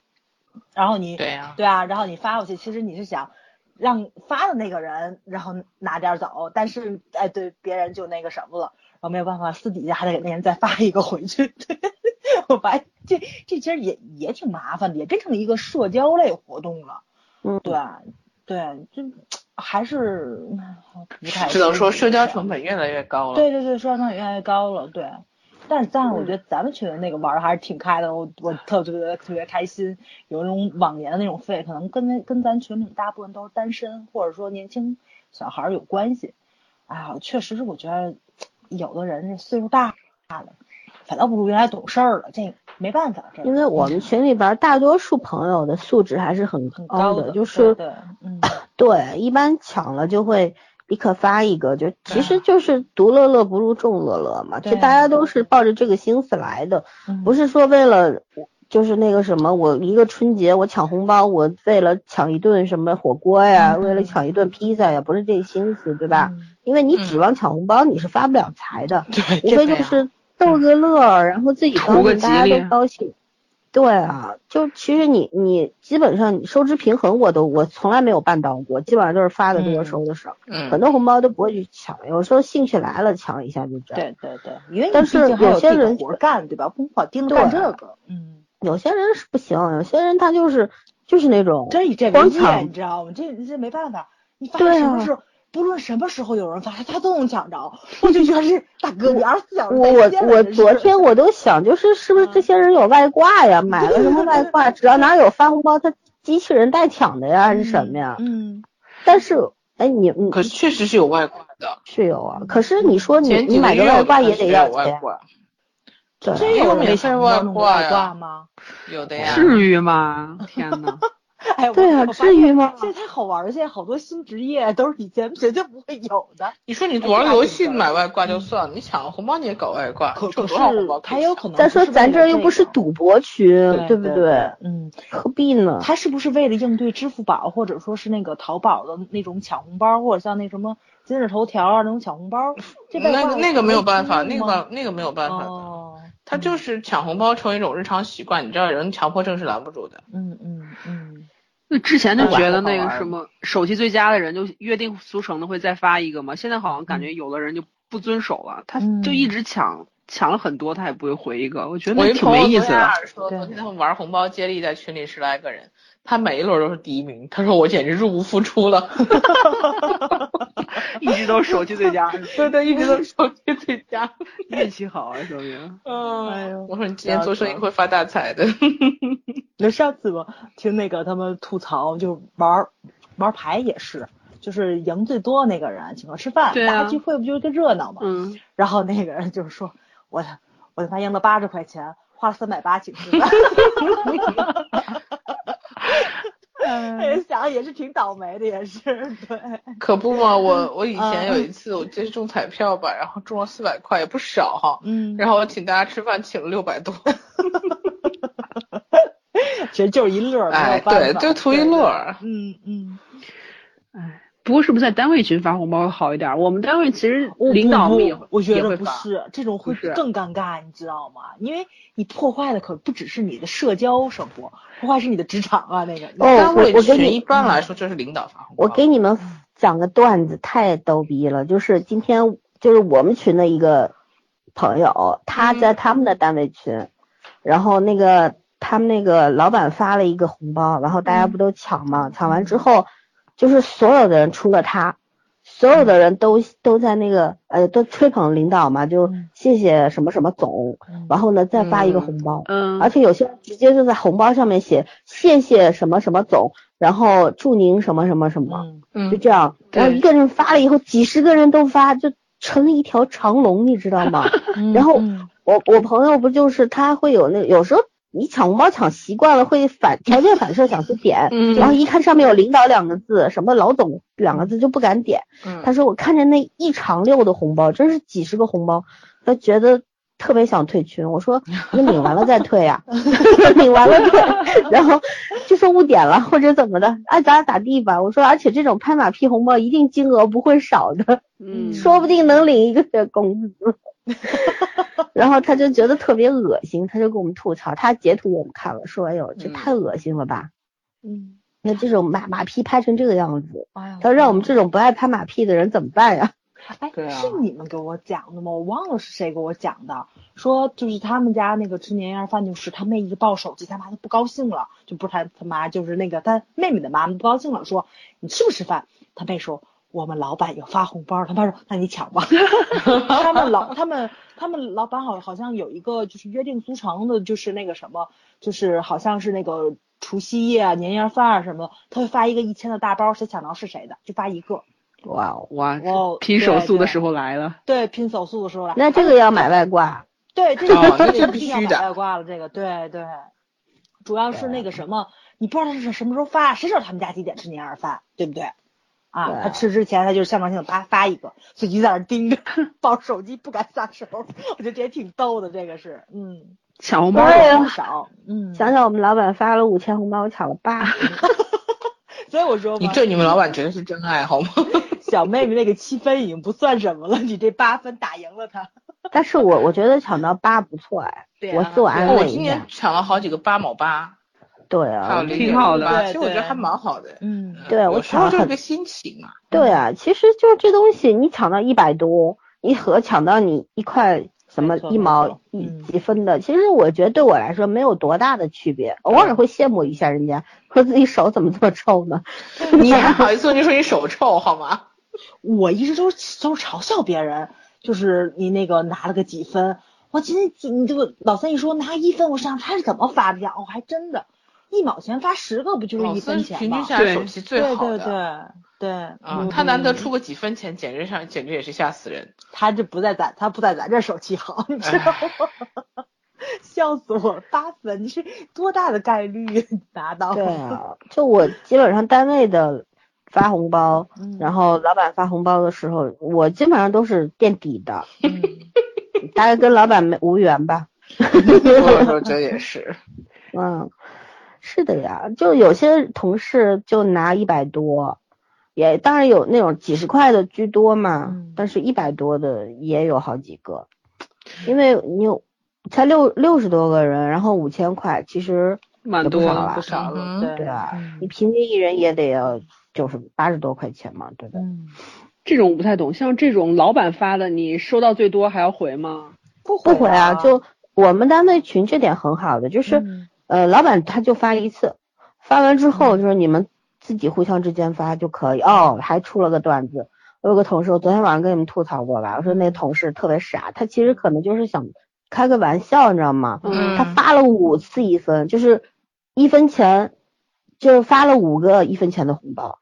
然后你
对呀，
对啊，然后你发过去，其实你是想让发的那个人，然后拿点儿走，但是哎，对别人就那个什么了，然后没有办法，私底下还得给那人再发一个回去。 对，我发现这这其实也也挺麻烦的，也变成一个社交类活动了。
嗯，
对啊对，就还是嗯不太
只能说
清楚
社交
是
成本越来越高了。嗯
对对对，社交成本越来越高了，对。但是但是我觉得咱们群的那个玩儿还是挺开的，我
啊
我特别特别开心，有那种往年的那种氛围，可能跟那跟咱群里大部分都是单身或者说年轻小孩儿有关系。哎呀，确实是我觉得有的人是岁数大了，反倒不如原来懂事儿了，这没办法，这
因为我们群里边大多数朋友的素质还是很
很
高
的，
哦就
对
是
对，嗯，
对，一般抢了就会立刻发一个，就其
对
实
啊
就是独乐乐不如众乐乐嘛，就
对啊
大家
对
都
对
是抱着这个心思来的，
嗯
不是说为了就是那个什么，我一个春节我抢红包，我为了抢一顿什么火锅呀，为了
嗯
抢一顿披萨呀，不是这心思，对吧？
嗯
因为你
嗯
指望抢红包，你是发不了财的，
对，
无
这
非
个
就
呀
是逗个乐儿，然后自己
图
高
个
兴，
吉
大家
利
都高兴。对啊，就其实你你基本上你收支平衡，我都我从来没有办到过，基本上都是发的多
嗯
收的少，很
嗯，
多红包都不会去抢，有时候兴趣来了抢一下就这样。
对对对，因为你
但
毕
是
竟还
有
有
些
自己的
人
活儿干，对吧？不能老盯着
对
干这个，嗯。
有些人是不行，有些人他就是就是那种
真以这为
光
业，
抢
你知道吗？这这没办法，你发
对
现什么
啊
时候，不论什么时候有人发，他他都能抢着。我就觉得这大哥，你二十四小
我
时
我
在线了
我
真
昨
是
天我都想，就是是不是这些人有外挂呀？买了什么外挂？只要哪有发红包，他机器人代抢的呀，还是什么呀？
嗯，
但是哎，你你
可是确实是有外挂的，
是有啊，可是你说你
前
你
几
买
个
个
月
外
我
挂
看
也
是
得
有
要
外
钱，
挂，
对啊，
真有
没
人
事
抢
外
到那种
挂
外
呀
挂吗？
嗯
有的呀，
至于吗？天呐，
哎，我
对啊
我发
至
现
于吗
现在太好玩儿，现在好多新职业都是以前绝对不会有的。哎
你说你玩游戏买外挂就算了，你抢个红包你也搞外挂，
可
你挣
可是
多少红包可以
还有
抢
可能
再
不
说
是
咱
为
这
了
儿又不是
个，
赌博区，
对
不
对
对？？
嗯，
何必呢？
他是不是为了应对支付宝或者说是那个淘宝的那种抢红包，或者像那什么今日头条啊那种抢红包？这外
那
挂
个那个没有办法，
有
那个
吗
办那个没有办法的，
哦，
他就是抢红包成为一种日常习惯，你知道人强迫症是拦不住的。
嗯嗯嗯
那之前就
嗯
觉得那
好
个
玩
什么手气最佳的人就约定俗成的会再发一个嘛，现在好像感觉有的人就不遵守了，他就一
嗯
直抢，抢了很多他也不会回啊一个，我觉得
我
那
一
挺
朋友
没意
昨
思
天
的。
还是说，
对
昨天他们玩红包接力，在群里十来个人，他每一轮都是第一名，他说我简直入不敷出了，
一直都是手气最佳，
对对，一直都是手机最佳。
运气好啊，说明。
嗯，
哎呦
我说你今天做生意会发大财的。
那上次我听那个他们吐槽，就玩儿玩儿牌也是，就是赢最多那个人请客吃饭，
对啊
大家聚会不就是个热闹嘛。
嗯，
然后那个人就说：“我我他妈赢了八十块钱，花了三百八请哎吃饭。”
嗯
哎，想也是挺倒霉的，也是对。
可不嘛，我我以前有一次，我记得是中彩票吧，然后中了四百块，也不少哈。
嗯
然后我请大家吃饭，请了六百多，
其实就是一乐儿，没
哎
有，办
对，
法。
就图一乐儿。
嗯嗯，
不过是不是在单位群发红包会好一点？我们单位其实
我
领导
不
们也会
我觉
也
得
会
不
发
是这种会
不是
更尴尬，你知道吗？因为你破坏的可不只是你的社交生活，破坏是你的职场啊，那个。
哦
单位
我我跟
群
你
一般来说就是领导发红包。
我给你们讲个段子，太逗逼了。就是今天，就是我们群的一个朋友，他在他们的单位群，然后那个他们那个老板发了一个红包，然后大家不都抢吗？抢完之后，就是所有的人除了他，所有的人都都在那个呃都吹捧领导嘛，就
嗯
谢谢什么什么总，然后呢再发一个
嗯
红包。
嗯，
啊
而且有些人直接就在红包上面写谢谢什么什么总，然后祝您什么什么什么，
嗯，
嗯
就这样。
对
然后一个人发了以后，几十个人都发，就成了一条长龙，你知道吗？
嗯
然后
嗯
我我朋友不就是他会有那有时候你抢红包抢习惯了，会反条件反射想去点，
嗯
然后一看上面有领导两个字，什么老总两个字就不敢点。
嗯
他说我看着那一长溜的红包，真是几十个红包，他觉得特别想退群。我说那领完了再退 呀、领完了退，然后就说误点了或者怎么的，哎爱咋咋地吧。我说而且这种拍马屁红包一定金额不会少的，
嗯，
说不定能领一个月工资。 然后他就觉得特别恶心，他就给我们吐槽，他截图我们看了，说哎呦这
嗯
太恶心了吧，
嗯，
那这种马马屁拍成这个样子，
哎
嗯
呀
他说让我们这种不爱拍马屁的人怎么办呀？
哎
对，啊
是你们给我讲的吗？我忘了是谁给我讲的，说就是他们家那个吃年夜饭，就是他妹一抱手机，他妈就不高兴了，就不是他他妈，就是那个他妹妹的妈不高兴了，说你吃不吃饭？他妹说我们老板有发红包，他妈说那你 抢吧。他们老他们他们老板好好像有一个就是约定俗成的，就是那个什么，就是好像是那个除夕夜啊、年夜饭啊什么的，他会发一个一千的大包，谁抢到是谁的，就发一个。
哇哦！
哇
哇，
拼手
对啊
速的
对
时候来了。
对，拼手速的时候来。
那这个要买外挂，
对，这个
哦那
这
这
个
必
一定
须
要
的
打外挂了，这个对对，主要是那个什么，你不知道他是什么时候发，谁知道他们家几点吃年夜饭，对不对？啊
对，
他吃之前他就是象征性的啪发一个，所以就在那儿盯着， 抱手机不敢下手， 我觉得这也挺逗的，这个是，嗯，
抢红包
对呀
不少，嗯，
想想我们老板发了五千红包，我抢了八，
所以我说
你
嘛，
对你们老板绝对是真爱，好吗？
小妹妹那个七分已经不算什么了，你这八分打赢了他，
但是我我觉得抢到八不错哎，
对
我
啊
自我安
我
慰
今
一
年
下。
抢了好几个八毛八，
对
还有
啊，
零
挺
点
好
五
的
八，
对
其实我觉得
对
还蛮好的。
嗯
对啊
嗯
我
有时候
抢
就是
很
个心情嘛。
对啊，其实就是这东西，你抢到一百多，你和抢到你一块什么
没错
一
没
毛
错
一
嗯
几分的，其实我觉得对我来说没有多大的区别，偶尔会羡慕一下人家，说自己手怎么这么臭呢？
你还好意思说你说你手臭好吗？
我一直都是都是嘲笑别人，就是你那个拿了个几分，我今天你这个老三一说拿一分，我上他是怎么发的呀？我、哦还真的，一毛钱发十个不就是
老
一
孙
分钱
平均
吗？
下来手气最
对
好
对
的。
对对，
啊
嗯，
他难得出个几分钱，简直上简直 也是吓死人。哎
他这不在咱他不在咱这手气好，你知道吗？笑死我！八分，你是多大的概率拿到？
对啊， 就我基本上单位的发红包，
嗯
然后老板发红包的时候，我基本上都是垫底的，
嗯
大概跟老板没无缘吧。
我有时候觉得也是，
嗯，是的呀，就有些同事就拿一百多，也当然有那种几十块的居多嘛，
嗯
但是一百多的也有好几个，因为你有才六六十多个人，然后五千块，其实
蛮
也不
多
少
的
了
啊不，少了，
嗯
对
对啊吧？
嗯
你平均一人也得要九十八十多块钱嘛，对不对？
嗯，
这种我不太懂，像这种老板发的，你收到最多还要回吗？
嗯
不
不
回
回啊，就我们单位群这点很好的，就是、
嗯
呃，老板他就发一次，发完之后
嗯
就是你们自己互相之间发就可以。哦，还出了个段子，我有个同事，我昨天晚上跟你们吐槽过吧，我说那同事特别傻，他其实可能就是想开个玩笑，你知道吗？
嗯
他发了五次一分，就是一分钱，就是发了五个一分钱的红包。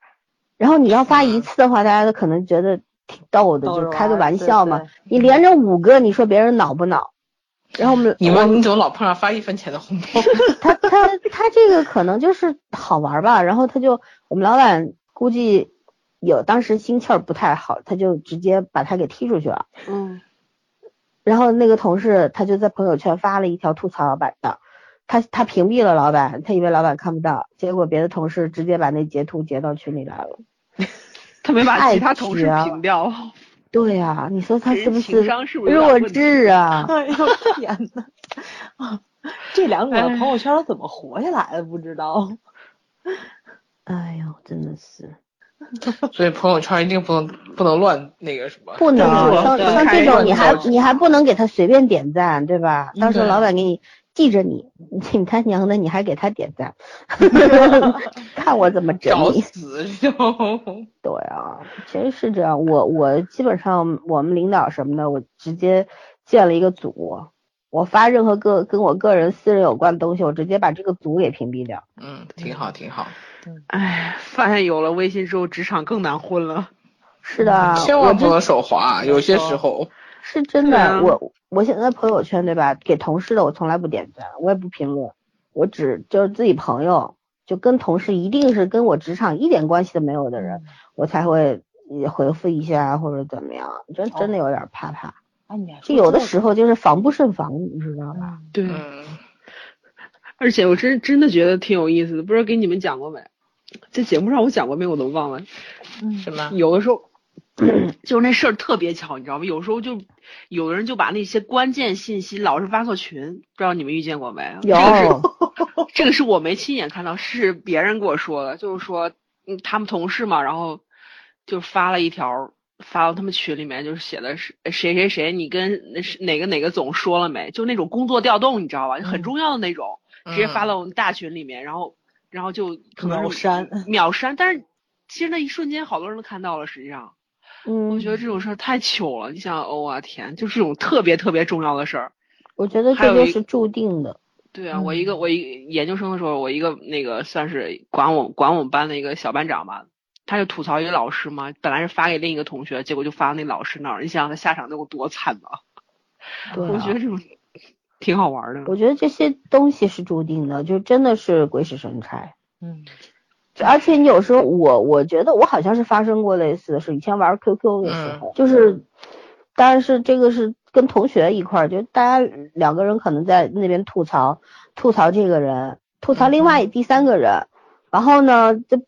然后你要发一次的话，大家都可能觉得挺逗的，
逗
就
着
开个
玩
玩
对
笑嘛
对。
你连着五个，你说别人恼不恼？然后我们
你们你怎么老碰上发一分钱的红包？
他他他这个可能就是好玩儿吧，然后他就我们老板估计有当时心气儿不太好，他就直接把他给踢出去了。
嗯，
然后那个同事他就在朋友圈发了一条吐槽老板的，他他屏蔽了老板，他以为老板看不到，结果别的同事直接把那截图截到群里来了。
他没把
太
其他同事
绝了
屏掉，
对呀、你说他
人
是不
情商是不是有点
弱
问题
智啊？
哎呦天呐，啊这两个
哎
朋友圈怎么活下来的不知道。
哎呦，真的是
所以朋友圈一定不能不能乱那个什么。
不能
对
像
对
像这
开
种
乱
你还
造
你还不能给他随便点赞，对吧？
嗯
到时候
对
老板给你记着你， 你他娘的你还给他点赞， 看我怎么整
找
你。
死就。
对啊，其实是这样。我我基本上我们领导什么的，我直接建了一个组，我发任何个跟我个人私人有关的东西，我直接把这个组给屏蔽掉。
嗯，挺好，挺好。
哎，发现有了微信之后，职场更难混了。
是的，啊
千
我
万
之
不能手滑，啊有些时候。
是真
对
的，
啊
我我现在朋友圈对吧？给同事的我从来不点赞，我也不评论，我只就是自己朋友，就跟同事一定是跟我职场一点关系都没有的
啊
人，我才会也回复一下啊或者怎么样，真真的有点怕怕，
哎，你还
就
说
有的
这
时候就是防不胜防，你知道
个
吧？
嗯
对
嗯，
而且我真真的觉得挺有意思的，不知道给你们讲过没？在节目上我讲过没？我都忘了。
嗯
什么？
有的时候， 就是那事儿特别巧，你知道吗？有时候就有的人就把那些关键信息老是发错群，不知道你们遇见过 没？啊
有，
这个是我没亲眼看到，是别人跟我说的，就是说，嗯，他们同事嘛，然后就发了一条，发到他们群里面，就是写的是谁谁谁，你跟那是哪个哪个总说了没？就那种工作调动，你知道吧？很重要的那种，
嗯
直接发到我们大群里面，然后，然后就可能
秒
是
删
秒删，但是其实那一瞬间好多人都看到了，实际上，我
嗯，
觉得这种事儿太糗了。你想，哦啊天，就这种特别特别重要的事儿。
我觉得
还有
这就
一
是注定的，
对啊，我一个我一个研究生的时候，我一个那个算是管我管我们班的一个小班长吧，他就吐槽一个老师嘛，本来是发给另一个同学，结果就发到那老师那儿，你想想他下场能有多惨吧？
对、
我觉
啊。
得这种挺好玩的。
我觉得这些东西是注定的，就真的是鬼使神差。
嗯
而且你有时候我我觉得我好像是发生过类似的事，以前玩 QQ 的时候，就是，但是这个是跟同学一块儿，就大家两个人可能在那边吐槽，吐槽这个人，吐槽另外第三个人，然后呢，就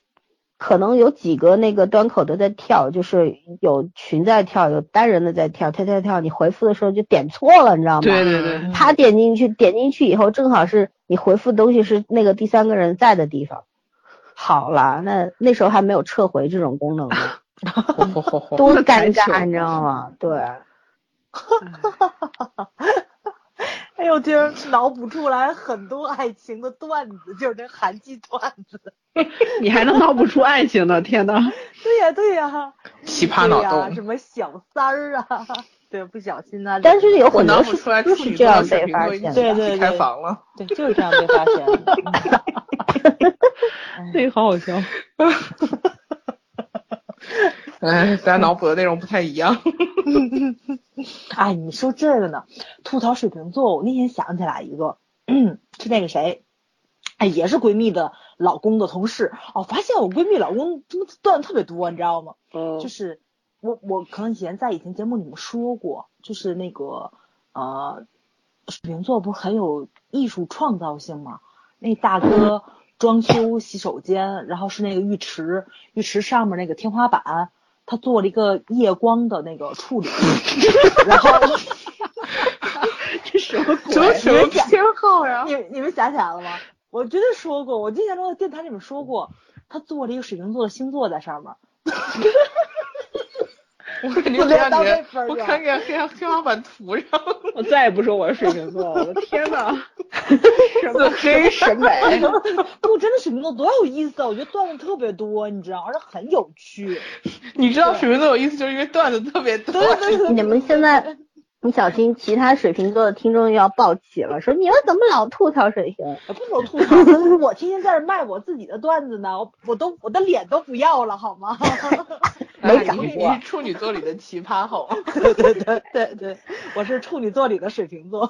可能有几个那个端口都在跳，就是有群在跳，有单人的在跳，跳跳跳，你回复的时候就点错了，你知道吗？
对对对，
嗯
他点进去，点进去以后正好是你回复东西是那个第三个人在的地方。好了，那那时候还没有撤回这种功能呢，
嚯嚯嚯嚯！
多
那太
尴
糗
尬，你知道吗？ 对，
哎呦，就是脑补出来很多爱情的段子，就是那韩剧段子。
你还能脑补出爱情呢？天呐，
对呀、对呀、
奇
对
葩脑
呀、什
洞，
么小三儿啊， 对，不小心啊。
但是有
我
很多
脑补
是
出来
就
处
是
女
这
座的
样被
水平
发
都已
现
经
的，
对对
开
对
房了。
对，就是这样被发现 的。
那个好好 笑。
哎，大家脑补的内容不太一样。
哎，你说这个呢，吐槽水瓶座，我那天想起来一个， 是那个谁，哎，也是闺蜜的老公的同事。哦，发现我闺蜜老公他妈段子特别多，你知道吗？
哦
就，是我我可能以前在以前节目里面说过，就是那个呃，水瓶座不是很有艺术创造性吗？那大哥装修洗手间，然后是那个浴池，浴池上面那个天花板，他做了一个夜光的那个处理，然后
这什么
什么什么
偏好呀？
你们你们想起来了吗？我绝对说过，我之前在电台里面说过，他做了一个水瓶座的星座在上面，
我肯定
我
不
连
让
到这
你，
份儿
我
上
看见天天花板涂上，
我再也不说我是水瓶座了，我的天哪，什
自
么
黑
审美？
不，真的水瓶座多有意思啊！我觉得段子特别多，你知道，而且很有趣。
你知道水瓶座有意思，就是因为段子特别多。
对
你们现在不小心，其他水瓶座的听众又要抱起了，说你们怎么老吐槽水瓶？
不是我吐槽，我天天在这卖我自己的段子呢，我我都我的脸都不要了，好吗？
没
哎
长
你
过
你是处女座里的奇葩后，
对对对对对，我是处女座里的水瓶座。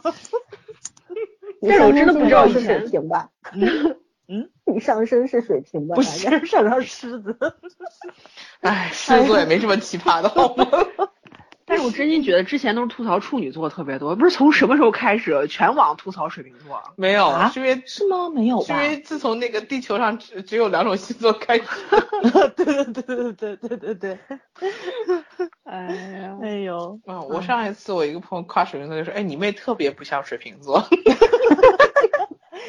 你
但是我
上
真的
升
不
星
知道
座
以
是
前
水瓶吧？
嗯嗯，
你上升是水瓶吧？
不
反正
是，上升狮子。
哎，狮子座也没这么奇葩的好吗？
但是我真心觉得之前都是吐槽处女座特别多，不是从什么时候开始全网吐槽水瓶座？
没有
啊，
是因为
是吗？没有
是
吧
因？为自从那个地球上只只有两种星座开始，
对对对对对对对对。
哎呀，
哎呦，
啊，我上一次我一个朋友夸水瓶座就说，哎，你妹特别不像水瓶座，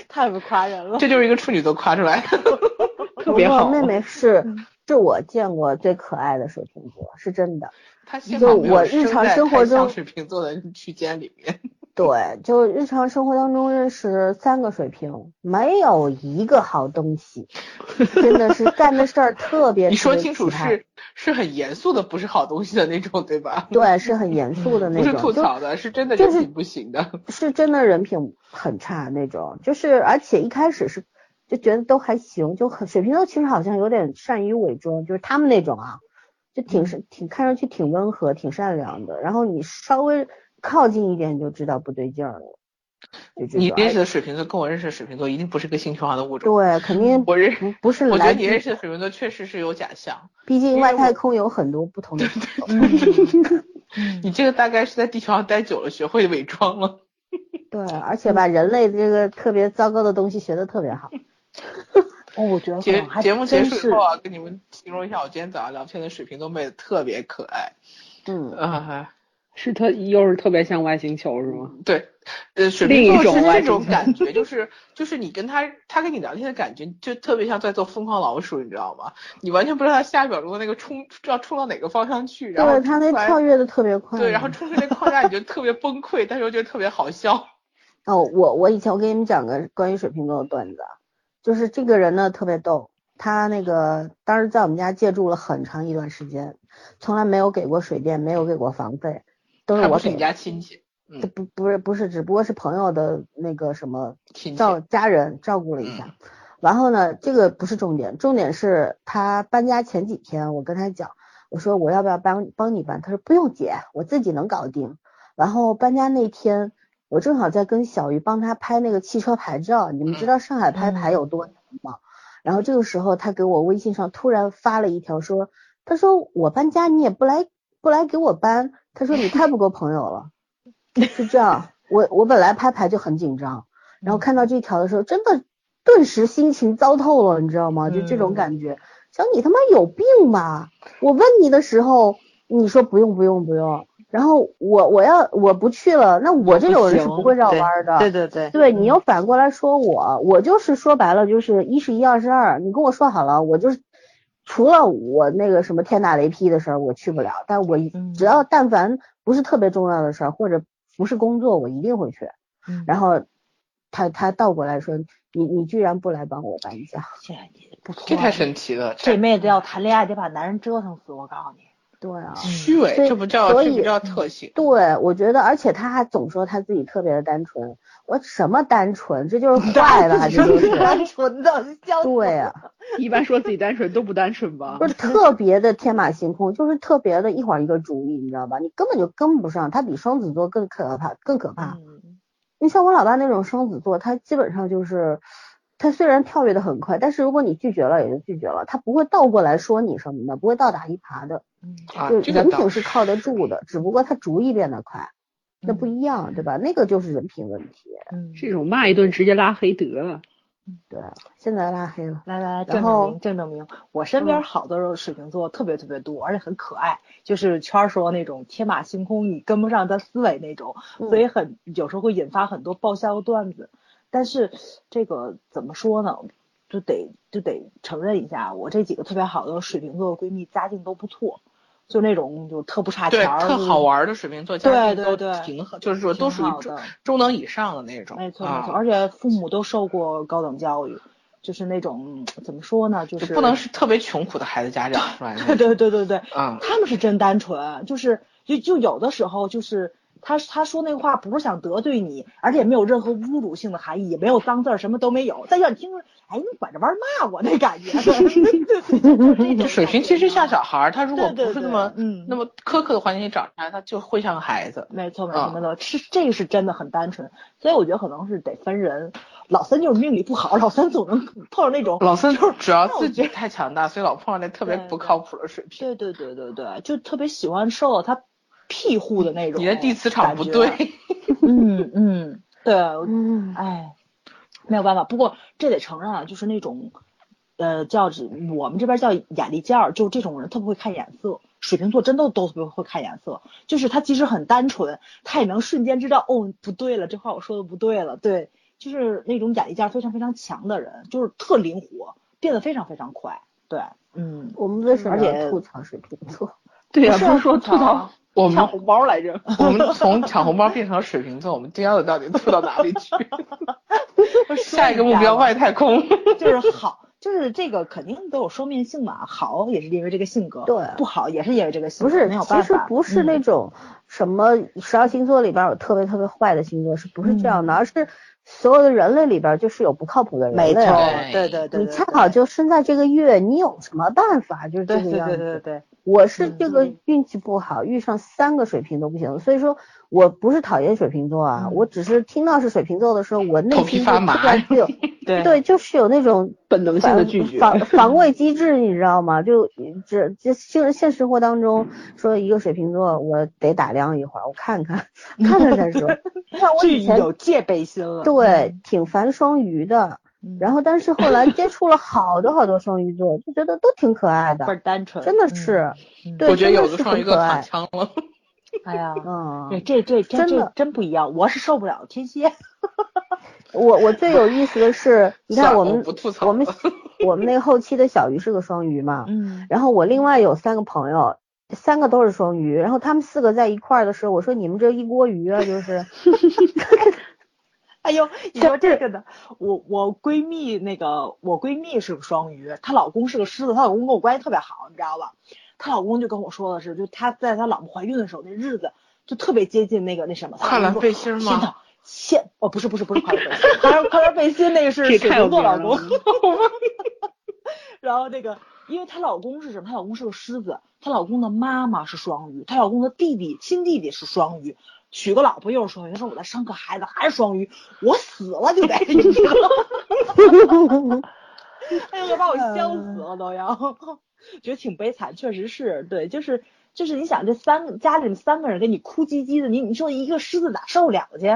太不夸人了。
这就是一个处女座夸出来的。
特别
我
好。嗯
妹妹是是我见过最可爱的水瓶座，是真的。
他幸
就
好没有
我日
生
常
在
生活
太像
中
水瓶座的区间里面，
对，就日常生活当中认识三个水瓶，没有一个好东西，真的是干的事儿 特别。
你说
特别
清楚
奇葩
是是很严肃的，不是好东西的那种，对吧？
对，是很严肃的那
嗯不是
种，
吐
就
槽的，是真的
就
人
是
品不行的。
是真的人品很差那种，就是而且一开始是就觉得都还行，就很水瓶座其实好像有点善于伪装，就是他们那种啊，就
嗯
挺是挺看上去挺温和、挺善良的，然后你稍微靠近一点你就知道不对劲儿了，就这
你
种
认
哎
识的水瓶座跟我认识的水瓶座一定不是个星球上的物种。
对，肯定
我认，
不不是
我觉得
来
你
自，
认识的水瓶座确实是有假象。
毕竟
因
外
为
太
我
空有很多不同的。
你这个大概是在地球上待久了，学会伪装了。
对，而且把人类这个特别糟糕的东西学得特别 好。
哦，我觉得可
节
能还
节目结
真是
束以后啊，跟你们形容一下我今天早上聊天的水瓶座妹子特别可爱。
嗯，
啊，
是特又是特别像外星球是吗？
对，呃，水
另
瓶
一
座是
种外
这
星
种
球
感觉，就是就是你跟他他跟你聊天的感觉，就特别像在做疯狂老鼠，你知道吗？你完全不知道他下一秒钟的那个冲，要冲到哪个方向去，然后
对他
冲
那
出来
跳跃的特别
嗯
快。
对，然后冲出那框架你就特别崩溃，但是又觉得特别 好笑。
哦，我我以前我给你们讲个关于水瓶座的段子，啊，就是这个人呢特别逗，他那个当时在我们家借住了很长一段时间，从来没有给过水电，没有给过房费，都是
他
我
不是
给
你
的，
家亲戚嗯
不不是不是，只不过是朋友的那个什么
亲戚，嗯
照家人照顾了一下。然后呢，这个不是重点，重点是他搬家前几天，我跟他讲，我说我要不要帮帮你搬？他说不用姐，我自己能搞定。然后搬家那天，我正好在跟小鱼帮他拍那个汽车牌照，你们知
嗯
道上海拍牌有多难吗？然后这个时候他给我微信上突然发了一条说，他说我搬家你也不来不来给我搬，他说你太不够朋友了， 是这样。我我本来拍牌就很紧张，然后看到这条的时候，真的顿时心情糟透了，你知道吗？就这种感觉，想你他妈有病吧？我问你的时候，你说不用不用不用，然后我我要我不去了，那我这种人是不会绕弯儿的。
对对对，
对你又反过来说我，我就是说白了就是一是一，二是二。你跟我说好了，我就是除了我那个什么天打雷劈的事儿我去不了，但我一
嗯
只要但凡不是特别重要的事儿或者不是工作，我一定会去。
嗯
然后他他倒过来说你你居然不来帮我搬家，
这也不错。
这太神奇了。
这妹子要谈恋爱得把男人折腾死，我告诉你。
对啊，
虚伪，
所以
这不叫
所
这
以
不叫特性。
对，我觉得，而且他还总说他自己特别的单纯，我什么单纯，这就是坏了，这就是。
单纯的，笑死我
对啊
了
呀、
一般说自己单纯都不单纯吧
不？是特别的天马行空，就是特别的一会儿一个主意，你知道吧？你根本就跟不上，他比双子座更可怕，更可怕。
嗯
你像我老爸那种双子座，他基本上就是，他虽然跳跃的很快，但是如果你拒绝了也就拒绝了，他不会倒过来说你什么的，不会倒打一耙的。
嗯
啊
就，是
这个
人
倒
品是靠得住的，只不过他主意变得快，那不一样，对吧？那个就是人品问题。
嗯，
这种骂一顿直接拉黑得了。
对，现在拉黑了。
来来来，
然
证证
后
明，证证明，我身
嗯
边好多水瓶座特别特别多，而且很可爱，就是圈儿说那种天马行空，你跟不上他思维那种，
嗯
所以很有时候会引发很多爆笑段子。但是这个怎么说呢？就得就得承认一下，我这几个特别好的水瓶座闺蜜家境都不错，就那种就特不差
对，
钱儿，
特
就是
好玩的水瓶座
对
家庭
对
都
对
挺好，就是说都
挺
属于
好
中
的
中等以上的那种。
没错
啊
没错，而且父母都受过高等教育，就是那种嗯怎么说呢，就
就是不能是特别穷苦的孩子家长是吧？
对对对对对，
啊，
他们是真单纯，就是就就有的时候就是他他说那话不是想得罪你，而且也没有任何侮辱性的含义，也没有脏字儿，什么都没有。但要你听着，哎，你拐着弯儿骂我那感觉，
这
这
水平其实像小孩儿，他如果
对对
不是那
对
么
嗯
那么苛刻的环境里长出来，他就会像个孩子。
没错，没
啊
错，没错，是这个是真的很单纯，所以我觉得可能是得分人。老三就是命里不好，老三总能碰上那种
老三就是主要
那我
自己太强大，所以老碰上那特别
对
不
对
靠谱的水
对
平。
对对对对，就特别喜欢受到他庇护的那种。
你的第磁场不对，
嗯嗯，对，我
嗯，
哎，没有办法。不过这得承认啊，就是那种，呃，叫我们这边叫眼力劲儿，就这种人特别会看眼色。水瓶座真的都特别会看眼色，就是他即使很单纯，他也能瞬间知道，哦，不对了，这话我说的不对了。对，就是那种眼力劲儿非常非常强的人，就是特灵活，变得非常非常快。对，嗯，
我们为什么
而且
要吐槽水瓶座？
对呀、
不是
不是说
吐槽
吐槽
我们
抢红包来着？
我 们从抢红包变成水瓶座，我们掉的到底吐到哪里 去？下一个目标外太空。
就是好， 就是这个肯定都有双面性嘛，好也是因为这个性格，
对
不好也是因为这个性
不
格，
是
没有，
其
办
实
法，
不是那
嗯
种什么十二星座里边有特别特别坏的星座，是不是这样的？而是所有的人类里边就是有不靠谱的人
嗯没错
类啊。，
对对对，
你
对
恰好就生在这个月，你有什么办法？就是
对
这个
对
样
对
子。
对对，
我是这个
嗯
运气不好，遇上三个水瓶都不行，所以说我不是讨厌水瓶座啊，
嗯
我只是听到是水瓶座的时候，我内
头皮
心就
发
突
麻
然就有
对
对，就是有那种
本能性的拒绝。
防防防卫机制，你知道吗？就这这现现实生活当中，说一个水瓶座，我得打量一会儿，我看看看看再说。像我
就
以前
有戒备心了，
对挺烦双鱼的，
嗯，
然后但是后来接触了好多好多双鱼座，就觉得都挺可爱
倍儿
的，
单纯，
真的是，
嗯，嗯
对
我觉得有
真的
的
是
双鱼
很
座
可
躺
爱，
枪了。
哎呀，对
嗯，
这这这
真
这
的
真不一样，我是受不了天蝎，
我我最有意思的是，你
算
看
了
我
我
们
不吐槽
我们
了
我们那个后期的小鱼是个双鱼嘛，
嗯
然后我另外有三个朋友，三个都是双鱼，然后他们四个在一块儿的时候，我说你们这一锅鱼啊， 就是，
哎呦，你说这个呢？我我闺蜜那个，我闺蜜是个双鱼，她老公是个狮子，她老公跟我关系特别好，你知道吧？她老公就跟我说的是，就她在她老婆怀孕的时候，那日子就特别接近那个那什么。她
跨
老
栏
公说
背心儿
天
吗
呐，现哦不是不是不是跨栏背心，跨栏跨栏背心那个是
这也
水
太有
瓶座
名
老
了
公。 然后那个，因为她老公是什么？她老公是个狮子，她老公的妈妈是双鱼，她老公的弟弟亲弟弟是双鱼，娶个老婆又是双鱼。她说我再生个孩子还是双鱼，我死了 就得，你知道吗？ 哎呦，把我笑死了都要，觉得挺悲惨，确实是对，就是就是你想这三个家里面三个人跟你哭唧唧的，你你说一个狮子哪受了去？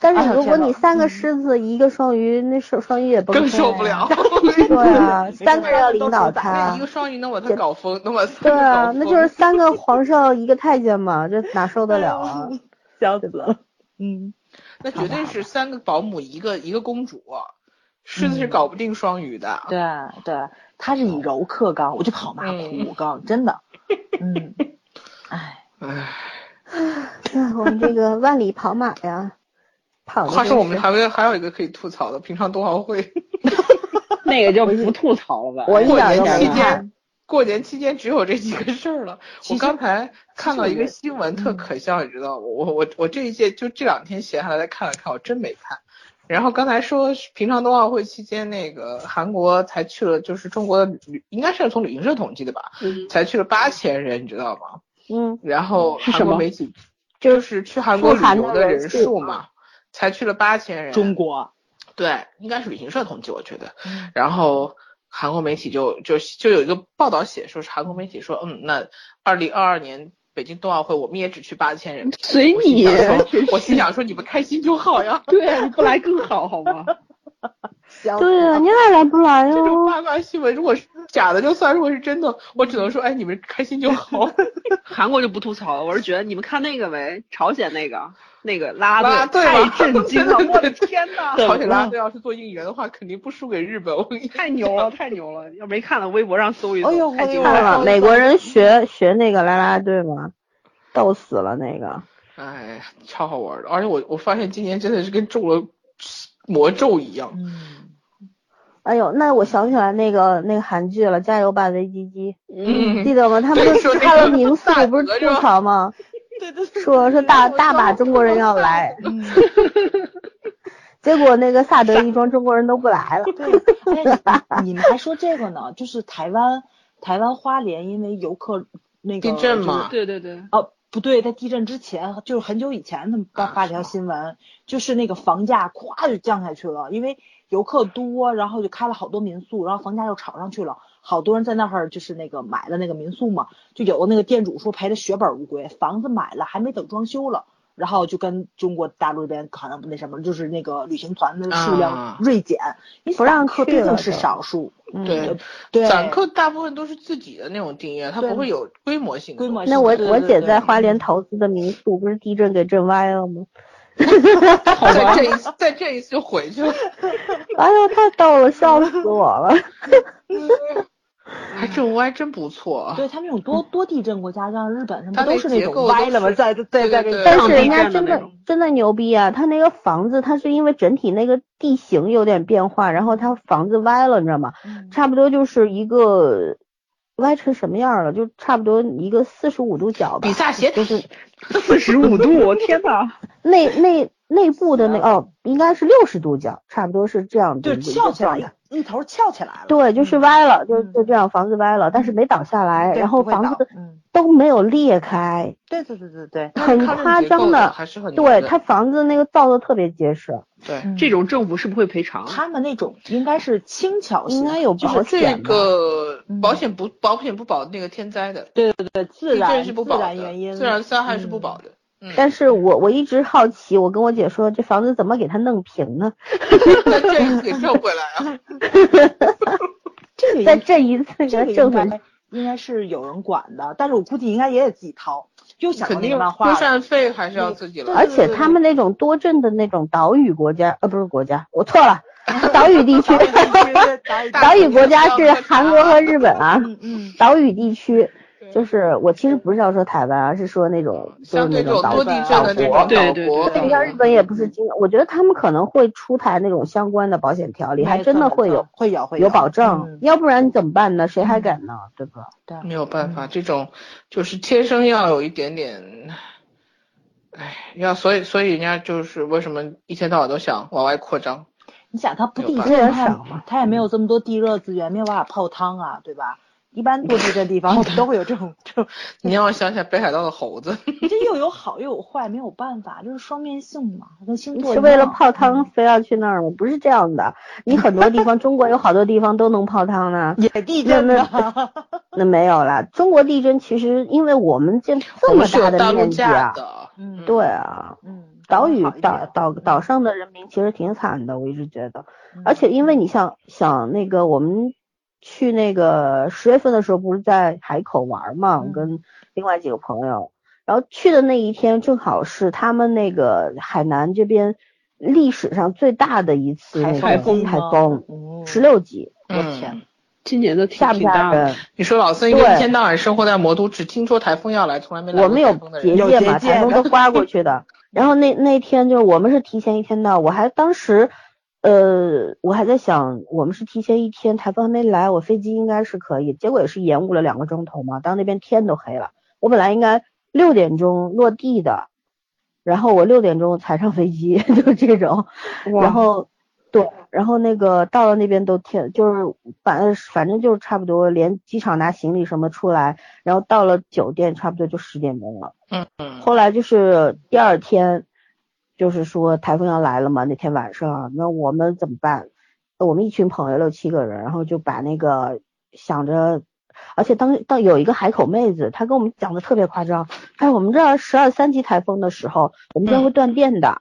但
哎
是
呦
如果
天
你
呐
三个狮子一个双鱼，那双双鱼也崩
更
溃
受不
呀
了
对啊，
事
三个人要领导
那
他
一个。双鱼能把他
这
搞疯，能把三
对
个搞
啊，
疯
那就是三个皇上一个太监嘛，这哪受得了 啊？
笑死了，嗯，
那绝对是三个保姆一个一个公主，狮子是
嗯
搞不定双鱼的。
对对，他是以柔克刚，我就跑马虎，
嗯
我告诉你，真 的，嗯，哎。
唉，
哎我们这个万里跑马呀，跑的
话
真
说我
是
们还有还有一个可以吐槽的，平常冬奥会
那个就不吐槽了吧。
我一点
过
儿
年
都没
期
看
间，过年期间只有这几个事儿了。我
其实
刚才看到一个
其
新闻，特
嗯
可笑，你知道吗？我我我这一届就这两天闲下来再看了看，我真没看。然后刚才说平常冬奥会期间，那个韩国才去了，就是中国的旅，应该是从旅行社统计的吧，
嗯
才去了八千人，你知道吗？
嗯，
然后
是
韩
什
国
么
媒体就是去韩国
出韩
旅游
的
的
人
人
数
数嘛，才去了八千人。
中国，
对，应该是旅行社统计，我觉得。
嗯
然后韩国媒体就就就有一个报道写，说是韩国媒体说，嗯，那二零二二年北京冬奥会我们也只去八千人。
随
我心
你，
想说我心想说你们开心就好呀，
对啊你不来更好，好吗？
对啊，你也来不
哦
来
这种
哟、
八卦新闻如果是假的就算，如果是真的，我只能说，哎，你们开心就 好。
韩国就不吐槽了，我是觉得你们看那个没，朝鲜那个那个拉
拉
队
队吧
太震惊 了，
对对对
我的天呐，
朝鲜拉队要是做应援的话，肯定不输给日本。我跟你
太牛了，太牛了！要没看了，微博上搜一搜，
哎呦
太
我
惊
也
看
人了。
了美国人学学那个啦啦队吗？逗死了那个。
哎，超好玩的！而且我我发现今年真的是跟中了魔咒一样。
嗯，
哎呦，那我想起来那个那个韩剧了，《加油吧，维基基》，
嗯
记得吗？他们
对
就
说
是
那
看
个
了名宿
大，
不是
鹅
吐
是吧
槽吗？
对对
嗯
对
说说大大把中国人要来，结果那个萨德一庄中国人都不来了。
对，哎，你你们还说这个呢？就是台湾，台湾花莲因为游客那个
地震嘛
就是
对对对，
哦，不对，在地震之前，就是很久以前，
啊
他们发发了条新闻，就是那个房价咵就降下去了，因为游客多，然后就开了好多民宿，然后房价又炒上去了，好多人在那儿就是那个买了那个民宿嘛，就有的那个店主说赔的血本无归，房子买了还没等装修了。然后就跟中国大陆这边好像那什么，就是那个旅行团的数
啊
量锐减，因为
不让
散客
去
毕竟
了
是
都
少数，
对
嗯对，
散客大部分都是自己的那种订阅，它
对
不会有规模性的
规模
东西
那我
对对
我姐
对嗯
在花莲投资的民宿不是地震给震歪了吗？
在这一次，在这一次就回去了，
哎呦，太逗了，笑死我了。
还正歪真不错啊。
对他们那种多多地震国家，像日本什么
它那
都是那
结构
种
都
歪了嘛，
是
在在
对
在
对
这
对
但
上
是
地
人家真
震的那
的
种
真的牛逼啊！他那个房子，他是因为整体那个地形有点变化，然后他房子歪了，你知道吗？差不多就是一个歪成什么样了，就差不多一个四十五度角吧
比。萨斜塔
四十五度，我天呐，
内内内部的那哦，应该是六十度角，差不多是这样的
就
一个
翘起来
状态。
一一头翘起来了。
对，就是歪了，就
嗯
就这样，房子歪了，但是没倒下来，
对
然后
不会倒
房子
嗯，
都没有裂开，
对对对对对，
很
抗震
夸
结构
张
的
的
还是很
对，
牛的
它房子那个造的特别结实。
对。
嗯
这种政府是不会赔偿。
他们那种应该是轻巧型，
应该有
就
保
是
这
险吧
个
嗯
保险不保险不保那个天灾的，
对对对，自
地
然
震是不保
自
的，
然原因，
自然灾害是不
嗯
保的。嗯，
但是我我一直好奇，我跟我姐说，这房子怎么给它弄平呢？
但这一次给挣回来啊！
这
在
个应
这一次给它
这个
挣
应
回来
该，应该是有人管的，但是我估计应该也得自己掏，又想到
肯
那
定
个漫
修
画了，
缮费还是要自己来。
而且他们那种多镇的那种岛屿国家，呃，不是国家，我错了，岛屿地区， 岛屿国家是韩国和日本啊，
嗯嗯，
岛屿地区
对。
就是我其实不是要说台湾，啊而是说那种就是那
相对这
种
种
岛
多地震的这
岛
种
国
岛
对
国，
对对
对，像日本也不是经，我觉得他们可能会出台那种相关的保险条例，还
没
真的
错
会
没错
有
会有会
有保
嗯
证，要不然怎么办呢？谁还敢呢？对吧？
对
没有办法，这种就是天生要有一点点，哎，要所以所以人家就是为什么一天到晚都想往外扩张，
你想它不地
没有
震，
办法
它
少
也它也没有这么多地热资源，没有办法泡汤啊，对吧？一般多地震地方都会有这种这种，
你要想想北海道的猴子，
这又有好又有坏，没有办法，就是双面性嘛，跟星座
是
一
为
样
了泡汤
嗯
非要去那儿吗？不是这样的，你很多地方，中国有好多地方都能泡汤呢。
也嗯地震
那
啊，
那没有啦，中国地震其实因为我们这这
我
么
们是有
大
大陆
面积
架
啊，
的，
嗯
对啊，
嗯，
岛屿
好一点
岛岛岛，上的人民其实挺惨的，我一直觉得。
嗯
而且因为你像想那个我们去那个十月份的时候，不是在海口玩嘛，我
嗯
跟另外几个朋友，然后去的那一天正好是他们那个海南这边历史上最大的一次那
台
个
海
风
风
台
吗
风，
嗯
十，六级，
我天，
今年的挺
吓不
挺
吓
大的，
人？
嗯你说老孙一
对
一天到晚生活在魔都，只听说台风要来，从来没来
我
过
们
台
有
风的
结
人。
有
界
结
嘛，
界
台风都刮过去的。然后那那天就是我们是提前一天到，我还当时呃，我还在想，我们是提前一天，台风还没来，我飞机应该是可以，结果也是延误了两个钟头嘛。到那边天都黑了，我本来应该六点钟落地的，然后我六点钟才上飞机， 就是这种。然后对，然后那个到了那边都天，就是反反正就是差不多，连机场拿行李什么出来，然后到了酒店差不多就十点钟了。
嗯嗯
后来就是第二天，就是说台风要来了嘛，那天晚上，那我们怎么办？我们一群朋友六七个人，然后就把那个想着，而且当当有一个海口妹子，她跟我们讲的特别夸张，她说我们这儿十二三级台风的时候，我们这儿
嗯
会断电的。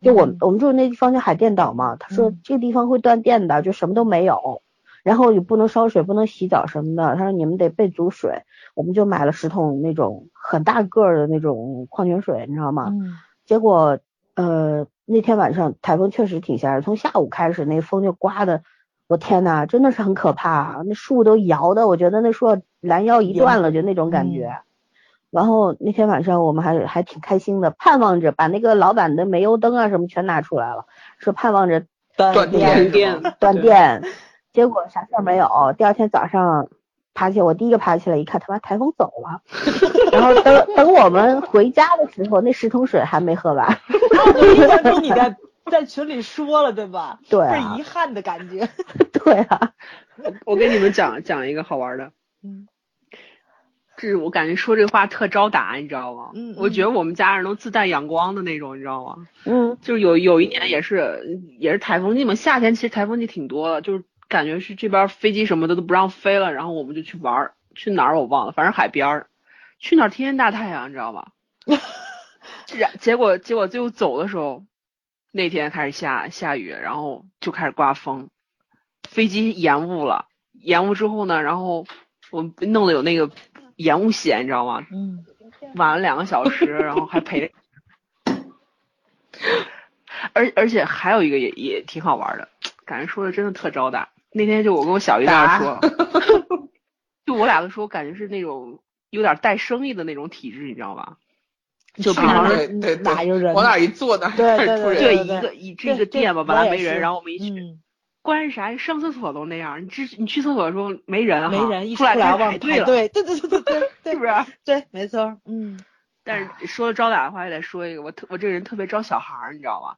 就我们我们住的那地方叫海淀岛嘛，她说这个地方会断电的，就什么都没有，然后也不能烧水，不能洗澡什么的。她说你们得备足水，我们就买了十桶那种很大个儿的那种矿泉水，你知道吗？
嗯
结果呃那天晚上台风确实挺吓人，从下午开始那风就刮的，我天呐，真的是很可怕，那树都摇的，我觉得那树要拦腰一断了，就那种感觉。然后那天晚上我们还还挺开心的，盼望着把那个老板的煤油灯啊什么全拿出来了，说盼望着
断
电
电是吗
断
对
电，结果啥事儿没有。第二天早上爬起，我第一个爬起来一看，他妈台风走了。然后等等我们回家的时候，那十桶水还没喝完。
我印象中你在在群里说了对吧？
对
倍
啊
儿遗，憾的感 觉。
对啊，
我给你们讲讲一个好玩的。
嗯
这我感觉说这话特招打，你知道吗？
嗯嗯
我觉得我们家人都自带阳光的那种，你知道吗？
嗯，
就是有有一年也是也是台风季嘛，夏天其实台风季挺多的，就是感觉是这边飞机什么的都不让飞了，然后我们就去玩儿，去哪儿我忘了，反正海边儿，去哪儿天天大太阳，你知道吧？然结果结果最后走的时候，那天开始下下雨，然后就开始刮风，飞机延误了，延误之后呢，然后我们弄的有那个延误险，你知道吗？
嗯，
晚了两个小时，然后还赔了。而而且还有一个也也挺好玩的，感觉说的真的特招打。那天就我跟我小姨在那儿说，就我俩都说，我感觉是那种有点带生意的那种体质，你知道吧？就比方说，
对对对
哪有人
往哪儿一坐哪儿
对
开始
对
突
对
然
这
对
一个一这一个店吧，
这
本来
我也
没人，
是
然后我们一去，
嗯，
关啥？上厕所都那样，你之你去厕所的时候没人哈，
没人，一
出
出
来
来
开始
忘了
排队了，
对对对对对对，
是不
是？
是？
对，没错，嗯，
但是说招打的话，也得说一个，我特我这个人特别招小孩儿，你知道吧？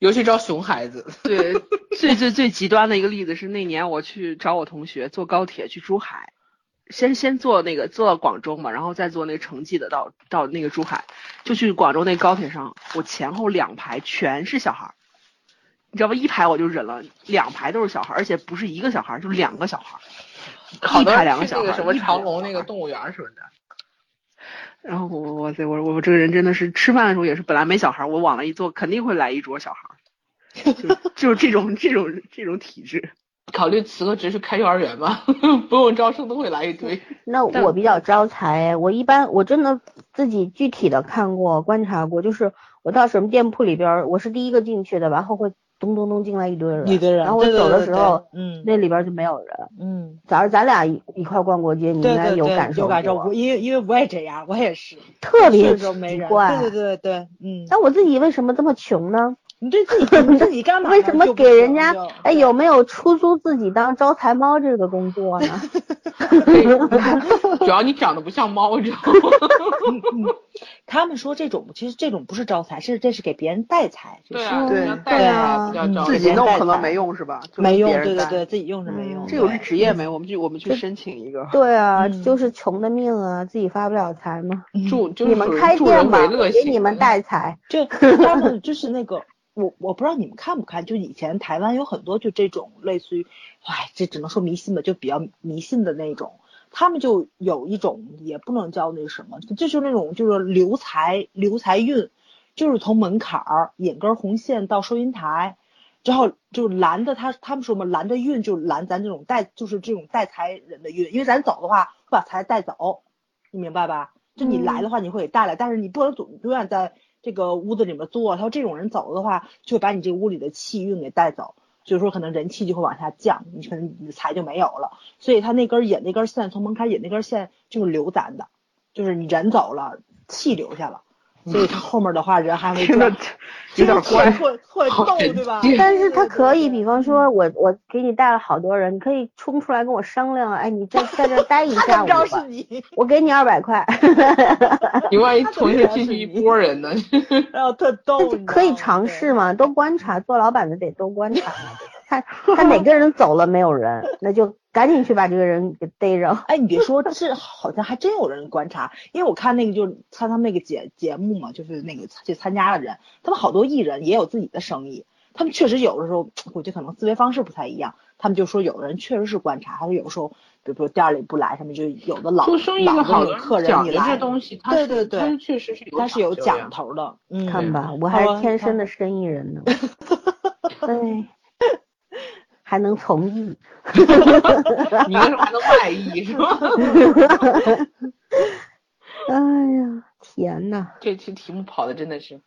尤其招熊孩子，
对，最最最极端的一个例子是那年我去找我同学坐高铁去珠海，先先坐那个坐到广州嘛，然后再坐那个城际的到到那个珠海，就去广州那高铁上，我前后两排全是小孩儿，你知道吧？一排我就忍了，两排都是小孩儿，而且不是一个小孩儿，就两个小孩儿，
好
一
多
排
人
两
去
个
那
小孩
个
儿，
什么
一排
长
两个
隆
小
那
孩
个
儿
动物园儿什么的。
然后我哇塞，我我这个人真的是吃饭的时候也是，本来没小孩儿，我往那一坐，肯定会来一桌小孩儿，就就是这种这种这种体质。
考虑辞个职去开幼儿园吧， 不用招生都会来一堆。
那
但
我比较招财，我一般我真的自己具体的看过、观察过，就是我到什么店铺里边儿，我是第一个进去的，然后会咚咚咚进来一堆人，
一堆人。
然后我
对对
走的
对
时
对
候，
嗯
那里边就没有人。
嗯，
早上咱俩一一块逛过街，你应
对
该
对
有
对，
感受，
有感受，我因为因为我也这样，我也是，
特
去
别
的时候没
奇
人，
怪。
对对对对， 嗯，
那我自己为什么这么穷呢？
你对自己你自己干嘛呢？
为什么
就不
给人
行
家
就
哎有没有出租自己当招财猫这个工作呢？
主要你长得不像猫，你知道 吗？
嗯嗯，他们说这种其实这种不是招财，是这是给别人带财，这
对
是
啊，
对
你要带着它，不
对
要
啊
招
自
人。
己弄
带
可能
带
没用是吧？就是
没用，
别人
对对
带，
对，自己用是没用
嗯
的。
这种是
对
职业没，我们去我们去
这
申请一 个。
对啊，
嗯
就是穷的命啊，自己发不了财嘛。
助就是
你们
属于
开
助
店
人
吧
为，乐
我给
型
你们
的
带 财。
这他们就是那个，我我不知道你们看不看，就以前台湾有很多就这种类似于，哎，这只能说迷信吧，就比较迷信的那种。他们就有一种也不能叫那什么，就是那种就是留财留财运，就是从门槛儿引根红线到收银台，之后就拦着他，他们说嘛，拦着运就拦咱这种带就是这种带财人的运，因为咱走的话会把财带走，你明白吧？就你来的话你会给带来，但是你不能总永远在这个屋子里面坐，他说这种人走的话，就会把你这屋里的气运给带走，所以说可能人气就会往下降，你可能你的财就没有了。所以他那根引那根线，从门槛引那根线就是留咱的，就是你人走了，气留下了，所
嗯
以他后面的话人还会
听着
转
有 点
怪，
怪。
会会
好
逗，
神
对吧？
经
但是他可以，比方说我我给你带了好多人，你可以冲出来跟我商量，哎，你在在这儿待 一下
他
午
怎么
吧
着，是你？
我给你二百块，
你万一同时进去一波人 呢？
然后特逗，哦你知道
可以
吗
尝试？嘛，多观察，做老板的得多观察 嘛，看
他
看哪个人走了没有人，那就赶紧去把这个人给逮着。
对哎，你别说，这好像还真有人观察，因为我看那个就是参他们那个节节目嘛，就是那个去参加的人，他们好多艺人也有自己的生意，他们确实有的时候，我觉得可能思维方式不太一样，他们就说有的人确实是观察，还是有时候，比如说店里不来什么，就有的老
做生意
老
的
的
好
那个客人
讲
一
究
来
这，东西，它
对
是
对对
它是确实是有
他是有
讲究的
讲头的，嗯，
看吧，我
好
还
啊
是
你
天
看
生的生意 人呢，对， 还能从艺。
你那时候还能卖艺是 吧？
哎呀，天呐，
这期题目跑的真的是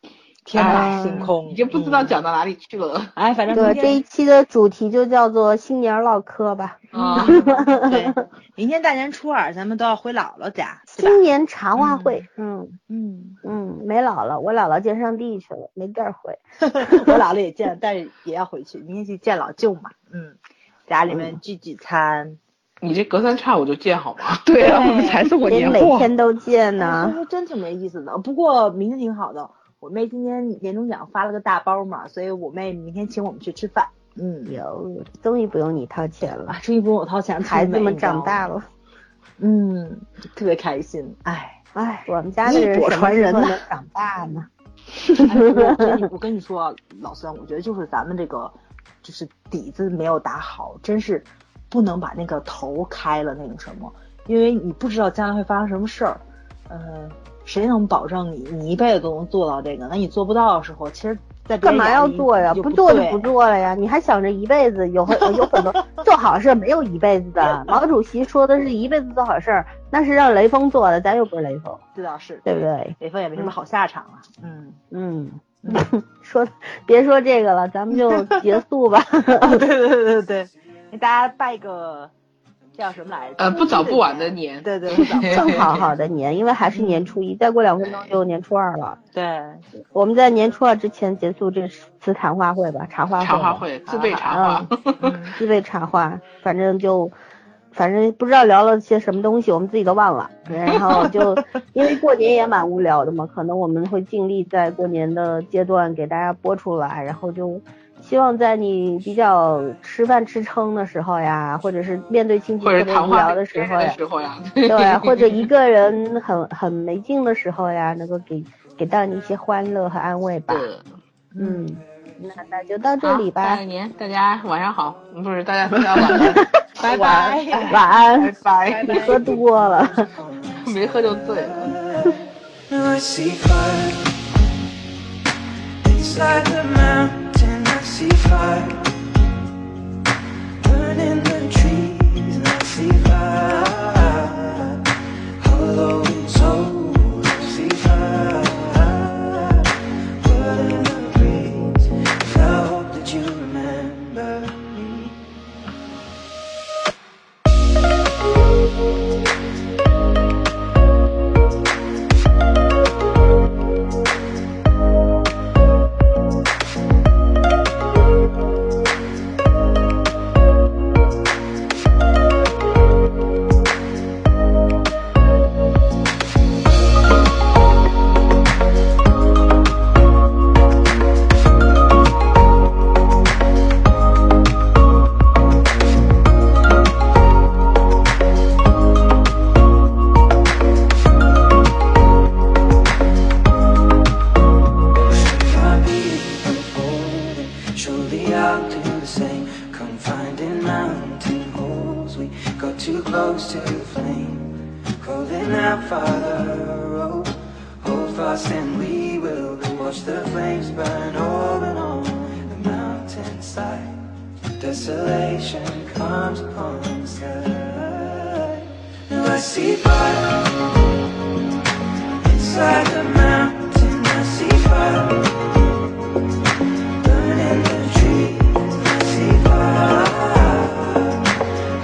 天马
哎
行空，
已经不知道
嗯
讲到哪里去 了。
哎，反正
对，
明
这一
天
期的主题就叫做新年唠嗑吧，
啊，
对， 明天大年初二咱们都要回姥姥家，对吧？
新年茶话会。嗯
嗯，
嗯，没姥姥，我姥姥见上帝去了，没地儿回。
我姥姥也见，但是也要回去，明天去见老舅嘛。嗯，家里面聚聚餐。
你这隔三差五就见好吗？
对啊，
对
才是我
得
年
每
货。
天都见
哎
呢。
说真挺没意思的，不过明天挺好的。我妹今天年终奖发了个大包嘛，所以我妹明天请我们去吃饭。嗯，
有，终于不用你掏钱了，
啊，终于不用我掏钱，
孩子们长
了。
大了。
嗯，特别开心。哎，
哎，我们家的
衣
人
钵
什么
传
时
人
候
呐
能长大呢？
哎 我我跟你说，啊老三，我觉得就是咱们这个就是底子没有打好，真是不能把那个头开了那个什么，因为你不知道将来会发生什么事儿。呃，谁能保证你你一辈子都能做到这个？那你做不到的时候，其实在别
干
人
嘛
眼
要
里
做呀？
就
不
不
做就
对
不。做了呀！你还想着一辈子？有很有 很多做好事没有一辈子的。毛主席说的是一辈子做好事儿，那是让雷锋做的，咱又不是雷锋，
这倒是，
对不对？
北方也没什么好下场啊。 嗯，
嗯，说 别说这个了，咱 们就结束吧。
对对对对对，给大家拜个叫什么来着？
呃，不早不晚的年，
对对不早不晚
正好好的年，因为还是
嗯
年初一，再过两分钟就年初二了。
对。
我们在年初二之前结束这次谈话会吧，茶话会吧。
茶
啊
话会，自备茶话。
嗯
自备茶话，反正就，反正不知道聊了些什么东西，我们自己都忘了。然后就 因为过年也蛮无聊的嘛，可能我们会尽力在过年的阶段给大家播出来，然后就希望在你比较吃饭吃撑的时候呀，或者是面对亲戚
或者
特别
谈
无
话
聊的时候
的
呀，
时候 呀，
对 啊，或者一个人很很没劲的时候呀，能够给给到你一些欢乐和安慰吧。
对
嗯，那那就到这里
好
吧
啊拜个，年，大家晚上好，不是大家大家晚安，拜 拜，
晚安
拜。拜，
你 喝多了。
没喝就醉了。
Now I see fire inside the mountain. I see fire burning the trees. I see fire hollow souls. I see fire burning the breeze. And I hope that you remember me. If I be upholding, surely I'll do the same. Come finding mountain holes, we got too close to the flame. Calling out, Father, oh, hold fast and we will watch the flames burn over and on the mountainside. Desolation comes upon the sky. Now I see fire inside the mountain. I see fire. Burning the trees, I see fire.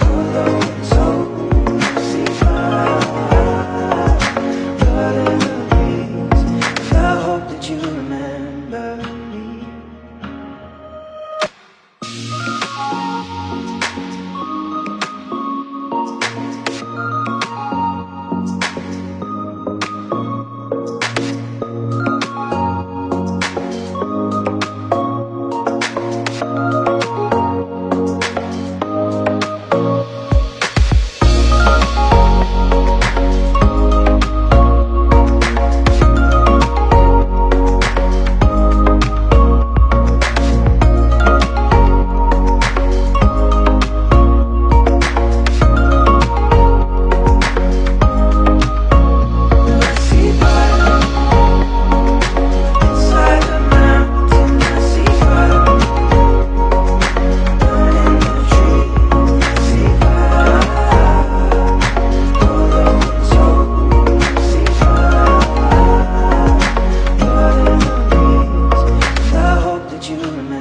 Hollow souls, I see fire. Blood in the breeze, fire. you remember?